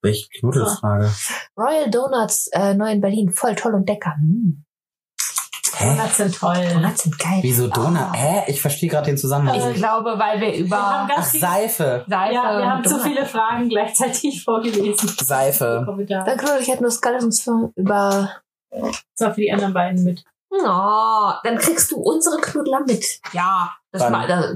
[SPEAKER 2] Welche Knuddelfrage?
[SPEAKER 3] Oh.
[SPEAKER 1] Royal Donuts äh, neu in Berlin, voll toll und lecker. Hm.
[SPEAKER 2] Hä?
[SPEAKER 3] Donuts sind toll.
[SPEAKER 1] Donuts sind geil. Ah.
[SPEAKER 2] Wieso Donut? Hä? Ich verstehe gerade den Zusammenhang.
[SPEAKER 1] Ich
[SPEAKER 2] nicht.
[SPEAKER 1] glaube, weil Äh, wir
[SPEAKER 3] Wir haben
[SPEAKER 1] über
[SPEAKER 2] Ach,
[SPEAKER 3] ganz viele,
[SPEAKER 2] Seife.
[SPEAKER 1] Seife
[SPEAKER 3] ja, wir haben
[SPEAKER 1] und
[SPEAKER 3] zu
[SPEAKER 1] Donuts-
[SPEAKER 3] viele Fragen gleichzeitig vorgelesen.
[SPEAKER 2] Seife.
[SPEAKER 3] Kommentare.
[SPEAKER 1] Dann knuddel ich halt nur Skeletons für über.
[SPEAKER 3] So, für die anderen beiden mit.
[SPEAKER 1] Na, Oh, dann kriegst du unsere Knudler mit. Ja, das
[SPEAKER 2] Dann-
[SPEAKER 1] mal, das,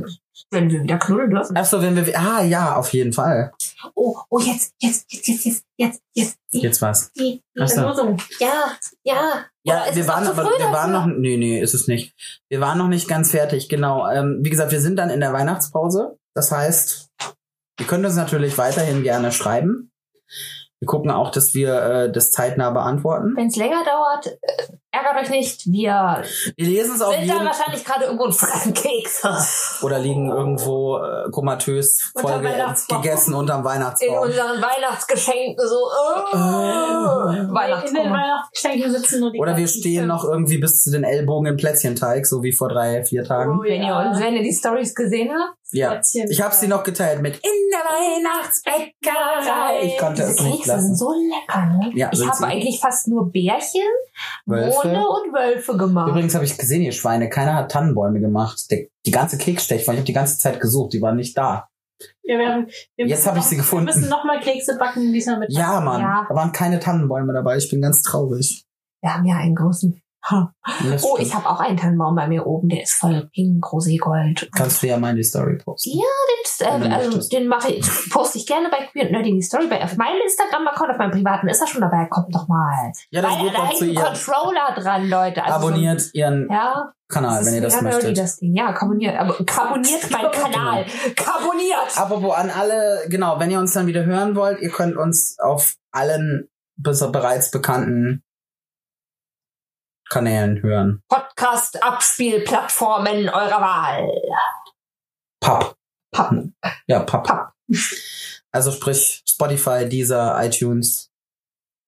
[SPEAKER 1] wenn wir wieder knuddeln dürfen.
[SPEAKER 2] Ach so, wenn wir. Ah ja, auf jeden Fall.
[SPEAKER 1] Oh, oh, jetzt, jetzt, jetzt, jetzt, jetzt, jetzt, jetzt. Die,
[SPEAKER 2] Jetzt was.
[SPEAKER 1] die,
[SPEAKER 2] Ach so.
[SPEAKER 3] Nur so.
[SPEAKER 1] ja, ja.
[SPEAKER 2] Ja,
[SPEAKER 1] Oder ist
[SPEAKER 2] wir
[SPEAKER 1] es
[SPEAKER 2] waren
[SPEAKER 1] noch zu
[SPEAKER 2] aber,
[SPEAKER 1] früh
[SPEAKER 2] wir waren noch,
[SPEAKER 1] dafür?
[SPEAKER 2] nee, nee, ist es nicht. Wir waren noch nicht ganz fertig, genau. Ähm, wie gesagt, wir sind dann in der Weihnachtspause. Das heißt, ihr könnt uns natürlich weiterhin gerne schreiben. Wir gucken auch, dass wir äh, das zeitnah beantworten.
[SPEAKER 1] Wenn es länger dauert, äh, ärgert euch nicht. Wir
[SPEAKER 2] Wir Oh. lesen es auf
[SPEAKER 1] sind dann
[SPEAKER 2] jeden
[SPEAKER 1] wahrscheinlich gerade irgendwo und fressen Kekse.
[SPEAKER 2] oder liegen irgendwo äh, komatös
[SPEAKER 3] Unterm
[SPEAKER 2] voll ge
[SPEAKER 3] Weihnachtsbaum.
[SPEAKER 2] gegessen unterm
[SPEAKER 1] In
[SPEAKER 2] Weihnachtsbaum.
[SPEAKER 1] unseren Weihnachtsgeschenken so. Oh,
[SPEAKER 2] Äh.
[SPEAKER 3] In den
[SPEAKER 1] Weihnachtsbaum.
[SPEAKER 3] Weihnachtsgeschenken sitzen nur die
[SPEAKER 2] Oder wir
[SPEAKER 3] ganzen
[SPEAKER 2] stehen noch irgendwie bis zu den Ellbogen im Plätzchenteig, so wie vor drei, vier Tagen.
[SPEAKER 3] Oh,
[SPEAKER 1] Wenn ihr,
[SPEAKER 3] ja.
[SPEAKER 1] uns, wenn ihr die Stories gesehen habt.
[SPEAKER 2] Ja.
[SPEAKER 3] Plätzchen.
[SPEAKER 2] Ich habe sie noch geteilt mit
[SPEAKER 1] In der Weihnachtsbäckerei.
[SPEAKER 2] Ich konnte
[SPEAKER 1] Diese
[SPEAKER 2] es nicht
[SPEAKER 1] Kekse sind
[SPEAKER 2] lassen.
[SPEAKER 1] so lecker, ne?
[SPEAKER 2] Ja,
[SPEAKER 1] ich
[SPEAKER 2] sind
[SPEAKER 1] habe
[SPEAKER 2] sie.
[SPEAKER 1] eigentlich fast nur Bärchen,
[SPEAKER 2] Wölfe.
[SPEAKER 1] Monde und Wölfe gemacht.
[SPEAKER 2] Übrigens habe ich gesehen, ihr Schweine, keiner hat Tannenbäume gemacht. Der, die ganze Keksstechfahne, ich habe die ganze Zeit gesucht, die waren nicht da.
[SPEAKER 3] Ja, wir haben, wir
[SPEAKER 2] Jetzt
[SPEAKER 3] müssen
[SPEAKER 2] hab ich
[SPEAKER 3] noch-
[SPEAKER 2] sie gefunden.
[SPEAKER 3] Wir müssen nochmal Kekse backen, diesmal mit.
[SPEAKER 2] Ja, Mann,
[SPEAKER 1] Ja.
[SPEAKER 2] da waren keine Tannenbäume dabei. Ich bin ganz traurig.
[SPEAKER 1] Wir haben ja einen großen.
[SPEAKER 2] Das
[SPEAKER 1] Oh,
[SPEAKER 2] stimmt.
[SPEAKER 1] ich habe auch einen Tannenbaum bei mir oben, der ist voll pink, rosé, gold.
[SPEAKER 2] Kannst du ja meine Story posten.
[SPEAKER 1] Ja, Und,
[SPEAKER 2] Wenn du
[SPEAKER 1] äh, also
[SPEAKER 2] möchtest.
[SPEAKER 1] den mache ich, poste ich gerne bei Queer and Nerdy in die Story. Bei, auf meinem Instagram-Account, auf meinem privaten ist er schon dabei. Kommt doch mal.
[SPEAKER 2] Ja, das
[SPEAKER 1] Weil da
[SPEAKER 2] geht doch
[SPEAKER 1] hängt
[SPEAKER 2] zu
[SPEAKER 1] ein
[SPEAKER 2] ihr.
[SPEAKER 1] Controller dran, Leute. Also
[SPEAKER 2] Abonniert
[SPEAKER 1] So, ein-
[SPEAKER 2] ihren
[SPEAKER 1] ja,
[SPEAKER 2] Kanal, wenn ihr das
[SPEAKER 1] mega nerdy,
[SPEAKER 2] möchtet.
[SPEAKER 1] das Ding. Ja, abonniert. Aber abonniert meinen Kanal. Abonniert!
[SPEAKER 2] Apropos an alle, genau, wenn ihr uns dann wieder hören wollt, ihr könnt uns auf allen bis- bereits bekannten Kanälen hören.
[SPEAKER 1] Podcast-Abspielplattformen eurer Wahl.
[SPEAKER 2] Papp.
[SPEAKER 1] Pappen.
[SPEAKER 2] Ja, Papp.
[SPEAKER 1] Papp.
[SPEAKER 2] Also sprich Spotify, Deezer, iTunes,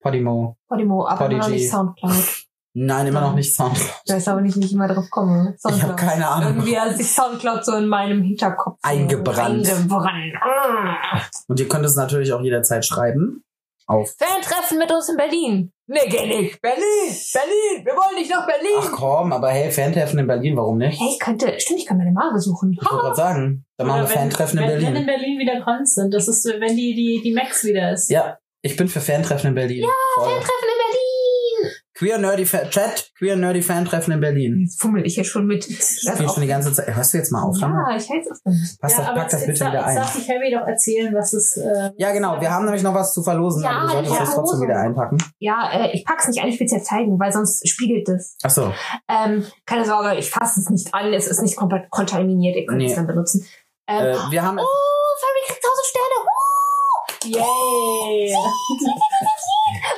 [SPEAKER 2] Podimo.
[SPEAKER 1] Podimo, aber immer noch
[SPEAKER 2] Podigy.
[SPEAKER 1] nicht Soundcloud.
[SPEAKER 2] Nein, immer noch nicht Sound.
[SPEAKER 1] Da ist aber nicht, nicht immer drauf komme.
[SPEAKER 2] Ich habe
[SPEAKER 1] Soundcloud.
[SPEAKER 2] keine Ahnung.
[SPEAKER 1] Irgendwie hat sich Soundcloud so in meinem Hinterkopf so
[SPEAKER 2] Eingebrannt.
[SPEAKER 1] eingebrannt. Ah.
[SPEAKER 2] Und ihr könnt es natürlich auch jederzeit schreiben. Auf.
[SPEAKER 1] Fan-Treffen mit uns in Berlin. Nee, geh nicht. Berlin, Berlin, wir wollen nicht nach
[SPEAKER 2] Ach
[SPEAKER 1] Berlin.
[SPEAKER 2] komm, aber hey, Fantreffen in Berlin, warum nicht?
[SPEAKER 1] Hey, ich könnte, stimmt, ich kann meine Mama besuchen.
[SPEAKER 2] Ich wollte gerade sagen, dann machen wir
[SPEAKER 3] Oder wenn-
[SPEAKER 2] Fantreffen in
[SPEAKER 3] wenn, Wenn in
[SPEAKER 2] Berlin.
[SPEAKER 3] Berlin wieder Cons sind, das ist, wenn die, die, die Max wieder ist.
[SPEAKER 2] Ja, ich bin für Fantreffen in Berlin. Ja,
[SPEAKER 1] Fan-Treffen in Berlin.
[SPEAKER 2] Queer Nerdy Fa- Chat, Queer Nerdy Fan Treffen in Berlin.
[SPEAKER 1] Jetzt fummel ich hier schon mit. Das
[SPEAKER 2] Das geht schon die ganze Zeit. Hörst du jetzt mal auf? Sandra?
[SPEAKER 1] ja, ich halte es auch nicht.
[SPEAKER 2] Pass das, pack das
[SPEAKER 3] jetzt
[SPEAKER 2] bitte
[SPEAKER 3] darf-
[SPEAKER 2] wieder ein.
[SPEAKER 3] Jetzt darf die Harry doch erzählen, was es. Äh,
[SPEAKER 2] Ja, genau. Wir haben nämlich noch was zu verlosen,
[SPEAKER 1] Ja,
[SPEAKER 2] aber du solltest
[SPEAKER 1] ja.
[SPEAKER 2] das trotzdem wieder einpacken.
[SPEAKER 1] Ja, äh, ich pack's nicht ein, ich will's ja zeigen, weil sonst spiegelt es.
[SPEAKER 2] Ach so.
[SPEAKER 1] Ähm, keine Sorge, ich fasse es nicht an, es ist nicht komplett kontaminiert, ihr könnt
[SPEAKER 2] Nee.
[SPEAKER 1] es dann benutzen. Ähm,
[SPEAKER 2] Äh, wir haben.
[SPEAKER 1] oh, Fairy kriegt 1000 Sterne! huh!
[SPEAKER 3] Yay!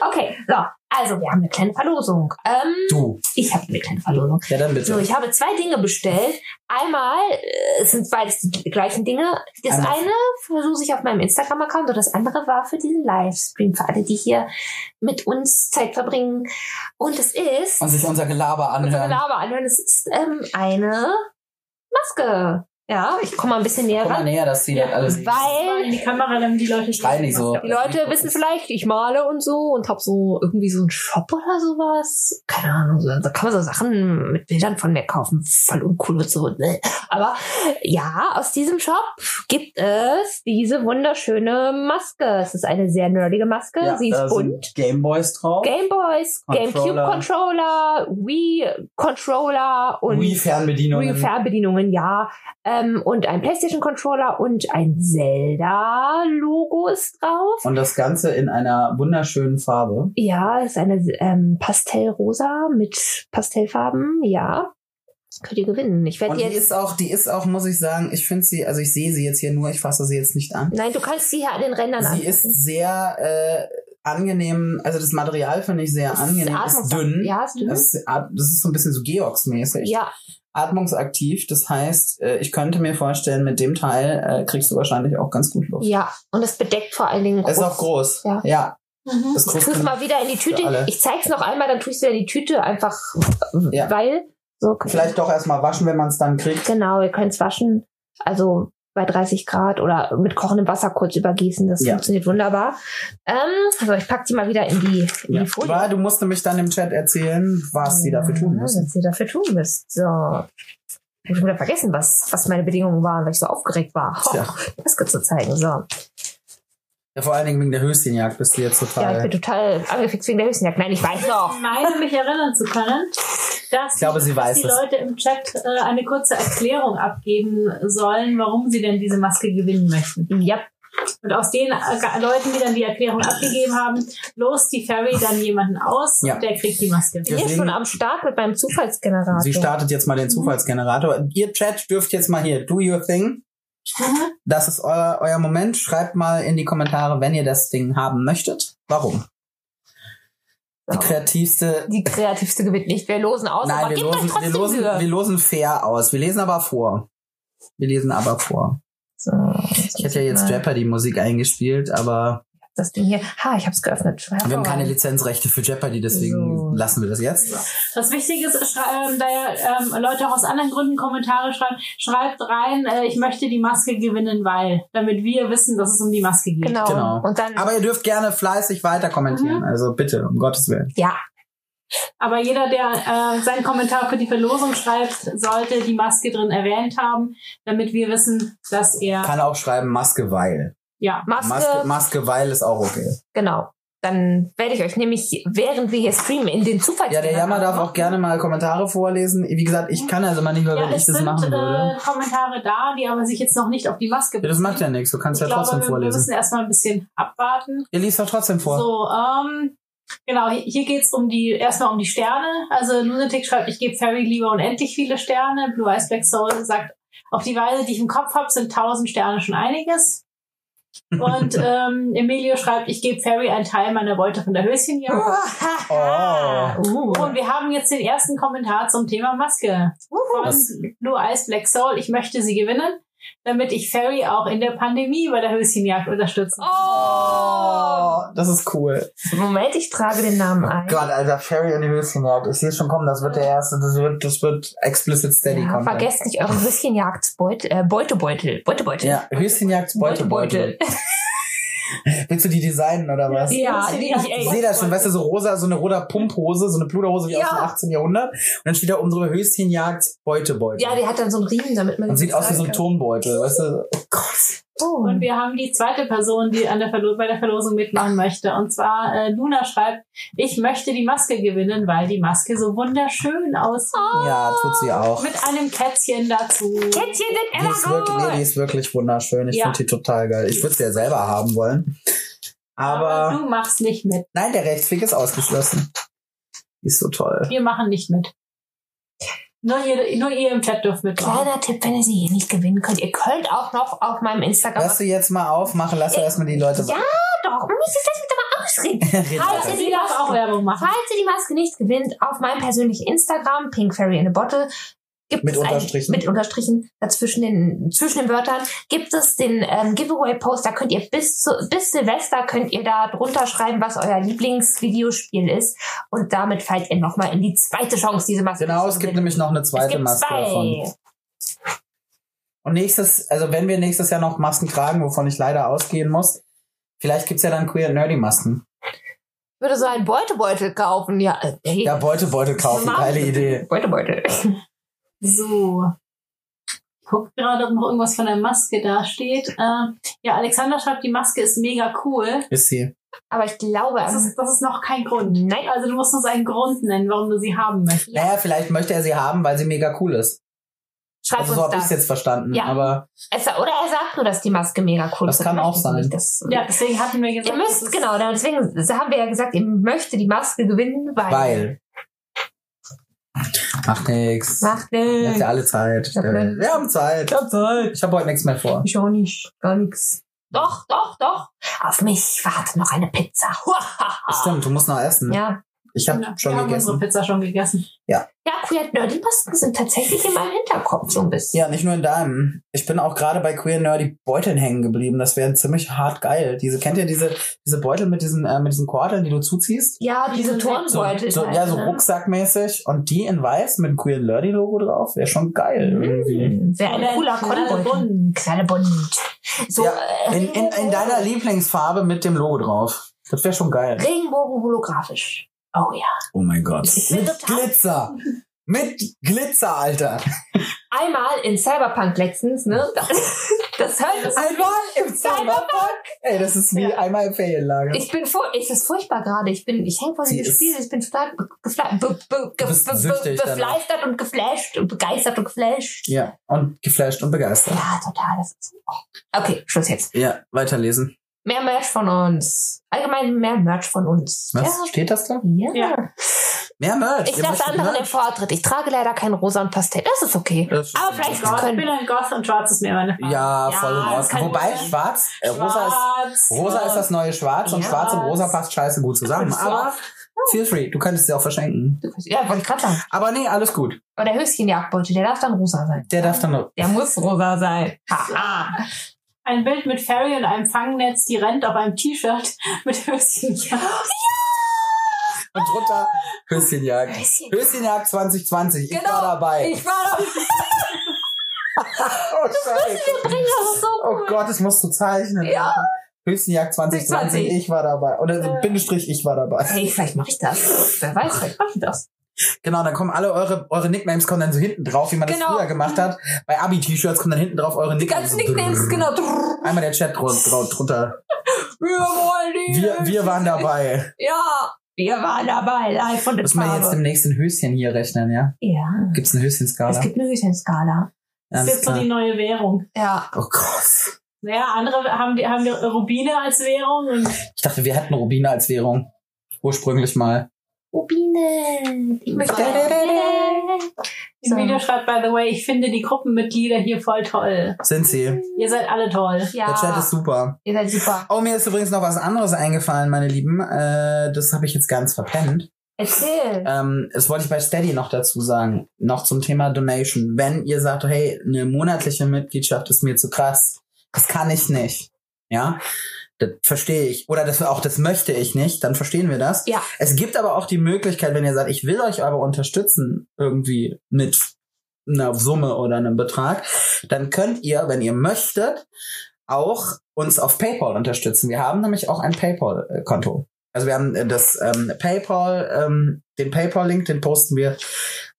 [SPEAKER 1] Okay, so. Also, wir haben eine kleine Verlosung. Ähm,
[SPEAKER 2] Du.
[SPEAKER 1] ich habe eine kleine Verlosung.
[SPEAKER 2] Ja, dann
[SPEAKER 1] So,
[SPEAKER 2] bitte.
[SPEAKER 1] ich habe zwei Dinge bestellt. Einmal, äh, es sind beides die gleichen Dinge. Das
[SPEAKER 2] Einmal.
[SPEAKER 1] eine versuche ich auf meinem Instagram-Account und das andere war für diesen Livestream, für alle, die hier mit uns Zeit verbringen. Und es ist,
[SPEAKER 2] Und sich unser Gelaber
[SPEAKER 1] unser
[SPEAKER 2] anhören.
[SPEAKER 1] Gelaber anhören, es ist ähm, eine Maske. Ja, ich komme mal ein bisschen näher
[SPEAKER 2] Komm mal
[SPEAKER 1] ran,
[SPEAKER 2] näher, dass die das alles sehen.
[SPEAKER 1] weil
[SPEAKER 3] In die Kamera, damit die Leute.
[SPEAKER 2] Schrei nicht so.
[SPEAKER 1] die Leute wissen vielleicht, ich male und so und habe so irgendwie so einen Shop oder sowas. Keine Ahnung, so- da kann man so Sachen mit Bildern von mir kaufen. Voll uncool und so. Ne? Aber ja, aus diesem Shop gibt es diese wunderschöne Maske. Es ist eine sehr nerdige Maske.
[SPEAKER 2] Ja,
[SPEAKER 1] Sie
[SPEAKER 2] da
[SPEAKER 1] ist bunt.
[SPEAKER 2] sind Gameboys drauf.
[SPEAKER 1] Gameboys,
[SPEAKER 2] Controller.
[SPEAKER 1] Gamecube-Controller, Wii-Controller und Wii
[SPEAKER 2] Wii-Fernbedienungen.
[SPEAKER 1] Fernbedienungen, ja. Ähm, und ein PlayStation-Controller und ein Zelda-Logo ist drauf.
[SPEAKER 2] Und das Ganze in einer wunderschönen Farbe.
[SPEAKER 1] Ja, ist eine ähm, Pastellrosa mit Pastellfarben, ja. Könnt ihr gewinnen. Ich werde
[SPEAKER 2] Und die
[SPEAKER 1] jetzt.
[SPEAKER 2] ist auch, die ist auch, muss ich sagen, ich finde sie, also ich sehe sie jetzt hier nur, ich fasse sie jetzt nicht an.
[SPEAKER 1] Nein, du kannst sie hier an den Rändern
[SPEAKER 2] Sie ist
[SPEAKER 1] anfassen.
[SPEAKER 2] sehr äh, angenehm, also das Material finde ich sehr
[SPEAKER 1] Es
[SPEAKER 2] angenehm, ist
[SPEAKER 1] atmungsaktiv.
[SPEAKER 2] dünn.
[SPEAKER 1] Ja, ist dünn.
[SPEAKER 2] Das ist, at- das ist so ein bisschen so Geox-mäßig.
[SPEAKER 1] ja,
[SPEAKER 2] Atmungsaktiv, das heißt, äh, ich könnte mir vorstellen, mit dem Teil äh, kriegst du wahrscheinlich auch ganz gut Luft.
[SPEAKER 1] ja. Und es bedeckt vor allen Dingen.
[SPEAKER 2] Es ist auch groß.
[SPEAKER 1] Ja.
[SPEAKER 3] Mhm.
[SPEAKER 2] Ist
[SPEAKER 1] Ich
[SPEAKER 2] groß
[SPEAKER 1] tue es
[SPEAKER 2] genug.
[SPEAKER 1] mal wieder in die Tüte.
[SPEAKER 2] Für alle.
[SPEAKER 1] Ich zeig's noch einmal, dann tue ich es wieder in die Tüte, einfach
[SPEAKER 2] Ja.
[SPEAKER 1] weil. So,
[SPEAKER 2] Vielleicht doch erstmal waschen, wenn man es dann kriegt.
[SPEAKER 1] Genau, ihr könnt's waschen. Also bei 30 Grad oder mit kochendem Wasser kurz übergießen. Das
[SPEAKER 2] Ja.
[SPEAKER 1] funktioniert wunderbar. Ähm, also ich pack die mal wieder in die, in die Folie.
[SPEAKER 2] Aber du musst nämlich dann im Chat erzählen, was sie dafür tun
[SPEAKER 1] Ja,
[SPEAKER 2] müssen.
[SPEAKER 1] Was sie dafür tun müssen. So. Hab Ich habe wieder vergessen, was, was meine Bedingungen waren, weil ich so aufgeregt war. Oh,
[SPEAKER 2] Tja.
[SPEAKER 1] Maske zu zeigen. So.
[SPEAKER 2] Ja, vor allen Dingen wegen der Höschenjagd bist du jetzt
[SPEAKER 1] Ja,
[SPEAKER 2] total.
[SPEAKER 1] ich bin total angefixt wegen der Höchstenjagd. Nein, ich weiß noch.
[SPEAKER 3] Ich meine, mich erinnern zu können, dass
[SPEAKER 2] ich glaube, sie
[SPEAKER 3] dass
[SPEAKER 2] weiß
[SPEAKER 3] die
[SPEAKER 2] es.
[SPEAKER 3] Leute im Chat äh, eine kurze Erklärung abgeben sollen, warum sie denn diese Maske gewinnen möchten.
[SPEAKER 1] Ja,
[SPEAKER 3] Und aus den äh, ga- Leuten, die dann die Erklärung abgegeben haben, lost die Fairy dann jemanden aus
[SPEAKER 2] Ja.
[SPEAKER 3] und der kriegt die Maske.
[SPEAKER 1] bin hier
[SPEAKER 2] Deswegen-
[SPEAKER 1] schon am Start mit meinem Zufallsgenerator. Mhm.
[SPEAKER 2] Sie startet jetzt mal den Zufallsgenerator. Ihr Chat dürft jetzt mal hier, do your thing. Das ist euer, euer Moment. Schreibt mal in die Kommentare, wenn ihr das Ding haben möchtet. Warum? Die
[SPEAKER 1] so.
[SPEAKER 2] kreativste.
[SPEAKER 1] Die kreativste gewinnt nicht. Wir losen aus,
[SPEAKER 2] Nein,
[SPEAKER 1] aber
[SPEAKER 2] wir
[SPEAKER 1] gebt euch
[SPEAKER 2] losen, wir,
[SPEAKER 1] trotzdem
[SPEAKER 2] losen,
[SPEAKER 1] Mühe.
[SPEAKER 2] wir losen fair aus. Wir lesen aber vor. Wir lesen aber vor.
[SPEAKER 1] So,
[SPEAKER 2] Ich hätte ja jetzt Jeopardy-Musik eingespielt, aber
[SPEAKER 1] Das Ding hier. Ha, ich hab's geöffnet.
[SPEAKER 2] wir haben keine Lizenzrechte für Jeopardy, deswegen
[SPEAKER 1] So.
[SPEAKER 2] lassen wir das jetzt.
[SPEAKER 3] Das Wichtige ist, schrei- ähm, da ja ähm, Leute auch aus anderen Gründen Kommentare schreiben, schreibt rein, äh, ich möchte die Maske gewinnen, weil, damit wir wissen, dass es um die Maske geht.
[SPEAKER 1] Genau.
[SPEAKER 2] Genau.
[SPEAKER 1] Und dann,
[SPEAKER 2] Aber ihr dürft gerne fleißig weiter kommentieren.
[SPEAKER 1] Mhm.
[SPEAKER 2] Also bitte, um Gottes Willen.
[SPEAKER 1] ja,
[SPEAKER 3] Aber jeder, der äh, seinen Kommentar für die Verlosung schreibt, sollte die Maske drin erwähnt haben, damit wir wissen, dass er,
[SPEAKER 2] Kann auch schreiben Maske, weil.
[SPEAKER 3] ja,
[SPEAKER 1] Maske,
[SPEAKER 2] Maske, Maske, weil ist auch okay.
[SPEAKER 1] genau. Dann werde ich euch nämlich, während wir hier streamen, in den
[SPEAKER 2] Ja,
[SPEAKER 1] Zufallsgenerator.
[SPEAKER 2] der Jammer darf auch gerne mal Kommentare vorlesen. Wie gesagt, ich kann also mal nicht mehr,
[SPEAKER 3] ja
[SPEAKER 2] wenn ich
[SPEAKER 3] es
[SPEAKER 2] das
[SPEAKER 3] sind
[SPEAKER 2] machen würde.
[SPEAKER 3] äh, Kommentare da, die aber sich jetzt noch nicht auf die Maske
[SPEAKER 2] Ja, das macht ja nichts, du kannst ja
[SPEAKER 3] äh, ich glaube,
[SPEAKER 2] trotzdem
[SPEAKER 3] wir, wir
[SPEAKER 2] vorlesen.
[SPEAKER 3] müssen erstmal ein bisschen abwarten.
[SPEAKER 2] Ihr liest doch trotzdem vor.
[SPEAKER 3] So, ähm, genau, hi- hier geht's um die, erstmal um die Sterne. Also Lunatic schreibt, ich gebe Fairy lieber unendlich viele Sterne. Blue Eyes Black Soul sagt, auf die Weise, die ich im Kopf habe, sind 1000 Sterne schon einiges. Und ähm, Emilio schreibt, ich gebe Fairy einen Teil meiner Beute von der Höschenjagd.
[SPEAKER 1] Ah, uh.
[SPEAKER 3] Und wir haben jetzt den ersten Kommentar zum Thema Maske von
[SPEAKER 2] Was-
[SPEAKER 3] Blue Eyes Black Soul. Ich möchte sie gewinnen, damit ich Fairy auch in der Pandemie bei der Höschenjagd unterstütze.
[SPEAKER 1] Oh.
[SPEAKER 2] das ist cool.
[SPEAKER 1] Moment, ich trage den Namen ein.
[SPEAKER 2] Oh Gott, Alter, Fairy und die Höschenjagd. Ich sehe schon kommen, das wird der erste, das wird, das wird explicit steady
[SPEAKER 1] ja,
[SPEAKER 2] Content.
[SPEAKER 1] vergesst nicht euren Höschenjagdbeutel, äh, Beutebeutel, Beutebeutel.
[SPEAKER 2] Ja, Höschenjagd, Beutebeutel. Willst du die designen oder was?
[SPEAKER 1] Ja,
[SPEAKER 3] Höschen-
[SPEAKER 1] die-
[SPEAKER 3] ja.
[SPEAKER 1] ey.
[SPEAKER 2] Ich sehe das schon, weißt du, so rosa, so eine rosa Pumphose, so eine Pluderhose wie aus
[SPEAKER 1] Ja.
[SPEAKER 2] dem 18. Jahrhundert. Und dann steht da unsere Höschenjagd Beutebeutel.
[SPEAKER 1] Ja, die hat dann so einen Riemen, damit man
[SPEAKER 2] Und sieht aus wie so ein
[SPEAKER 1] kann.
[SPEAKER 2] Tonbeutel, weißt du? Oh Gott.
[SPEAKER 1] Oh.
[SPEAKER 3] Und wir haben die zweite Person, die an der Verlo bei der Verlosung mitmachen möchte. Und zwar äh, Luna schreibt, ich möchte die Maske gewinnen, weil die Maske so wunderschön aussieht.
[SPEAKER 2] Ja, tut sie auch.
[SPEAKER 3] Mit einem Kätzchen dazu.
[SPEAKER 1] Kätzchen sind
[SPEAKER 2] Die
[SPEAKER 1] immer
[SPEAKER 2] ist, wirklich, nee, die
[SPEAKER 1] gut.
[SPEAKER 2] ist wirklich wunderschön. Ich
[SPEAKER 3] Ja.
[SPEAKER 2] finde die total geil. Ich würde sie ja selber haben wollen. Aber,
[SPEAKER 3] du machst nicht mit.
[SPEAKER 2] nein, der Rechtsweg ist ausgeschlossen. Die ist so toll.
[SPEAKER 3] Wir machen nicht mit. Nur ihr, nur ihr im Chat dürft mitmachen.
[SPEAKER 1] Kleiner Tipp, wenn ihr sie hier nicht gewinnen könnt, ihr könnt auch noch auf meinem Instagram.
[SPEAKER 2] Lass sie jetzt mal aufmachen, lass erstmal die Leute Genau,
[SPEAKER 1] Ja, doch, Mami, jetzt lass mich doch mal ausreden.
[SPEAKER 2] reden.
[SPEAKER 1] Halt
[SPEAKER 3] Also Sie darf auch Werbung machen.
[SPEAKER 1] Falls ihr die Maske nicht gewinnt, auf meinem persönlichen Instagram, Pink Fairy in a Bottle, gibt
[SPEAKER 2] Mit
[SPEAKER 1] es ein-
[SPEAKER 2] Unterstrichen.
[SPEAKER 1] mit Unterstrichen dazwischen den, zwischen den Wörtern, gibt es den ähm, Giveaway-Post, da könnt ihr bis zu, bis Silvester könnt ihr da drunter schreiben, was euer Lieblingsvideospiel ist. Und damit fallt ihr nochmal in die zweite Chance, diese Maske
[SPEAKER 2] Genau,
[SPEAKER 1] zu
[SPEAKER 2] es gibt
[SPEAKER 1] gewinnen.
[SPEAKER 2] nämlich noch eine
[SPEAKER 1] es
[SPEAKER 2] zweite
[SPEAKER 1] gibt
[SPEAKER 2] Maske davon.
[SPEAKER 1] zwei.
[SPEAKER 2] Und nächstes, also wenn wir nächstes Jahr noch Masken tragen, wovon ich leider ausgehen muss, vielleicht gibt's ja dann Queer and Nerdy Masken.
[SPEAKER 1] Ich würde so einen Beutebeutel kaufen, ja. äh, Hey.
[SPEAKER 2] Ja, Beute, Beute kaufen,
[SPEAKER 1] Mann.
[SPEAKER 2] geile Idee.
[SPEAKER 1] Beutebeutel.
[SPEAKER 3] So. Ich gucke gerade, ob noch irgendwas von der Maske da steht. Ähm, ja, Alexander schreibt, die Maske ist mega cool.
[SPEAKER 2] Ist sie.
[SPEAKER 1] Aber ich glaube,
[SPEAKER 3] Das
[SPEAKER 1] ähm,
[SPEAKER 3] ist, das ist noch kein Grund.
[SPEAKER 1] nein,
[SPEAKER 3] Also du musst uns einen Grund nennen, warum du sie haben möchtest.
[SPEAKER 2] Naja, vielleicht möchte er sie haben, weil sie mega cool ist.
[SPEAKER 1] schreib
[SPEAKER 2] also
[SPEAKER 1] uns
[SPEAKER 2] so habe
[SPEAKER 1] das.
[SPEAKER 2] ich's jetzt verstanden.
[SPEAKER 1] Ja.
[SPEAKER 2] Aber
[SPEAKER 1] Es, oder er sagt nur, dass die Maske mega cool
[SPEAKER 2] Das
[SPEAKER 1] ist.
[SPEAKER 2] kann
[SPEAKER 1] Vielleicht
[SPEAKER 2] auch sein.
[SPEAKER 1] Das,
[SPEAKER 3] Ja, deswegen hatten wir gesagt,
[SPEAKER 1] Ihr
[SPEAKER 3] das
[SPEAKER 1] müsst,
[SPEAKER 3] ist-
[SPEAKER 1] genau, deswegen haben wir ja gesagt, ihr möchtet die Maske gewinnen, weil.
[SPEAKER 2] weil. Macht nix.
[SPEAKER 1] Macht
[SPEAKER 2] Wir haben
[SPEAKER 1] nix.
[SPEAKER 2] ja alle Zeit.
[SPEAKER 1] Okay.
[SPEAKER 2] Wir haben Zeit. Ich hab Zeit. Ich habe heute nichts mehr vor.
[SPEAKER 1] Ich auch nicht, gar nichts. Doch, doch, doch. Auf mich wartet noch eine Pizza. Huahaha.
[SPEAKER 2] Stimmt, du musst noch essen.
[SPEAKER 1] Ah. Ja. Genau.
[SPEAKER 2] Ich habe
[SPEAKER 3] Ja,
[SPEAKER 2] schon
[SPEAKER 3] wir haben unsere
[SPEAKER 2] gegessen.
[SPEAKER 3] Pizza schon gegessen.
[SPEAKER 1] Ja, Queer Nerdy Masken sind tatsächlich in meinem Hinterkopf so ein bisschen.
[SPEAKER 2] Ja, nicht nur in deinem. Ich bin auch gerade bei Queer Nerdy Beuteln hängen geblieben. Das wären ziemlich hart geil. Diese, kennt ihr diese, diese Beutel mit diesen, äh, mit diesen Kordeln, die du zuziehst?
[SPEAKER 1] Ja, diese
[SPEAKER 3] So-
[SPEAKER 2] So,
[SPEAKER 1] Turnbeutel.
[SPEAKER 2] so,
[SPEAKER 1] halt,
[SPEAKER 2] ja, so
[SPEAKER 1] ne?
[SPEAKER 2] rucksackmäßig. Und die in weiß mit dem Queer Nerdy Logo drauf. Wäre schon geil irgendwie.
[SPEAKER 1] Mhm. Wäre
[SPEAKER 3] Oder
[SPEAKER 1] ein
[SPEAKER 3] ein
[SPEAKER 1] cooler
[SPEAKER 3] Knallbund.
[SPEAKER 1] Konbeutel. Knallbund. So,
[SPEAKER 2] Ja,
[SPEAKER 1] äh,
[SPEAKER 2] In, in, in deiner Lieblingsfarbe mit dem Logo drauf. Das wäre schon geil.
[SPEAKER 1] Regenbogen holographisch. Oh ja.
[SPEAKER 2] Oh mein Gott.
[SPEAKER 1] Ich bin
[SPEAKER 2] Mit
[SPEAKER 1] total-
[SPEAKER 2] Glitzer. Mit Glitzer, Alter.
[SPEAKER 1] Einmal in Cyberpunk letztens, ne? Das, das hört
[SPEAKER 2] Einmal im Cyberpunk. Ey, das ist wie
[SPEAKER 3] Ja.
[SPEAKER 2] einmal im Ferienlager.
[SPEAKER 1] Ich bin vor, es ist furchtbar gerade. Ich bin, ich hänge vor
[SPEAKER 2] Sie
[SPEAKER 1] diesem
[SPEAKER 2] ist-
[SPEAKER 1] Spiel. Ich bin total be- gefla- be- be- ge-
[SPEAKER 2] bist
[SPEAKER 1] be- be-
[SPEAKER 2] süchtig danach.
[SPEAKER 1] befleistert und geflasht und begeistert und geflasht.
[SPEAKER 2] ja, und geflasht und begeistert.
[SPEAKER 1] Ja, total. Das ist oh. Okay, Schluss jetzt.
[SPEAKER 2] Ja, weiterlesen.
[SPEAKER 1] Mehr Merch von uns. Allgemein mehr Merch von uns.
[SPEAKER 2] Was
[SPEAKER 1] Ja.
[SPEAKER 2] steht das da?
[SPEAKER 1] Ja.
[SPEAKER 3] Ja.
[SPEAKER 2] Mehr Merch.
[SPEAKER 1] Ich
[SPEAKER 2] Ihr
[SPEAKER 1] lasse
[SPEAKER 2] möchtet
[SPEAKER 1] anderen den
[SPEAKER 2] Merch?
[SPEAKER 1] Vortritt. Ich trage leider kein rosa und Pastell. Das ist okay.
[SPEAKER 2] Das ist-
[SPEAKER 1] Aber vielleicht
[SPEAKER 3] Gott, ich
[SPEAKER 1] können.
[SPEAKER 3] bin ein Goth und schwarz ist mir meine Farbe.
[SPEAKER 2] Ja,
[SPEAKER 1] Ja,
[SPEAKER 2] voll in
[SPEAKER 1] das
[SPEAKER 2] Ordnung.
[SPEAKER 1] kann
[SPEAKER 2] Wobei
[SPEAKER 1] gut sein.
[SPEAKER 2] schwarz, äh, rosa ist,
[SPEAKER 3] Schwarz.
[SPEAKER 2] rosa ist das neue Schwarz und
[SPEAKER 1] Ja.
[SPEAKER 2] Schwarz und Rosa passt scheiße gut zusammen.
[SPEAKER 3] Kannst du
[SPEAKER 2] Aber
[SPEAKER 3] auch.
[SPEAKER 2] feel free, du kannst es dir auch verschenken.
[SPEAKER 1] Ja, wollte ich gerade sagen.
[SPEAKER 2] Aber nee, alles gut.
[SPEAKER 1] Aber der Höschenjagdbeutel, der darf dann rosa sein.
[SPEAKER 2] Der darf dann.
[SPEAKER 1] Der muss rosa sein. Haha.
[SPEAKER 3] ein Bild mit Fairy und einem Fangnetz, die rennt auf einem T-Shirt mit Höschen.
[SPEAKER 2] Und drunter Höschenjagd.
[SPEAKER 1] Höschen.
[SPEAKER 2] Höschenjagd 2020. Ich
[SPEAKER 1] Genau.
[SPEAKER 2] war dabei.
[SPEAKER 1] Ich war doch.
[SPEAKER 2] oh, scheiße.
[SPEAKER 1] Bring das ist so
[SPEAKER 2] Oh
[SPEAKER 1] cool.
[SPEAKER 2] Gott, das musst du zeichnen.
[SPEAKER 1] Ja.
[SPEAKER 2] Höschenjagd 2020.
[SPEAKER 1] 2020.
[SPEAKER 2] Ich war dabei. Oder so
[SPEAKER 3] Äh.
[SPEAKER 2] Bindestrich, ich war dabei.
[SPEAKER 1] Hey, vielleicht mache ich das. Wer weiß, vielleicht mache ich das.
[SPEAKER 2] Genau, dann kommen alle eure, eure Nicknames kommen dann so hinten drauf, wie man das
[SPEAKER 1] Genau.
[SPEAKER 2] früher gemacht hat. Bei Abi-T-Shirts kommen dann hinten drauf eure
[SPEAKER 1] Die
[SPEAKER 2] Nicknames.
[SPEAKER 1] ganzen Nicknames, genau.
[SPEAKER 2] Einmal der Chat drun- drun- drunter.
[SPEAKER 1] Wir wollen die.
[SPEAKER 2] Wir, wir waren dabei.
[SPEAKER 1] Ja, wir waren dabei, live und in
[SPEAKER 2] Müssen wir jetzt
[SPEAKER 1] Farbe.
[SPEAKER 2] demnächst ein Höschen hier rechnen, ja?
[SPEAKER 1] Ja,
[SPEAKER 2] Gibt's eine
[SPEAKER 1] es
[SPEAKER 2] Höschenskala?
[SPEAKER 1] gibt eine Höschenskala.
[SPEAKER 3] Das ist
[SPEAKER 2] Alles
[SPEAKER 3] jetzt so
[SPEAKER 2] klar.
[SPEAKER 3] die neue Währung.
[SPEAKER 1] Ja.
[SPEAKER 2] Oh Gott.
[SPEAKER 3] Naja, andere haben die, haben die Rubine als Währung und
[SPEAKER 2] Ich dachte, wir hätten Rubine als Währung. Ursprünglich mal.
[SPEAKER 1] Rubine. Ich möchte.
[SPEAKER 3] im
[SPEAKER 1] So.
[SPEAKER 3] Video schreibt, by the way, ich finde die Gruppenmitglieder hier voll toll.
[SPEAKER 2] Sind sie.
[SPEAKER 3] Ihr seid alle toll.
[SPEAKER 2] Der Chat ist
[SPEAKER 1] Ja,
[SPEAKER 2] super.
[SPEAKER 1] ihr seid super.
[SPEAKER 2] Oh, mir ist übrigens noch was anderes eingefallen, meine Lieben. Äh, das habe ich jetzt ganz verpennt.
[SPEAKER 1] Erzähl.
[SPEAKER 2] Ähm, das wollte ich bei Steady noch dazu sagen. Noch zum Thema Donation. Wenn ihr sagt, hey, eine monatliche Mitgliedschaft ist mir zu krass, das kann ich nicht. Ja, das verstehe ich. Oder das, auch das möchte ich nicht, dann verstehen wir das.
[SPEAKER 1] Ja.
[SPEAKER 2] Es gibt aber auch die Möglichkeit, wenn ihr sagt, ich will euch aber unterstützen, irgendwie mit einer Summe oder einem Betrag, dann könnt ihr, wenn ihr möchtet, auch uns auf PayPal unterstützen. Wir haben nämlich auch ein PayPal-Konto. Also wir haben äh, das ähm, PayPal, ähm, den PayPal-Link, den posten wir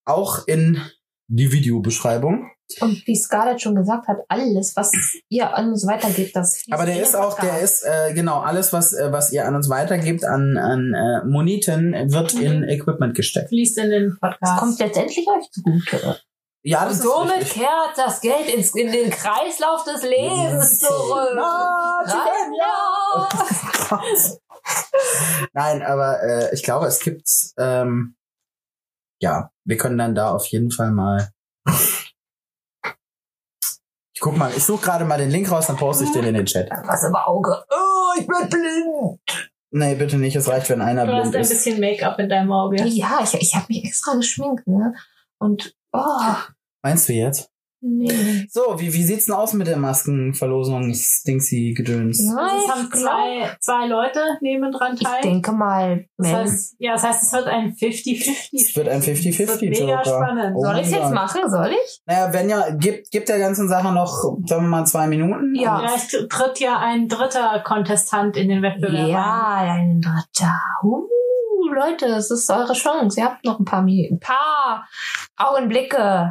[SPEAKER 2] auch in die Videobeschreibung.
[SPEAKER 1] Und wie Scarlett schon gesagt hat, alles, was ihr an uns weitergebt, das fließt
[SPEAKER 2] Aber der
[SPEAKER 1] in den
[SPEAKER 3] eh
[SPEAKER 2] ist auch, der
[SPEAKER 1] Podcast.
[SPEAKER 2] ist, äh, genau, alles, was, äh, was ihr an uns weitergebt, an, an äh, Moniten, wird in
[SPEAKER 3] Mhm.
[SPEAKER 2] Equipment gesteckt.
[SPEAKER 3] Fließt in den
[SPEAKER 1] Das
[SPEAKER 3] Podcast.
[SPEAKER 1] kommt letztendlich euch zugute.
[SPEAKER 2] Ja,
[SPEAKER 1] Und
[SPEAKER 2] das
[SPEAKER 1] somit
[SPEAKER 2] ist richtig.
[SPEAKER 1] kehrt das Geld ins, in den Kreislauf des Lebens zurück.
[SPEAKER 2] Na,
[SPEAKER 1] Hallo!
[SPEAKER 2] Nein, aber äh, ich glaube, es gibt, ähm, ja, wir können dann da auf jeden Fall mal. Ich guck mal, ich suche gerade mal den Link raus, dann poste ich den
[SPEAKER 3] Mhm.
[SPEAKER 2] in den Chat.
[SPEAKER 1] Was im Auge. Oh, ich bin blind.
[SPEAKER 2] Nee, bitte nicht, es reicht, wenn einer
[SPEAKER 3] Du hast
[SPEAKER 2] blind
[SPEAKER 3] ein
[SPEAKER 2] ist.
[SPEAKER 3] bisschen Make-up in deinem Auge.
[SPEAKER 1] Ja, ich, ich habe mich extra geschminkt, ne? Und, oh,
[SPEAKER 2] Meinst du jetzt?
[SPEAKER 1] nee.
[SPEAKER 2] So, wie, wie sieht's denn aus mit der Maskenverlosung? Dingsy Gedöns.
[SPEAKER 3] Also
[SPEAKER 1] Nein,
[SPEAKER 3] es haben
[SPEAKER 1] genau. ich glaub-
[SPEAKER 3] zwei, zwei Leute neben dran
[SPEAKER 1] ich
[SPEAKER 3] teil.
[SPEAKER 1] denke mal,
[SPEAKER 3] das
[SPEAKER 1] wenn-
[SPEAKER 3] heißt, ja, das heißt, es wird ein 50-50.
[SPEAKER 2] Es wird ein 50-50
[SPEAKER 3] Es wird Mega
[SPEAKER 2] Joker.
[SPEAKER 3] spannend.
[SPEAKER 2] Oh
[SPEAKER 1] soll
[SPEAKER 2] mein
[SPEAKER 1] ich jetzt
[SPEAKER 2] Gott.
[SPEAKER 1] machen? Soll ich?
[SPEAKER 2] Naja, wenn ja, gibt, gibt der ganzen Sache noch, sagen wir mal, zwei Minuten.
[SPEAKER 1] Ja.
[SPEAKER 3] Vielleicht tritt ja ein dritter Kontestant in den Wettbewerb ein.
[SPEAKER 1] Ja, ein dritter. Uh, Leute, es ist eure Chance. Ihr habt noch ein paar Minuten. Ein paar Augenblicke.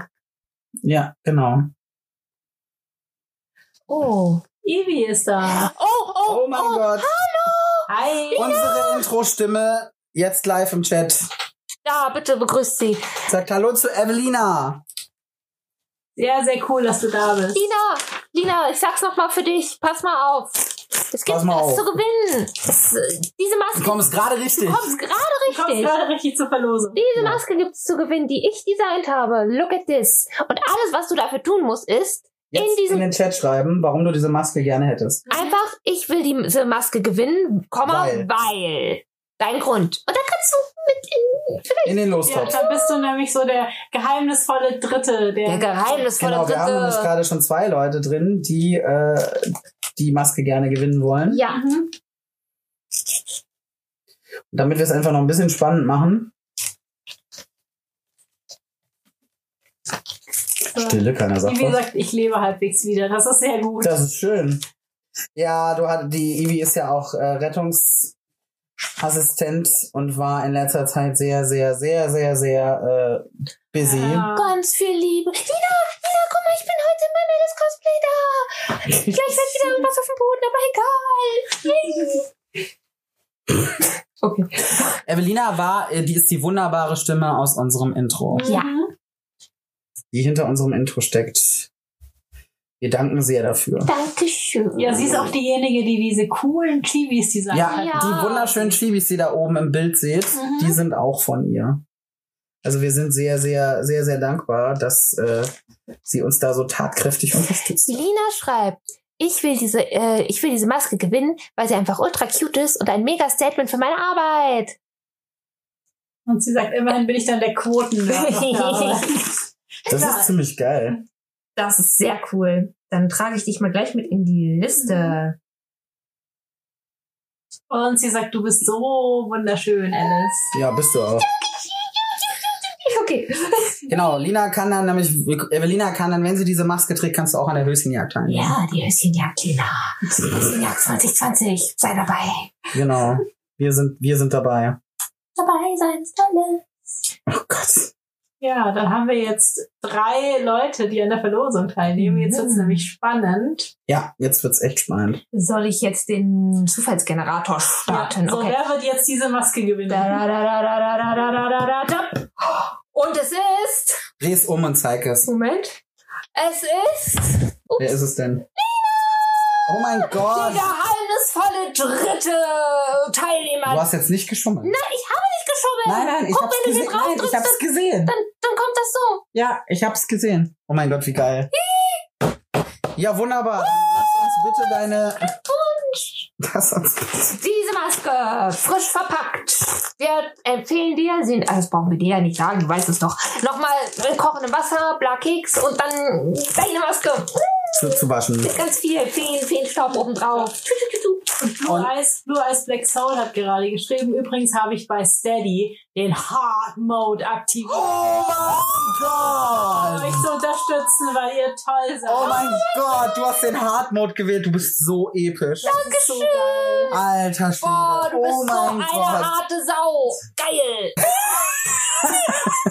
[SPEAKER 2] Ja, genau.
[SPEAKER 1] Oh.
[SPEAKER 3] Ivi ist da.
[SPEAKER 1] Oh, oh,
[SPEAKER 2] Oh mein Gott.
[SPEAKER 3] Hi.
[SPEAKER 2] Unsere Intro-Stimme jetzt live im Chat.
[SPEAKER 1] Ja, bitte begrüßt sie.
[SPEAKER 2] Sagt Hallo zu Evelina.
[SPEAKER 3] Sehr, sehr cool, dass du da bist.
[SPEAKER 1] Lina, Lina, ich sag's nochmal für dich. Pass mal auf. Es gibt
[SPEAKER 2] Pass mal
[SPEAKER 1] was
[SPEAKER 2] auf.
[SPEAKER 1] zu gewinnen. Es, äh, diese
[SPEAKER 2] Du
[SPEAKER 1] Maske,
[SPEAKER 2] kommst gerade richtig.
[SPEAKER 1] du kommst gerade
[SPEAKER 3] Du kommst
[SPEAKER 1] richtig.
[SPEAKER 3] gerade richtig zur Verlosung.
[SPEAKER 1] Diese Maske gibt's zu gewinnen, die ich designt habe. Look at this. Und alles, was du dafür tun musst, ist
[SPEAKER 2] Jetzt
[SPEAKER 1] in
[SPEAKER 2] in,
[SPEAKER 1] diesem-
[SPEAKER 2] den Chat schreiben, warum du diese Maske gerne hättest.
[SPEAKER 1] einfach, ich will diese Maske gewinnen, Komma, weil.
[SPEAKER 2] Weil.
[SPEAKER 1] Dein Grund. Und dann kannst du mit in
[SPEAKER 2] In den
[SPEAKER 3] Ja,
[SPEAKER 2] Lostopf.
[SPEAKER 3] da bist du nämlich so der geheimnisvolle Dritte,
[SPEAKER 1] der
[SPEAKER 3] der,
[SPEAKER 1] geheimnisvolle
[SPEAKER 2] genau, wir haben nämlich
[SPEAKER 1] Dritte.
[SPEAKER 2] gerade schon zwei Leute drin, die äh, die Maske gerne gewinnen wollen.
[SPEAKER 1] Ja.
[SPEAKER 3] Mhm.
[SPEAKER 2] Und damit wir es einfach noch ein bisschen spannend machen. Stille, keiner sagt
[SPEAKER 3] Ivi
[SPEAKER 2] was.
[SPEAKER 3] sagt, ich lebe halbwegs wieder. Das ist sehr gut.
[SPEAKER 2] Das ist schön. Ja, du hat, die Ivi ist ja auch äh, Rettungsassistent und war in letzter Zeit sehr, sehr, sehr, sehr, sehr äh, busy.
[SPEAKER 3] Ah.
[SPEAKER 1] Ganz viel Liebe. Lina, Lina, guck mal, ich bin heute in meinem Alice Cosplay da. Gleich fällt wieder irgendwas auf den Boden, aber egal. okay.
[SPEAKER 2] Evelina war, äh, die ist die wunderbare Stimme aus unserem Intro,
[SPEAKER 1] Ja.
[SPEAKER 3] Mhm.
[SPEAKER 2] die hinter unserem Intro steckt. Wir danken sehr dafür.
[SPEAKER 1] Dankeschön.
[SPEAKER 3] Ja, sie ist auch diejenige, die diese coolen Chivis designt
[SPEAKER 2] Ja,
[SPEAKER 3] hat.
[SPEAKER 1] Äh, Ja.
[SPEAKER 2] die wunderschönen Chibis, die da oben im Bild seht,
[SPEAKER 3] Mhm.
[SPEAKER 2] die sind auch von ihr. Also wir sind sehr, sehr, sehr, sehr dankbar, dass äh, sie uns da so tatkräftig unterstützt.
[SPEAKER 1] Lina schreibt, ich will diese, äh, ich will diese Maske gewinnen, weil sie einfach ultra cute ist und ein mega Statement für meine Arbeit.
[SPEAKER 3] Und sie sagt, immerhin bin ich dann der Quoten.
[SPEAKER 2] Das
[SPEAKER 3] Egal.
[SPEAKER 2] ist ziemlich geil.
[SPEAKER 1] Das ist sehr cool. Dann trage ich dich mal gleich mit in die Liste.
[SPEAKER 3] Und sie sagt, du bist so wunderschön, Alice.
[SPEAKER 2] Ja, bist du auch.
[SPEAKER 1] Mhm. Okay.
[SPEAKER 2] Genau, Lina kann dann nämlich, Evelina kann dann, wenn sie diese Maske trägt, kannst du auch an der Höschenjagd teilnehmen.
[SPEAKER 1] Ja, die Höschenjagd, Lina. Höschenjagd 2020. Sei dabei.
[SPEAKER 2] Genau. Wir sind, wir sind dabei.
[SPEAKER 1] Dabei sein ist alle.
[SPEAKER 2] Oh Gott.
[SPEAKER 3] Ja, dann haben wir jetzt drei Leute, die an der Verlosung teilnehmen. Jetzt wird's
[SPEAKER 1] Mhm.
[SPEAKER 3] nämlich spannend.
[SPEAKER 2] Ja, jetzt wird's echt spannend.
[SPEAKER 1] Soll ich jetzt den Zufallsgenerator starten?
[SPEAKER 3] Ja, so,
[SPEAKER 1] okay.
[SPEAKER 3] wer wird jetzt diese Maske gewinnen?
[SPEAKER 1] Da, da, da, da, da, da, da, da, da, da, da. Und es ist.
[SPEAKER 2] Dreh's um und zeig es.
[SPEAKER 1] Moment. Es ist.
[SPEAKER 2] Wer ist es denn? Oh mein
[SPEAKER 1] Der
[SPEAKER 2] Gott.
[SPEAKER 1] geheimnisvolle dritte
[SPEAKER 2] Du
[SPEAKER 1] Teilnehmer.
[SPEAKER 2] hast jetzt nicht geschummelt.
[SPEAKER 1] Nein, ich habe nicht geschummelt.
[SPEAKER 2] Nein, nein, ich
[SPEAKER 1] Guck,
[SPEAKER 2] hab's
[SPEAKER 1] wenn du hier
[SPEAKER 2] gesehen.
[SPEAKER 1] drauf
[SPEAKER 2] Nein, ich
[SPEAKER 1] drückst,
[SPEAKER 2] hab's gesehen.
[SPEAKER 1] Dann, dann kommt das so.
[SPEAKER 2] Ja, ich hab's gesehen. Oh mein Gott, wie geil. Ja, wunderbar. Lass uns bitte deine.
[SPEAKER 1] Glückwunsch.
[SPEAKER 2] Lass uns bitte.
[SPEAKER 1] Diese Maske, frisch verpackt. Wir empfehlen dir, sie, ah, das brauchen wir dir ja nicht sagen, du weißt es doch. Nochmal in kochendem Wasser, Blakeks und dann deine Maske.
[SPEAKER 2] Zu, zu waschen.
[SPEAKER 1] Mit ganz viel Feen, Feenstaub obendrauf. Tü, tü, tü, tü.
[SPEAKER 3] Blue
[SPEAKER 2] Und-
[SPEAKER 3] Eyes, Blue Eyes Black Soul hat gerade geschrieben. Übrigens habe ich bei Steady den Hard Mode aktiviert,
[SPEAKER 2] Oh mein
[SPEAKER 1] Oh.
[SPEAKER 3] um euch
[SPEAKER 2] Oh Gott!
[SPEAKER 3] zu unterstützen, weil ihr toll seid.
[SPEAKER 2] Oh mein Gott, du hast den Hard Mode gewählt, du bist so episch.
[SPEAKER 3] Dankeschön. So geil.
[SPEAKER 2] Alter Schwede.
[SPEAKER 1] Boah, du bist
[SPEAKER 2] oh
[SPEAKER 1] so
[SPEAKER 2] mein
[SPEAKER 1] eine
[SPEAKER 2] Gott.
[SPEAKER 1] harte Sau. Geil.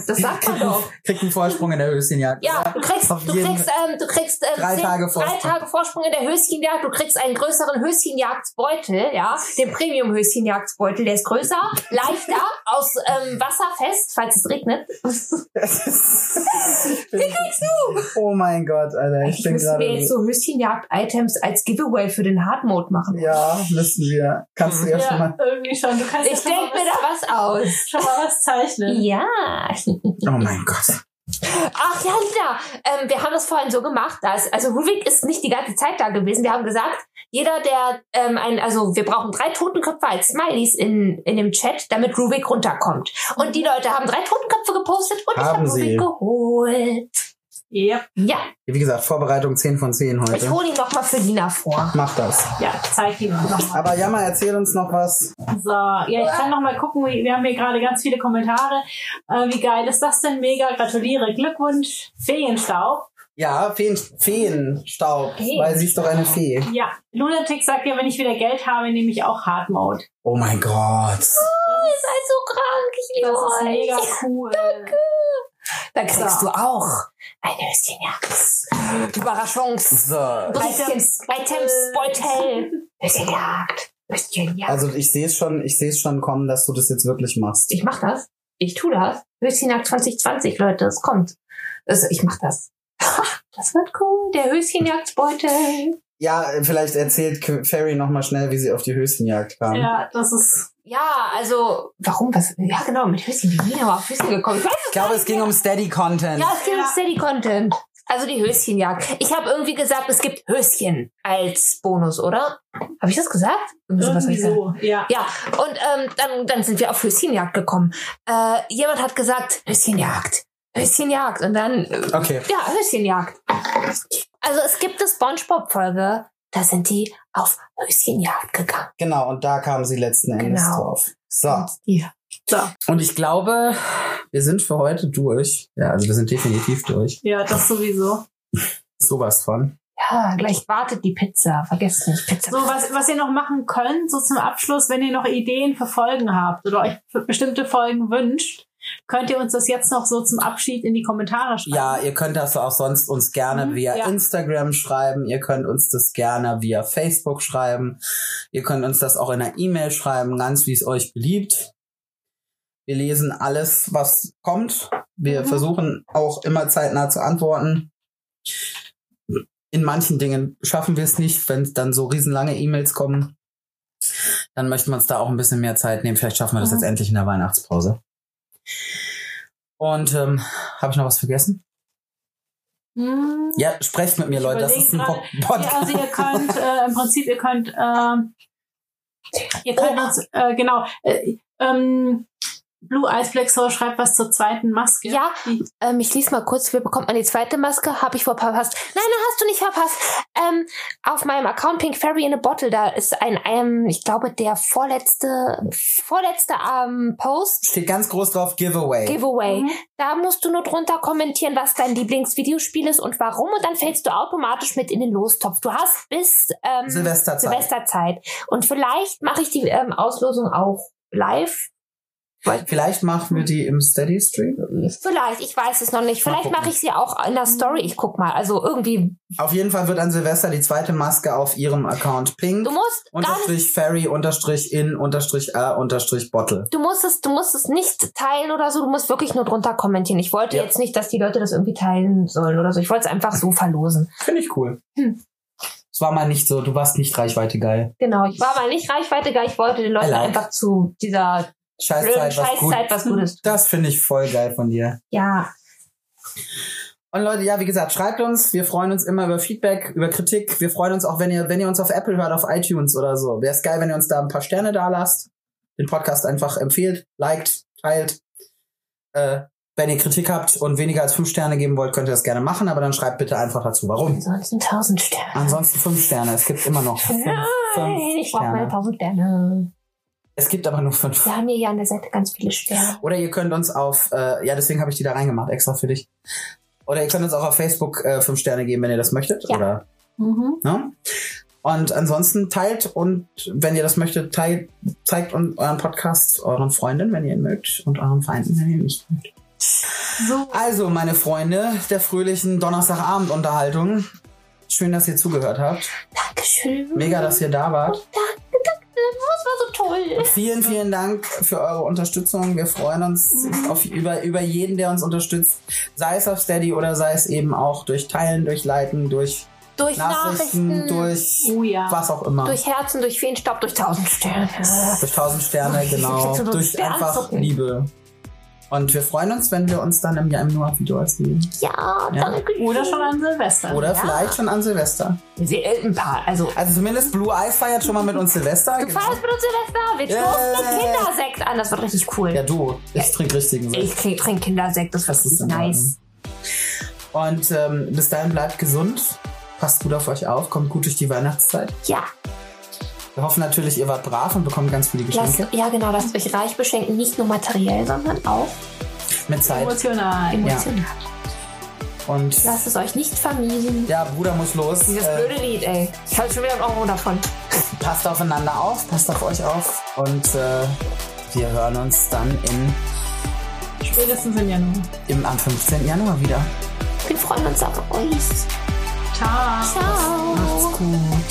[SPEAKER 1] Das sagt man doch.
[SPEAKER 2] Kriegt einen Vorsprung in der Höschenjagd.
[SPEAKER 1] Ja,
[SPEAKER 2] oder?
[SPEAKER 1] du kriegst,
[SPEAKER 2] Auf
[SPEAKER 1] du
[SPEAKER 2] jeden-
[SPEAKER 1] kriegst, ähm, du kriegst ähm,
[SPEAKER 2] Drei Tage
[SPEAKER 1] drei
[SPEAKER 2] Vorsprung.
[SPEAKER 1] Tage Vorsprung in der Höschenjagd, du kriegst einen größeren Höschenjagdsbeutel, ja, den Premium-Höschenjagdsbeutel, der ist größer, leichter, aus ähm, wasserfest, falls es regnet.
[SPEAKER 2] Das ist- Oh mein Gott, Alter. Ich
[SPEAKER 1] Eigentlich
[SPEAKER 2] bin
[SPEAKER 1] müssen wir
[SPEAKER 2] gerade.
[SPEAKER 1] jetzt so Höschenjagd-Items als Giveaway für den Hard-Mode machen.
[SPEAKER 2] Ja, müssen wir. Kannst du ja, schon
[SPEAKER 3] Ja,
[SPEAKER 2] mal.
[SPEAKER 3] irgendwie schon. Du kannst ja
[SPEAKER 1] Ich
[SPEAKER 3] schon, mal
[SPEAKER 1] denke mir
[SPEAKER 3] was,
[SPEAKER 1] da was aus.
[SPEAKER 3] schon mal was zeichnen.
[SPEAKER 1] Ja.
[SPEAKER 2] Oh mein Gott.
[SPEAKER 1] Ach ja, Lina, ähm, wir haben das vorhin so gemacht, dass, also Ludwig ist nicht die ganze Zeit da gewesen. Wir haben gesagt, jeder, der ähm, ein, also wir brauchen drei Totenköpfe als Smileys in, in dem Chat, damit Rubik runterkommt. Und die Leute haben drei Totenköpfe gepostet und ich
[SPEAKER 2] Haben
[SPEAKER 1] habe
[SPEAKER 2] sie.
[SPEAKER 1] Rubik geholt.
[SPEAKER 3] Yep.
[SPEAKER 1] Ja,
[SPEAKER 2] Wie gesagt, Vorbereitung 10 von 10
[SPEAKER 1] ich
[SPEAKER 2] heute.
[SPEAKER 1] hole ihn nochmal für Lina vor.
[SPEAKER 2] Mach das.
[SPEAKER 3] Ja, zeig ihm nochmal.
[SPEAKER 2] Aber Jammer, erzähl uns noch was.
[SPEAKER 3] So, ja, ich kann noch mal gucken. wie- Wir haben hier gerade ganz viele Kommentare. Äh, wie geil ist das denn? Mega, gratuliere. Glückwunsch. Feenstaub.
[SPEAKER 2] Ja, Feen, Feenstaub,
[SPEAKER 1] Feen.
[SPEAKER 2] weil sie ist doch eine Fee.
[SPEAKER 3] Ja, Lunatic sagt ja, wenn ich wieder Geld habe, nehme ich auch Hard Mode.
[SPEAKER 2] Oh mein
[SPEAKER 1] Ihr
[SPEAKER 2] Gott.
[SPEAKER 1] seid so krank, Oh, ich liebe
[SPEAKER 3] Das ist
[SPEAKER 1] euch.
[SPEAKER 3] mega cool.
[SPEAKER 1] Da kriegst
[SPEAKER 3] So.
[SPEAKER 1] du auch eine Höschenjagd. Überraschungs.
[SPEAKER 2] So.
[SPEAKER 1] Items, Items, Beutel. Höschenjagd. Höschenjagd.
[SPEAKER 2] Also ich sehe es schon, ich sehe es schon kommen, dass du das jetzt wirklich machst.
[SPEAKER 1] ich mach das. Ich tu das. Höschenjagd 2020, Leute, es kommt. Es- ich mach das. Das wird cool. Der Höschenjagdbeutel.
[SPEAKER 2] Ja, vielleicht erzählt Qu- Fairy nochmal schnell, wie sie auf die Höschenjagd kam.
[SPEAKER 3] Ja, das ist.
[SPEAKER 1] Ja, also, warum? Was? Ja, genau, mit Höschen. Wie bin ich aber auf Höschen gekommen? Ich weiß
[SPEAKER 2] Ich glaube, es ging um Steady Content.
[SPEAKER 1] Ja, es geht um Steady Content. Also die Höschenjagd. Ich habe irgendwie gesagt, es gibt Höschen als Bonus, oder? Habe ich das gesagt? Irgendwie sowas hab
[SPEAKER 3] Irgendwie
[SPEAKER 1] ich gesagt.
[SPEAKER 3] so, ja.
[SPEAKER 1] Ja, und ähm, dann, dann sind wir auf Höschenjagd gekommen. Äh, jemand hat gesagt, Höschenjagd, Höschenjagd. Und dann, äh,
[SPEAKER 2] Okay.
[SPEAKER 1] ja, Höschenjagd. Also es gibt eine Spongebob-Folge, da sind die auf Höschenjagd gegangen.
[SPEAKER 2] Genau, und da kamen sie letzten Endes
[SPEAKER 1] Genau.
[SPEAKER 2] drauf. So.
[SPEAKER 1] Ja.
[SPEAKER 3] So.
[SPEAKER 2] Und ich glaube, wir sind für heute durch. Ja, also wir sind definitiv durch.
[SPEAKER 3] Ja, das sowieso.
[SPEAKER 2] Sowas von.
[SPEAKER 1] ja, gleich wartet die Pizza. Vergesst nicht, Pizza.
[SPEAKER 3] So, was, was ihr noch machen könnt, so zum Abschluss, wenn ihr noch Ideen für Folgen habt oder euch für bestimmte Folgen wünscht, könnt ihr uns das jetzt noch so zum Abschied in die Kommentare schreiben.
[SPEAKER 2] Ja, ihr könnt das auch sonst uns gerne
[SPEAKER 3] Mhm,
[SPEAKER 2] via
[SPEAKER 3] ja.
[SPEAKER 2] Instagram schreiben. Ihr könnt uns das gerne via Facebook schreiben. Ihr könnt uns das auch in einer E-Mail schreiben, ganz wie es euch beliebt. Wir lesen alles, was kommt. Wir
[SPEAKER 3] Mhm.
[SPEAKER 2] versuchen auch immer zeitnah zu antworten. In manchen Dingen schaffen wir es nicht, wenn dann so riesenlange E-Mails kommen. Dann möchten wir uns da auch ein bisschen mehr Zeit nehmen. Vielleicht schaffen wir das
[SPEAKER 3] Mhm.
[SPEAKER 2] jetzt endlich in der Weihnachtspause. Und ähm, habe ich noch was vergessen?
[SPEAKER 3] Hm.
[SPEAKER 2] Ja, sprecht mit mir,
[SPEAKER 3] Ich
[SPEAKER 2] Leute. Das
[SPEAKER 3] überlege
[SPEAKER 2] ist ein
[SPEAKER 3] gerade.
[SPEAKER 2] Pod-
[SPEAKER 3] Ja,
[SPEAKER 2] Podcast.
[SPEAKER 3] also ihr könnt äh, im Prinzip, ihr könnt, ähm, ihr könnt uns, äh, genau, äh, ähm, Blue Eyes Black Soul schreibt was zur zweiten Maske.
[SPEAKER 1] Ja.
[SPEAKER 3] Die-
[SPEAKER 1] Ähm, ich lese mal kurz, wie bekommt man die zweite Maske? Habe ich verpasst. Nein, nein, hast du nicht verpasst. Ähm, auf meinem Account Pink Fairy in a Bottle, da ist ein, ähm, ich glaube, der vorletzte, vorletzte ähm, Post.
[SPEAKER 2] Steht ganz groß drauf Giveaway.
[SPEAKER 1] Giveaway.
[SPEAKER 3] Mhm.
[SPEAKER 1] Da musst du nur drunter kommentieren, was dein Lieblingsvideospiel ist und warum. Und dann fällst du automatisch mit in den Lostopf. Du hast bis ähm,
[SPEAKER 2] Silvesterzeit.
[SPEAKER 1] Silvesterzeit. Und vielleicht mache ich die ähm, Auslosung auch live.
[SPEAKER 2] Vielleicht machen wir die im Steady Stream.
[SPEAKER 1] Vielleicht, ich weiß es noch nicht.
[SPEAKER 2] Mal
[SPEAKER 1] Vielleicht
[SPEAKER 2] gucken.
[SPEAKER 1] mache ich sie auch in der Story. Ich guck mal. Also irgendwie
[SPEAKER 2] Auf jeden Fall wird an Silvester die zweite Maske auf ihrem Account pink.
[SPEAKER 1] Du musst gar nicht,
[SPEAKER 2] Unterstrich Ferry, Unterstrich In, Unterstrich A, Unterstrich Bottle.
[SPEAKER 1] du musst es, du musst es nicht teilen oder so, du musst wirklich nur drunter kommentieren. Ich wollte
[SPEAKER 2] Ja.
[SPEAKER 1] jetzt nicht, dass die Leute das irgendwie teilen sollen oder so. Ich wollte es einfach so verlosen.
[SPEAKER 2] Finde ich cool.
[SPEAKER 1] Hm.
[SPEAKER 2] Es war mal nicht so, du warst nicht Reichweite geil.
[SPEAKER 1] Genau. Ich war mal nicht Reichweite, geil. ich wollte den Leuten
[SPEAKER 2] Allein.
[SPEAKER 1] einfach zu dieser blöden
[SPEAKER 2] Scheißzeit, was gut.
[SPEAKER 1] Scheißzeit was Gutes.
[SPEAKER 2] Das finde ich voll geil von dir.
[SPEAKER 1] Ja.
[SPEAKER 2] Und Leute, ja, wie gesagt, schreibt uns. Wir freuen uns immer über Feedback, über Kritik. Wir freuen uns auch, wenn ihr, wenn ihr uns auf Apple hört, auf iTunes oder so. Wäre es geil, wenn ihr uns da ein paar Sterne da lasst, den Podcast einfach empfehlt, liked, teilt. Äh, wenn ihr Kritik habt und weniger als fünf Sterne geben wollt, könnt ihr das gerne machen, aber dann schreibt bitte einfach dazu, warum.
[SPEAKER 1] Ansonsten 1000 Sterne.
[SPEAKER 2] Ansonsten fünf Sterne. Es gibt immer noch fünf,
[SPEAKER 1] Nein,
[SPEAKER 2] fünf
[SPEAKER 1] ich brauche meine
[SPEAKER 2] Sterne.
[SPEAKER 1] 1000 Sterne.
[SPEAKER 2] Es gibt aber nur fünf.
[SPEAKER 1] Wir haben hier ja an der Seite ganz viele Sterne.
[SPEAKER 2] Oder ihr könnt uns auf, äh, ja, deswegen habe ich die da reingemacht, extra für dich. Oder ihr könnt uns auch auf Facebook äh, fünf Sterne geben, wenn ihr das möchtet.
[SPEAKER 1] Ja.
[SPEAKER 2] Oder
[SPEAKER 3] Mhm.
[SPEAKER 2] Ne? Und ansonsten teilt und wenn ihr das möchtet, teilt, zeigt und euren Podcast euren Freunden, wenn ihr ihn mögt, und euren Feinden, wenn ihr ihn nicht mögt.
[SPEAKER 3] So.
[SPEAKER 2] Also, meine Freunde der fröhlichen Donnerstagabendunterhaltung, schön, dass ihr zugehört habt.
[SPEAKER 1] Dankeschön.
[SPEAKER 2] Mega, dass ihr da wart.
[SPEAKER 1] Das war so toll.
[SPEAKER 2] Vielen, vielen Dank für eure Unterstützung. Wir freuen uns auf, über, über jeden, der uns unterstützt. Sei es auf Steady oder sei es eben auch durch Teilen, durch Leiten, durch
[SPEAKER 1] Durch
[SPEAKER 2] Nachrichten,
[SPEAKER 1] Nachrichten,
[SPEAKER 2] durch
[SPEAKER 3] Oh ja.
[SPEAKER 2] was auch immer.
[SPEAKER 1] durch Herzen, durch Feenstaub, durch tausend Sterne.
[SPEAKER 2] Durch tausend Sterne, genau.
[SPEAKER 1] jetzt nur
[SPEAKER 2] Durch
[SPEAKER 1] Stern
[SPEAKER 2] einfach
[SPEAKER 1] zucken.
[SPEAKER 2] Liebe. Und wir freuen uns, wenn wir uns dann im Jahr im Januar wieder sehen.
[SPEAKER 1] Ja,
[SPEAKER 2] Ja.
[SPEAKER 1] danke.
[SPEAKER 3] Oder schon an Silvester.
[SPEAKER 2] Oder
[SPEAKER 1] Ah, Ja.
[SPEAKER 2] vielleicht schon an Silvester.
[SPEAKER 1] Sie Eltenpaar. Also,
[SPEAKER 2] Also zumindest Blue Eyes feiert schon mal mit uns Silvester. Genau.
[SPEAKER 1] du feierst mit uns Silvester. Wir trinken
[SPEAKER 2] Yeah.
[SPEAKER 1] Kindersekt an. Das wird richtig cool.
[SPEAKER 2] Ja, du. Ich trinke richtigen
[SPEAKER 1] Ich
[SPEAKER 2] Sekt.
[SPEAKER 1] trinke Kindersekt. Das wird
[SPEAKER 2] Das ist
[SPEAKER 1] richtig
[SPEAKER 2] in Ordnung.
[SPEAKER 1] nice.
[SPEAKER 2] Und ähm, bis dahin bleibt gesund. Passt gut auf euch auf. Kommt gut durch die Weihnachtszeit.
[SPEAKER 1] Ja,
[SPEAKER 2] Wir hoffen natürlich, ihr wart brav und bekommt ganz viele
[SPEAKER 1] lasst,
[SPEAKER 2] Geschenke.
[SPEAKER 1] ja, genau. Lasst euch reich beschenken. Nicht nur materiell, sondern auch
[SPEAKER 2] Mit Zeit.
[SPEAKER 3] Emotional.
[SPEAKER 1] emotional.
[SPEAKER 2] Und
[SPEAKER 1] Lasst es euch nicht vermiesen.
[SPEAKER 2] ja, Bruder muss los.
[SPEAKER 1] Dieses
[SPEAKER 2] Äh,
[SPEAKER 1] blöde Lied, ey. Ich habe schon wieder einen Euro davon.
[SPEAKER 2] passt aufeinander auf, passt auf euch auf. Und äh, wir hören uns dann in
[SPEAKER 3] Spätestens im Januar.
[SPEAKER 2] im, am 15. Januar wieder.
[SPEAKER 1] Wir freuen uns auf euch.
[SPEAKER 3] Ciao.
[SPEAKER 1] Ciao.
[SPEAKER 2] Macht's gut.